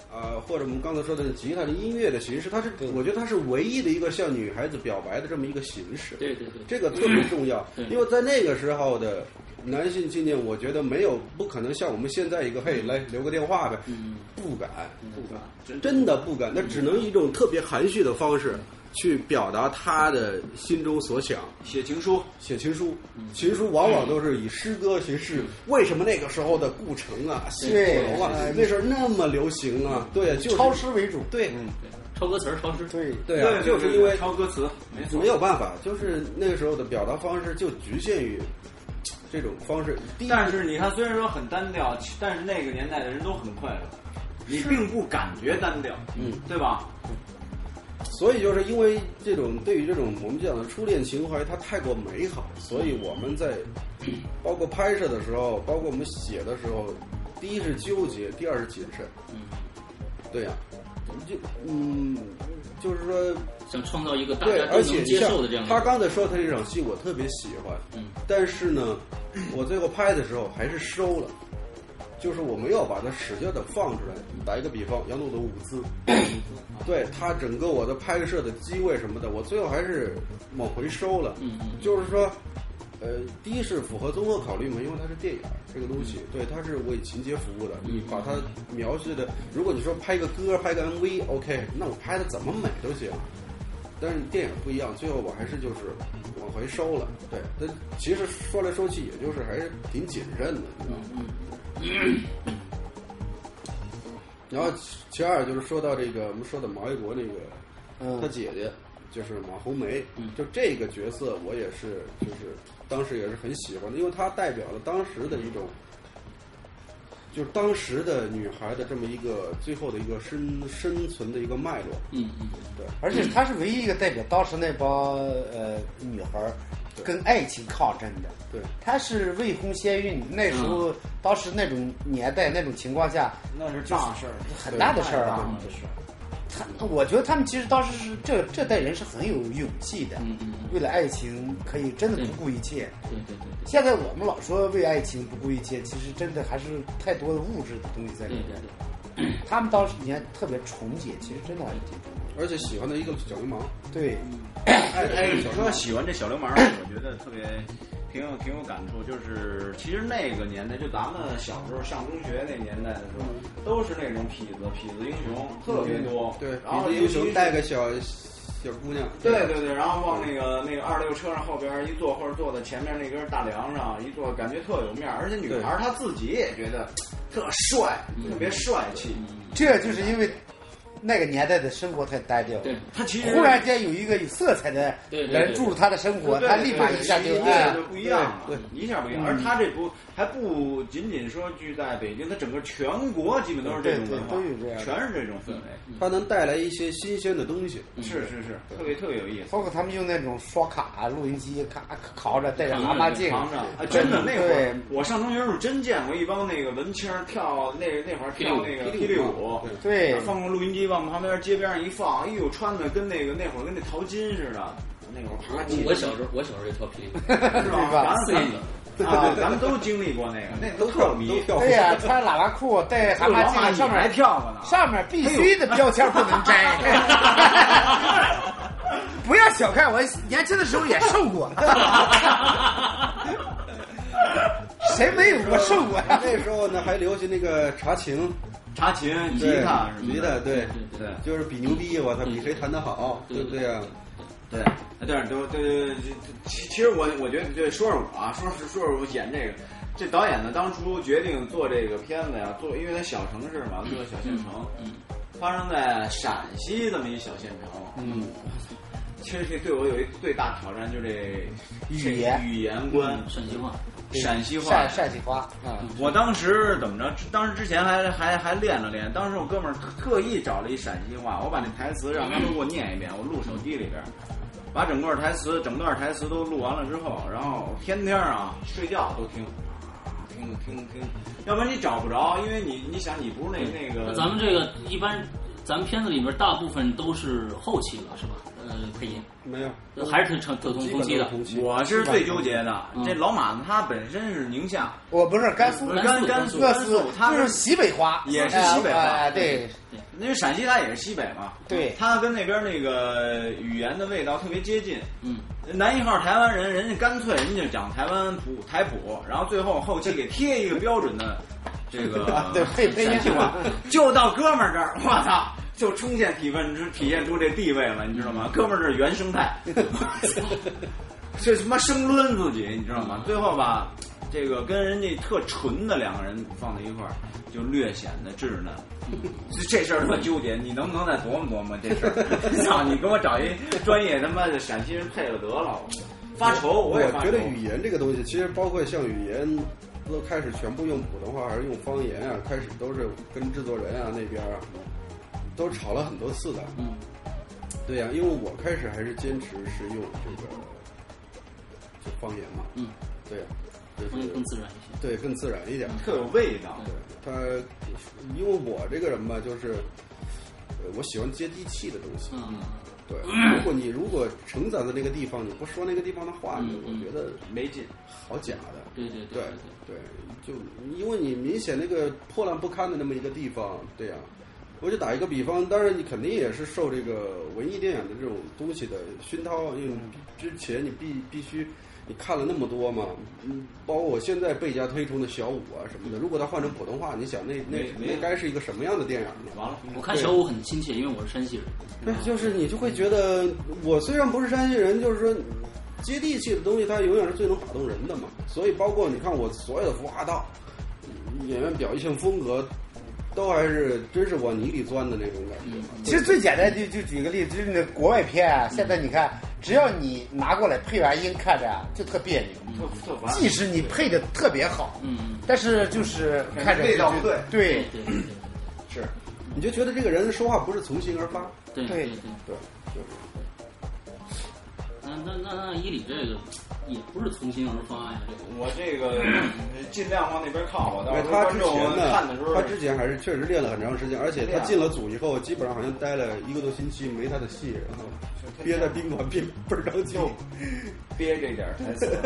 [SPEAKER 3] 啊、或者我们刚才说的那吉他的音乐的形式，他是我觉得他是唯一的一个向女孩子表白的这么一个形式。
[SPEAKER 1] 对对对
[SPEAKER 3] 这个特别重要
[SPEAKER 1] 对，
[SPEAKER 3] 因为在那个时候的男性青年，我觉得没有不可能像我们现在一个，嘿，来留个电话呗，
[SPEAKER 1] 嗯
[SPEAKER 3] 不敢，
[SPEAKER 2] 不敢，真
[SPEAKER 3] 真的不敢，那只能以一种特别含蓄的方式去表达他的心中所想。
[SPEAKER 2] 写情书，
[SPEAKER 3] 写情书，情书往往都是以诗歌形式。为什么那个时候的顾城啊、西
[SPEAKER 4] 对
[SPEAKER 3] 楼啊
[SPEAKER 4] 是，
[SPEAKER 3] 那时候那么流行啊？对啊，就是
[SPEAKER 4] 超诗为主，
[SPEAKER 3] 对
[SPEAKER 1] 对，抄歌词儿，抄诗。
[SPEAKER 4] 对，
[SPEAKER 3] 对啊，就是因为
[SPEAKER 2] 抄歌词，没错，
[SPEAKER 3] 没有办法，就是那个时候的表达方式就局限于这种方式。第一
[SPEAKER 2] 但是你看，虽然说很单调，其但是那个年代的人都很快乐，你并不感觉单调，
[SPEAKER 3] 嗯，
[SPEAKER 2] 对吧？
[SPEAKER 3] 所以就是因为这种对于这种我们讲的初恋情怀，它太过美好，所以我们在包括拍摄的时候，包括我们写的时候，第一是纠结，第二是谨慎。
[SPEAKER 1] 嗯，
[SPEAKER 3] 对呀、就嗯，就是说，
[SPEAKER 1] 想创造一个大
[SPEAKER 3] 对
[SPEAKER 1] 家，都
[SPEAKER 3] 而且
[SPEAKER 1] 能接
[SPEAKER 3] 像
[SPEAKER 1] 受的这样
[SPEAKER 3] 他
[SPEAKER 1] 的。
[SPEAKER 3] 刚才说他这场戏，我特别喜欢，
[SPEAKER 1] 嗯
[SPEAKER 3] 但是呢，我最后拍的时候还是收了。就是我没有把它使劲的放出来。打一个比方，杨璐的舞姿，
[SPEAKER 1] 嗯
[SPEAKER 3] 对他整个我的拍摄的机位什么的，我最后还是往回收了。
[SPEAKER 1] 嗯嗯
[SPEAKER 3] 就是说，呃，第一是符合综合考虑嘛，因为它是电影这个东西，
[SPEAKER 1] 嗯
[SPEAKER 3] 对，它是为情节服务的。你把它描述的，如果你说拍个歌、拍个 MV，OK，、那我拍的怎么美都行。但是电影不一样，最后我还是就是往回收了。对，但其实说来说去，也就是还是挺谨慎的，嗯你知道吗？然后其其二就是说到这个，我们说的毛一国那个，呃
[SPEAKER 4] 嗯
[SPEAKER 3] 他姐姐就是马红梅，就这个角色我也是，就是当时也是很喜欢的，因为她代表了当时的一种，就是当时的女孩的这么一个最后的一个生生存的一个脉络。
[SPEAKER 1] 嗯嗯，
[SPEAKER 4] 而且他是唯一一个代表当时那帮呃女孩儿跟爱情抗争的。
[SPEAKER 3] 对，
[SPEAKER 4] 他是未婚先孕，那时候、
[SPEAKER 3] 嗯
[SPEAKER 4] 当时那种年代那种情况下
[SPEAKER 2] 那是大事儿，
[SPEAKER 4] 很大的事儿啊。
[SPEAKER 2] 事儿。
[SPEAKER 4] 他，我觉得他们其实当时是这这代人是很有勇气的，
[SPEAKER 1] 嗯嗯嗯
[SPEAKER 4] 为了爱情可以真的不顾一切。
[SPEAKER 1] 对对对
[SPEAKER 4] 现在我们老说为爱情不顾一切，其实真的还是太多的物质的东西在里
[SPEAKER 1] 对对
[SPEAKER 4] 边。
[SPEAKER 1] 对
[SPEAKER 4] 他们当时你看特别纯洁，其实真的还是挺
[SPEAKER 3] 而且喜欢的一个小流氓，
[SPEAKER 4] 对。
[SPEAKER 2] 哎哎，你说喜欢这小 流氓，我觉得特别挺有挺有感触。就是其实那个年代，就咱们小时候上中学那年代的时候，都是那种痞子、痞子英雄特别多。
[SPEAKER 3] 嗯对，
[SPEAKER 2] 然后
[SPEAKER 3] 痞子
[SPEAKER 2] 尤
[SPEAKER 3] 英
[SPEAKER 2] 其
[SPEAKER 3] 雄
[SPEAKER 2] 是
[SPEAKER 3] 带个小小姑娘，
[SPEAKER 2] 对对对，然后往那个那个二六车上后边一坐，或者坐在前面那根大梁上一坐，感觉特有面儿。而且女孩儿她自己也觉得特帅，
[SPEAKER 3] 嗯
[SPEAKER 2] 特别帅气。
[SPEAKER 4] 这就是因为那个年代的生活太单调了。
[SPEAKER 1] 对
[SPEAKER 2] 她其实
[SPEAKER 4] 忽然间有一个有色彩的
[SPEAKER 1] 对对对
[SPEAKER 4] 人注入他的生活，
[SPEAKER 2] 对
[SPEAKER 4] 他立马一下就
[SPEAKER 2] 对
[SPEAKER 4] 哎
[SPEAKER 2] 对，不一样了，
[SPEAKER 3] 对
[SPEAKER 2] 一下不一样。而他这不还不仅仅说聚在北京，他整个全国基本都是这种
[SPEAKER 4] 对对
[SPEAKER 2] 文化，
[SPEAKER 4] 都有这样的
[SPEAKER 2] 全是这种氛围。
[SPEAKER 3] 它能带来一些新鲜的东西。
[SPEAKER 2] 是是是，特别特别有意思。
[SPEAKER 4] 包括他们用那种刷卡、录音机卡拷着，戴着
[SPEAKER 1] 嗯扛着
[SPEAKER 4] 蛤蟆镜，
[SPEAKER 2] 床上啊，真的那会
[SPEAKER 4] 对
[SPEAKER 2] 儿，我上中学的时候真见过一帮那个文青儿跳那那会儿跳那个霹雳舞，
[SPEAKER 4] 对
[SPEAKER 2] 放个录音机往旁边街边上一放，哎呦，穿的跟那个那会儿跟那淘金似的，那会儿啪 叽
[SPEAKER 1] 对，我小时候我小时候也跳霹雳舞，
[SPEAKER 2] 是吧？
[SPEAKER 4] 吧
[SPEAKER 2] 咱
[SPEAKER 1] 四
[SPEAKER 2] 咱
[SPEAKER 1] 年级
[SPEAKER 2] 啊，咱们都经历过那个，那都特迷，
[SPEAKER 3] 跳
[SPEAKER 4] 对呀，穿喇叭裤， 戴蛤
[SPEAKER 2] 老
[SPEAKER 4] 蟆
[SPEAKER 2] 马
[SPEAKER 4] 镜，上
[SPEAKER 2] 你还
[SPEAKER 4] 面
[SPEAKER 2] 跳过呢，
[SPEAKER 4] 上面
[SPEAKER 2] 哎
[SPEAKER 4] 必须的标签不能 摘。不要小看我，年轻的时候也瘦 过，谁没有过瘦
[SPEAKER 2] 啊
[SPEAKER 4] 过呀？
[SPEAKER 3] 那时候呢，还流行那个查琴，
[SPEAKER 2] 查琴、吉
[SPEAKER 3] 对
[SPEAKER 2] 他嗯什么
[SPEAKER 3] 吉
[SPEAKER 2] 的，
[SPEAKER 3] 他，对，
[SPEAKER 2] 对
[SPEAKER 3] 就是比牛逼，我操，比谁弹得好，对不对啊？
[SPEAKER 2] 对，但是都对对，其其实我我觉得对，说说我啊，说说说说我演这个，这导演呢，当初决定做这个片子呀，做因为在小城市嘛，做小县城，发生在陕西这么一小县城，嗯，其实这对我有一最大挑战，就这这
[SPEAKER 4] 语言
[SPEAKER 2] 语言关，
[SPEAKER 1] 陕西话，
[SPEAKER 2] 陕西话
[SPEAKER 4] 晒晒起花啊，
[SPEAKER 2] 我当时怎么着？当时之前还还还练了练，当时我哥们儿特特意找了一陕西话，我把那台词让他们给我念一遍，我录手机里边儿，把整个台词整段台词都录完了之后，然后天天啊睡觉都听，听听听，要不然你找不着，因为你你想你不是那那个
[SPEAKER 1] 嗯咱们这个一般，咱们片子里面大部分都是后期了，是吧？呃，配音
[SPEAKER 3] 嗯没有，
[SPEAKER 1] 还是挺成特同
[SPEAKER 3] 基
[SPEAKER 1] 同
[SPEAKER 3] 本
[SPEAKER 1] 期
[SPEAKER 3] 都是
[SPEAKER 1] 的，
[SPEAKER 3] 同期。
[SPEAKER 2] 我是最纠结的，
[SPEAKER 1] 嗯
[SPEAKER 2] 这老马子他本身是宁夏，
[SPEAKER 4] 我不是甘肃
[SPEAKER 2] 不
[SPEAKER 1] 嗯
[SPEAKER 2] 是
[SPEAKER 1] 甘
[SPEAKER 2] 甘
[SPEAKER 1] 肃
[SPEAKER 2] 甘肃
[SPEAKER 4] 乐
[SPEAKER 2] 甘
[SPEAKER 4] 思
[SPEAKER 2] 肃，他
[SPEAKER 4] 就是西北花，
[SPEAKER 2] 也是西北花
[SPEAKER 4] 哎哎对
[SPEAKER 2] 因为陕西它也是西北嘛，
[SPEAKER 4] 对
[SPEAKER 2] 它跟那边那个语言的味道特别接近。
[SPEAKER 1] 嗯，
[SPEAKER 2] 男一号台湾人，人家干脆人家就讲台湾普台普，然后最后后期给贴一个标准的这个
[SPEAKER 4] 对配配音
[SPEAKER 2] 啊陕西话， 就到哥们儿这儿，我操，就冲现体现出体现出这地位了，你知道吗？哥们儿这是原生 态，这他妈生抡自己，你知道吗？最后吧，这个跟人家特纯的两个人放在一块儿，就略显得稚嫩。 这这事儿特纠结，你能不能再琢磨琢磨这事儿？ 操，你给我找一专业他妈的陕西人配了得了，发愁
[SPEAKER 3] 我
[SPEAKER 2] 也发愁。
[SPEAKER 3] 觉得语言这个东西，其实包括像语言，都开始全部用普通话还是用方言啊，开始都是跟制作人啊那边啊，都吵了很多次的。
[SPEAKER 1] 嗯，
[SPEAKER 3] 对呀、因为我开始还是坚持是用这个就方言嘛。
[SPEAKER 1] 嗯，
[SPEAKER 3] 对呀、就
[SPEAKER 1] 方言
[SPEAKER 3] 是
[SPEAKER 1] 更自然一些。
[SPEAKER 3] 对更自然一点。
[SPEAKER 2] 特有味道，
[SPEAKER 3] 他因为我这个人吧，就是呃我喜欢接地气的东西。
[SPEAKER 1] 嗯，
[SPEAKER 3] 对，如果你如果承载在那个地方，你不说那个地方的话，
[SPEAKER 1] 嗯
[SPEAKER 3] 我觉得
[SPEAKER 2] 没劲。
[SPEAKER 3] 好假的。
[SPEAKER 1] 对对
[SPEAKER 3] 对
[SPEAKER 1] 对
[SPEAKER 3] 对，就因为你明显那个破烂不堪的那么一个地方，对呀、我就打一个比方，当然你肯定也是受这个文艺电影的这种东西的熏陶，因为
[SPEAKER 1] 嗯
[SPEAKER 3] 你之前你必必须你看了那么多嘛，嗯，包括我现在倍加推崇的小五啊什么的，如果它换成普通话，你想那那
[SPEAKER 2] 没没
[SPEAKER 3] 那该是一个什么样的电影呢？
[SPEAKER 2] 完了，
[SPEAKER 1] 我看小五很亲切，因为我是山西人。嗯
[SPEAKER 3] 对，就是你就会觉得，我虽然不是山西人，就是说接地气的东西，它永远是最能打动人的嘛。所以包括你看我所有的服化道，演员表现风格，都还是真是往泥里钻的那种感
[SPEAKER 1] 嗯
[SPEAKER 2] 嗯
[SPEAKER 3] 觉嘛。
[SPEAKER 4] 其实最简单就就举个例子，就是那国外片啊，现在你看，只要你拿过来配完音看着啊，就特别扭，
[SPEAKER 2] 特特烦。
[SPEAKER 4] 即使你配的特别好，
[SPEAKER 1] 嗯，
[SPEAKER 4] 但是就是看着
[SPEAKER 2] 味道
[SPEAKER 4] 就
[SPEAKER 2] 不对
[SPEAKER 1] 对
[SPEAKER 4] 对
[SPEAKER 1] 对
[SPEAKER 2] 是，
[SPEAKER 3] 你就觉得这个人说话不是从心而发，
[SPEAKER 1] 对对对对。
[SPEAKER 3] 对，就是
[SPEAKER 1] 那那那那伊里这个也不是从心而发呀，这个
[SPEAKER 2] 我这 个尽量往那边靠，我到
[SPEAKER 3] 因为
[SPEAKER 2] 时候
[SPEAKER 3] 他
[SPEAKER 2] 观
[SPEAKER 3] 之
[SPEAKER 2] 众
[SPEAKER 3] 前
[SPEAKER 2] 看的时
[SPEAKER 3] 呢，
[SPEAKER 2] 候，
[SPEAKER 3] 他之前还是确实练了很长时间，而且
[SPEAKER 2] 对
[SPEAKER 3] 他
[SPEAKER 2] 啊
[SPEAKER 3] 进了组以后，基本上好像待了一个多星期没他的戏，然后憋在宾馆憋倍儿着急。
[SPEAKER 2] 憋这点台词，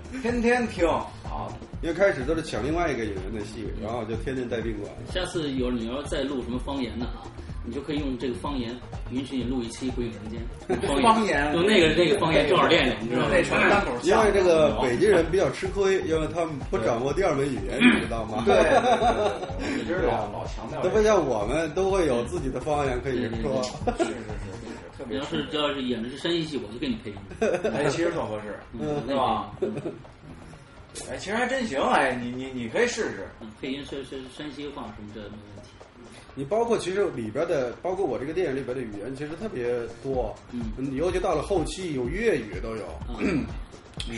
[SPEAKER 2] 天天听。好，
[SPEAKER 3] 因为开始都是抢另外一个演员的戏，
[SPEAKER 2] 嗯
[SPEAKER 3] 然后就天天待宾馆。
[SPEAKER 1] 下次有你要再录什么方言的啊，你就可以用这个方言允许你录一期《鬼影人间》方
[SPEAKER 2] 方言
[SPEAKER 1] 用那个那个方言正好练练，你知道吗
[SPEAKER 2] 那？纯单口相声，
[SPEAKER 3] 因为这个北京人比较吃亏，因为他们不掌握第二门语言，你知道
[SPEAKER 1] 嗯
[SPEAKER 3] 吗？
[SPEAKER 2] 对，对对 对一直老
[SPEAKER 3] 啊
[SPEAKER 2] 老强调这
[SPEAKER 3] 都
[SPEAKER 2] 个，
[SPEAKER 3] 不像我们都会有自己的方言可以说。
[SPEAKER 1] 嗯
[SPEAKER 2] 是是是是是，特
[SPEAKER 1] 你
[SPEAKER 2] 别
[SPEAKER 1] 要是要是演的是山西戏，我就给你配音，
[SPEAKER 2] 哎，其实特合适，
[SPEAKER 1] 嗯，
[SPEAKER 2] 是吧？哎，其实还真行，哎，你你你可以试试，
[SPEAKER 1] 嗯？配音是是山西话什么这没问题。
[SPEAKER 3] 你包括其实里边的，包括我这个电影里边的语言其实特别多，
[SPEAKER 1] 嗯
[SPEAKER 3] 嗯，尤其到了后期有粤语都有，
[SPEAKER 1] 嗯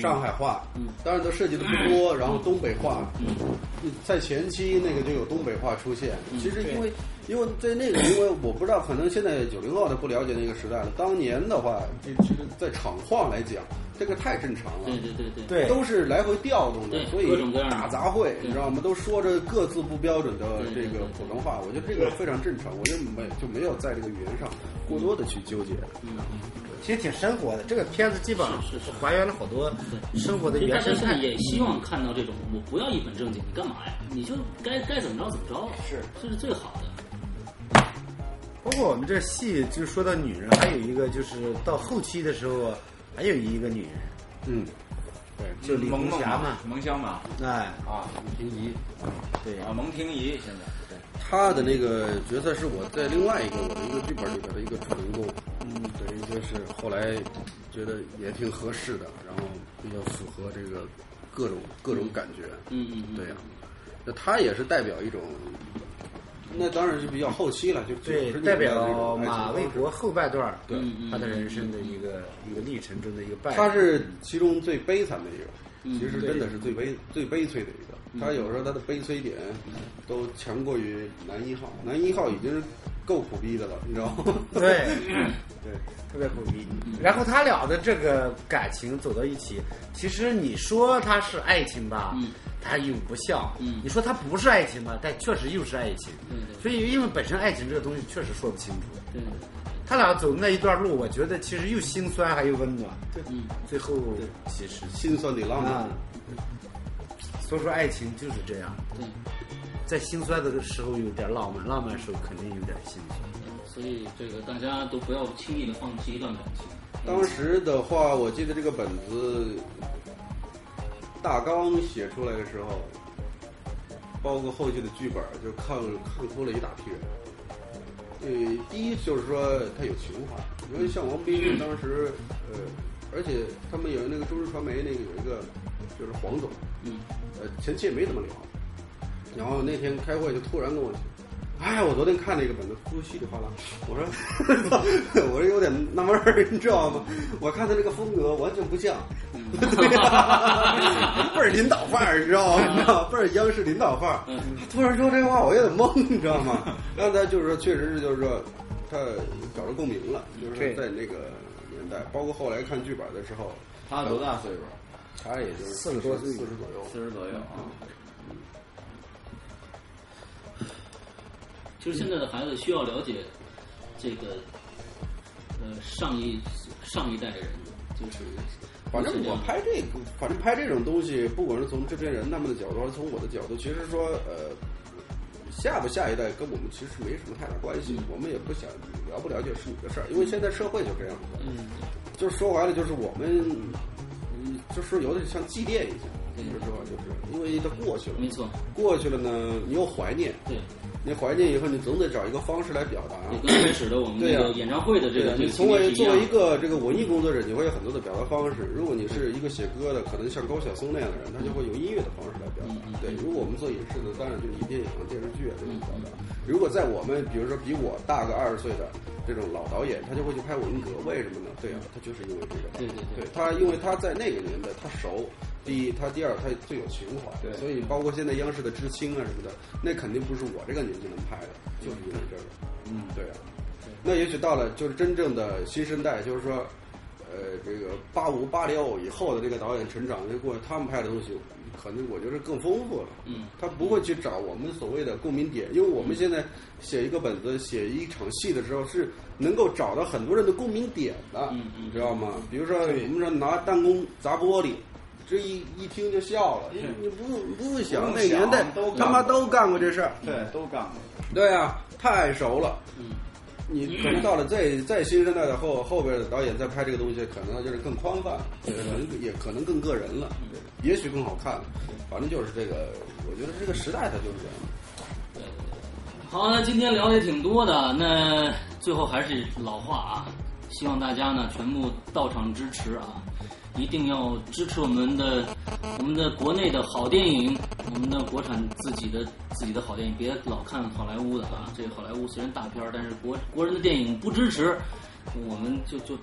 [SPEAKER 3] 上海话，
[SPEAKER 1] 嗯
[SPEAKER 3] 当然都涉及的不多，然后东北话，
[SPEAKER 1] 嗯，
[SPEAKER 3] 在前期那个就有东北话出现。其实因为因为在那个，因为我不知道，可能现在九零后的不了解那个时代了。当年的话，这其实在厂矿来讲，这个太正常了。
[SPEAKER 1] 对对对嗯对，
[SPEAKER 6] 对，
[SPEAKER 3] 都是来回调动的
[SPEAKER 1] 对，
[SPEAKER 3] 所以
[SPEAKER 1] 各种各样的
[SPEAKER 3] 大杂烩，
[SPEAKER 1] 对
[SPEAKER 3] 你知道吗？都说着各自不标准的
[SPEAKER 1] 对
[SPEAKER 3] 这
[SPEAKER 1] 对
[SPEAKER 3] 个
[SPEAKER 1] 对
[SPEAKER 3] 普通话，我觉得这个非常正常，我就没就没有在这个语言上过多的去纠结。
[SPEAKER 1] 嗯，
[SPEAKER 6] 其实挺生活的。这个片子基本上
[SPEAKER 1] 是是是
[SPEAKER 6] 还原了好多生活的
[SPEAKER 1] 其实大
[SPEAKER 6] 原
[SPEAKER 1] 家
[SPEAKER 6] 生
[SPEAKER 1] 现在
[SPEAKER 6] 态。
[SPEAKER 1] 也希望看到这种，我不要一本正经，你干嘛呀？你就该该怎么着怎么着，
[SPEAKER 2] 是
[SPEAKER 1] 这是最好的。
[SPEAKER 6] 包括我们这戏，就说到女人，还有一个就是到后期的时候，还有一个女人，
[SPEAKER 3] 嗯，
[SPEAKER 6] 对，就李
[SPEAKER 2] 蒙
[SPEAKER 6] 红
[SPEAKER 2] 蒙
[SPEAKER 6] 霞嘛，，
[SPEAKER 2] 蒙香嘛，
[SPEAKER 6] 哎，
[SPEAKER 2] 啊
[SPEAKER 6] 平移，对，
[SPEAKER 2] 啊，蒙婷宜现在对，
[SPEAKER 3] 他的那个角色是我在另外一个我的一个剧本里边的一个主人公，嗯，等于就是后来觉得也挺合适的，然后比较符合这个各种各种感觉，
[SPEAKER 1] 嗯嗯嗯，
[SPEAKER 3] 对呀、那他也是代表一种，那当然是比较后期了，就
[SPEAKER 6] 对代
[SPEAKER 3] 90，年代的那
[SPEAKER 6] 表
[SPEAKER 3] 种爱情
[SPEAKER 6] 马卫
[SPEAKER 3] 方式
[SPEAKER 6] 国后半段儿，
[SPEAKER 3] 对
[SPEAKER 1] 嗯
[SPEAKER 6] 他的
[SPEAKER 1] 嗯
[SPEAKER 6] 人生的一个一个历程中的一个败。
[SPEAKER 3] 他是其中最悲惨的一个，
[SPEAKER 1] 嗯
[SPEAKER 3] 其实真的是最悲最悲催的一个。
[SPEAKER 6] 嗯
[SPEAKER 3] 他有时候他的悲催点都强过于男一号，男一号已经是够苦逼的了，你知道吗？
[SPEAKER 6] 对
[SPEAKER 3] 对，
[SPEAKER 6] 特别苦逼。然后他俩的这个感情走到一起，其实你说他是爱情吧，
[SPEAKER 1] 嗯
[SPEAKER 6] 他又不像；
[SPEAKER 1] 嗯
[SPEAKER 6] 你说他不是爱情吧，但确实又是爱情。
[SPEAKER 1] 对对
[SPEAKER 6] 所以，因为本身爱情这个东西确实说不清楚。
[SPEAKER 1] 对，
[SPEAKER 6] 他俩走的那一段路，我觉得其实又心酸还又温暖。对，
[SPEAKER 1] 嗯，
[SPEAKER 6] 最后其实
[SPEAKER 3] 心酸的浪
[SPEAKER 6] 啊
[SPEAKER 3] 漫。，
[SPEAKER 6] 所以说爱情就是这样，
[SPEAKER 1] 对，
[SPEAKER 6] 在心酸的时候有点浪漫，浪漫的时候肯定有点心酸。
[SPEAKER 1] 嗯所以这个大家都不要轻易的放弃一段感情。
[SPEAKER 3] 当时的话，我记得这个本子大纲写出来的时候，包括后续的剧本，就看看哭了一大批人。呃，第一就是说他有情怀，因为像王斌当时，呃，而且他们有那个中视传媒那个有一个就是黄总，
[SPEAKER 1] 嗯，
[SPEAKER 3] 呃，前期也没怎么聊，然后那天开会就突然跟我提，哎，我昨天看了一个本子，哭稀里哗啦。我说，我说有点纳闷儿，你知道吗？我看他这个风格完全不像，
[SPEAKER 6] 嗯
[SPEAKER 3] 对呀倍儿领导范儿，你知道吗？
[SPEAKER 6] 嗯
[SPEAKER 3] 你知道吗倍儿央视领导范儿。他突然说这话，我有点懵，你知道吗？刚才就是说，确实是就是说，他找着共鸣了，就是说
[SPEAKER 6] 对
[SPEAKER 3] 在那个年代，包括后来看剧本的时候，
[SPEAKER 2] 他多大岁数？
[SPEAKER 3] 他也就是
[SPEAKER 6] 四十多岁
[SPEAKER 3] 四十左右。
[SPEAKER 2] 四十左右啊。
[SPEAKER 1] 其实现在的孩子需要了解这个，呃，上一上一代人就是，
[SPEAKER 3] 反正我拍这个，反正拍这种东西，不管是从制片人他们的角度，还是从我的角度，其实说呃，下不下一代跟我们其实没什么太大关系，
[SPEAKER 1] 嗯
[SPEAKER 3] 我们也不想了不了解是你的事儿，因为现在社会就这样子，
[SPEAKER 1] 嗯，
[SPEAKER 3] 就是说白了就是我们，嗯，就是有点像祭奠一下，就是说就是因为它过去了，
[SPEAKER 1] 嗯没错，
[SPEAKER 3] 过去了呢，你又怀念，
[SPEAKER 1] 对，
[SPEAKER 3] 你怀念以后，你总得找一个方式来表达。
[SPEAKER 1] 也跟开始的我们
[SPEAKER 3] 对
[SPEAKER 1] 那
[SPEAKER 3] 呀
[SPEAKER 1] 个演唱会的这
[SPEAKER 3] 对
[SPEAKER 1] 个
[SPEAKER 3] 啊，
[SPEAKER 1] 这
[SPEAKER 3] 你
[SPEAKER 1] 个
[SPEAKER 3] 从
[SPEAKER 1] 情节
[SPEAKER 3] 为
[SPEAKER 1] 是
[SPEAKER 3] 作
[SPEAKER 1] 样
[SPEAKER 3] 为
[SPEAKER 1] 的
[SPEAKER 3] 一个这个文艺工作者，你会有很多的表达方式。如果你是一个写歌的，可能像高晓松那样的人，他就会用音乐的方式来表达。
[SPEAKER 1] 嗯嗯嗯
[SPEAKER 3] 对，如果我们做影视的，当然就是以电影、电视剧啊这种表达。如果在我们，比如说比我大个二十岁的这种老导演，他就会去拍文革，为什么呢？对啊，他就是因为这个。
[SPEAKER 1] 对对对
[SPEAKER 3] 对他，因为他在那个年代他熟，第一他第二他最有情怀，
[SPEAKER 2] 对
[SPEAKER 3] 所以包括现在央视的知青啊什么的，那肯定不是我这个年纪能拍的，就是因为这个，
[SPEAKER 2] 嗯
[SPEAKER 3] 啊对啊，那也许到了就是真正的新生代，就是说，呃，呃，这个八五八六以后的这个导演成长，如果他们拍的东西，可能我觉得更丰富了。
[SPEAKER 1] 嗯，
[SPEAKER 3] 他不会去找我们所谓的共鸣点，因为我们现在写一个本子、写一场戏的时候，是能够找到很多人的共鸣点的，
[SPEAKER 1] 嗯嗯
[SPEAKER 3] 你知道吗？比如说我们说拿弹弓砸玻璃。这一一听就笑了，你你不用不用想，
[SPEAKER 2] 不用
[SPEAKER 3] 那个
[SPEAKER 2] 想
[SPEAKER 3] 年代
[SPEAKER 2] 都干
[SPEAKER 3] 他妈都干过这事儿，
[SPEAKER 2] 嗯对，都干过。
[SPEAKER 3] 对啊，太熟了。
[SPEAKER 1] 嗯，
[SPEAKER 3] 你可能到了再再新生代的后后边的导演再拍这个东西，可能就是更宽泛，可能也可能更个人了，也许更好看。反正就是这个，我觉得这个时代它就是这样。
[SPEAKER 1] 好，那今天聊的也挺多的，那最后还是老话啊，希望大家呢全部到场支持啊，一定要支持我们的我们的国内的好电影，我们的国产自己的自己的好电影，别老看好莱坞的啊，这个好莱坞虽然大片儿，但是国国人的电影不支持，我们就就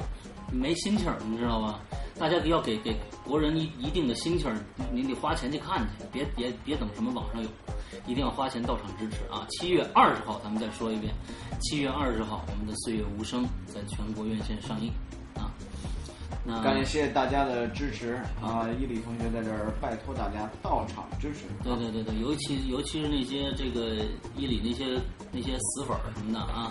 [SPEAKER 1] 没心气儿，你知道吧？大家要给给国人一一定的心气儿，你得花钱去看去，别别别等什么网上有，一定要花钱到场支持啊！七月二十号，咱们再说一遍，七月二十号，我们的《岁月无声》在全国院线上映啊。那
[SPEAKER 2] 感谢大家的支持啊！伊礼同学在这儿拜托大家到场支持。
[SPEAKER 1] 对对对对，尤其尤其是那些这个伊里那些那些死粉儿什么的 啊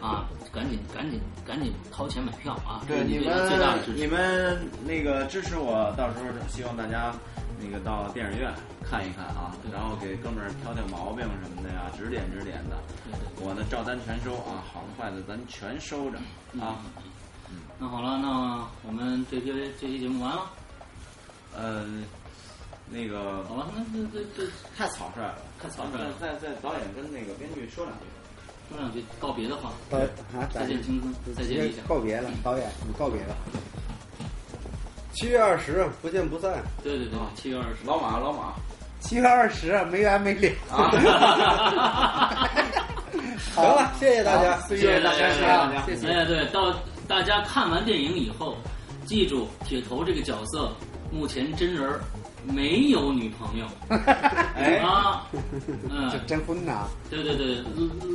[SPEAKER 1] 啊，赶紧赶紧赶紧掏钱买票啊！
[SPEAKER 2] 对
[SPEAKER 1] 这是
[SPEAKER 2] 你
[SPEAKER 1] 对他最大的
[SPEAKER 2] 们
[SPEAKER 1] 支持。
[SPEAKER 2] 你们那个支持我，到时候希望大家那个到电影院看一看啊，然后给哥们儿挑挑毛病什么的呀，指点指点的。我呢照单全收啊，好的坏的咱全收着啊。
[SPEAKER 1] 那好了，那我们这期这期节目完了。
[SPEAKER 2] 嗯，那个
[SPEAKER 1] 好了，那这这这
[SPEAKER 2] 太草率了，
[SPEAKER 1] 太草率了
[SPEAKER 2] 再再导演跟那个编剧说两句。
[SPEAKER 1] 说两句告别的话，
[SPEAKER 6] 导啊，
[SPEAKER 1] 再
[SPEAKER 6] 咱
[SPEAKER 1] 见青春，再见理想。
[SPEAKER 6] 告别了，导演，我们告别了。
[SPEAKER 3] 七月二十，不见不散。
[SPEAKER 1] 对对对，七月 二十。
[SPEAKER 2] 老马，老马，
[SPEAKER 6] 七月二十，啊没完没了。
[SPEAKER 3] 行了，谢谢大家。
[SPEAKER 6] 岁
[SPEAKER 1] 谢谢
[SPEAKER 6] 月
[SPEAKER 1] 大家，
[SPEAKER 6] 无
[SPEAKER 1] 谢
[SPEAKER 6] 声啊谢
[SPEAKER 1] 谢。
[SPEAKER 6] 谢。
[SPEAKER 1] 哎，对，到大家看完电影以后，记住铁头这个角色，目前真人儿没有女朋友
[SPEAKER 2] 哎，
[SPEAKER 1] 啊。
[SPEAKER 6] 这
[SPEAKER 1] 嗯，
[SPEAKER 6] 征婚呐，
[SPEAKER 1] 对对对，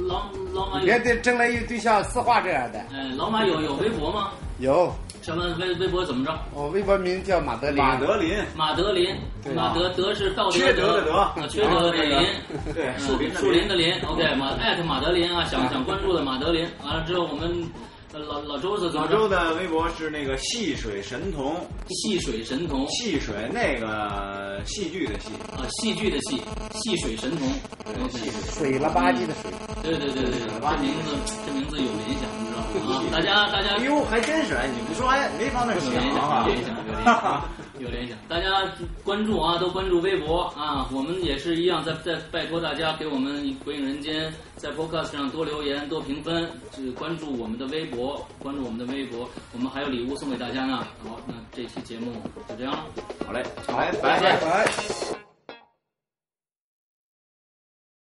[SPEAKER 1] 老老马
[SPEAKER 6] 你别
[SPEAKER 1] 有，
[SPEAKER 6] 对争来一对象四话这样的。
[SPEAKER 1] 哎，老马有有微博吗？
[SPEAKER 6] 有，
[SPEAKER 1] 什么微微博怎么着？
[SPEAKER 6] 我微博名叫马德林。
[SPEAKER 2] 马德林，
[SPEAKER 1] 马德林，
[SPEAKER 6] 对
[SPEAKER 1] 马德德是道
[SPEAKER 2] 缺
[SPEAKER 1] 德
[SPEAKER 2] 德的德
[SPEAKER 1] 啊缺德的林，
[SPEAKER 2] 对
[SPEAKER 1] 嗯
[SPEAKER 2] 树林的
[SPEAKER 1] 树林的林，OK，马艾特马德林啊，想想关注的马德林，完了之后我们呃老老周是怎
[SPEAKER 2] 老
[SPEAKER 1] 么着
[SPEAKER 2] 周的微博是那个戏水神童，
[SPEAKER 1] 戏水神童
[SPEAKER 2] 戏水那个戏剧的戏，
[SPEAKER 1] 啊，戏剧的戏，戏水神童
[SPEAKER 2] 对，
[SPEAKER 1] ，OK，
[SPEAKER 2] 戏水。
[SPEAKER 6] 水了吧唧的水，
[SPEAKER 1] 对对对对，对这名字这名字有联想，你知道吗？啊，大家大家
[SPEAKER 2] 哎呦，还真是哎，你不说哎，没往那儿
[SPEAKER 1] 有联
[SPEAKER 2] 想
[SPEAKER 1] 想，
[SPEAKER 2] 啊
[SPEAKER 1] 有联想，有联想。有联想，大家关注啊，都关注微博啊。我们也是一样，在在拜托大家给我们《鬼影人间》在 Podcast 上多留言、多评分，就是关注我们的微博，关注我们的微博，我们还有礼物送给大家呢。好，那这期节目就这样了。
[SPEAKER 2] 好嘞，好嘞，
[SPEAKER 1] 拜
[SPEAKER 2] 拜
[SPEAKER 1] 拜
[SPEAKER 2] 拜。
[SPEAKER 3] 拜。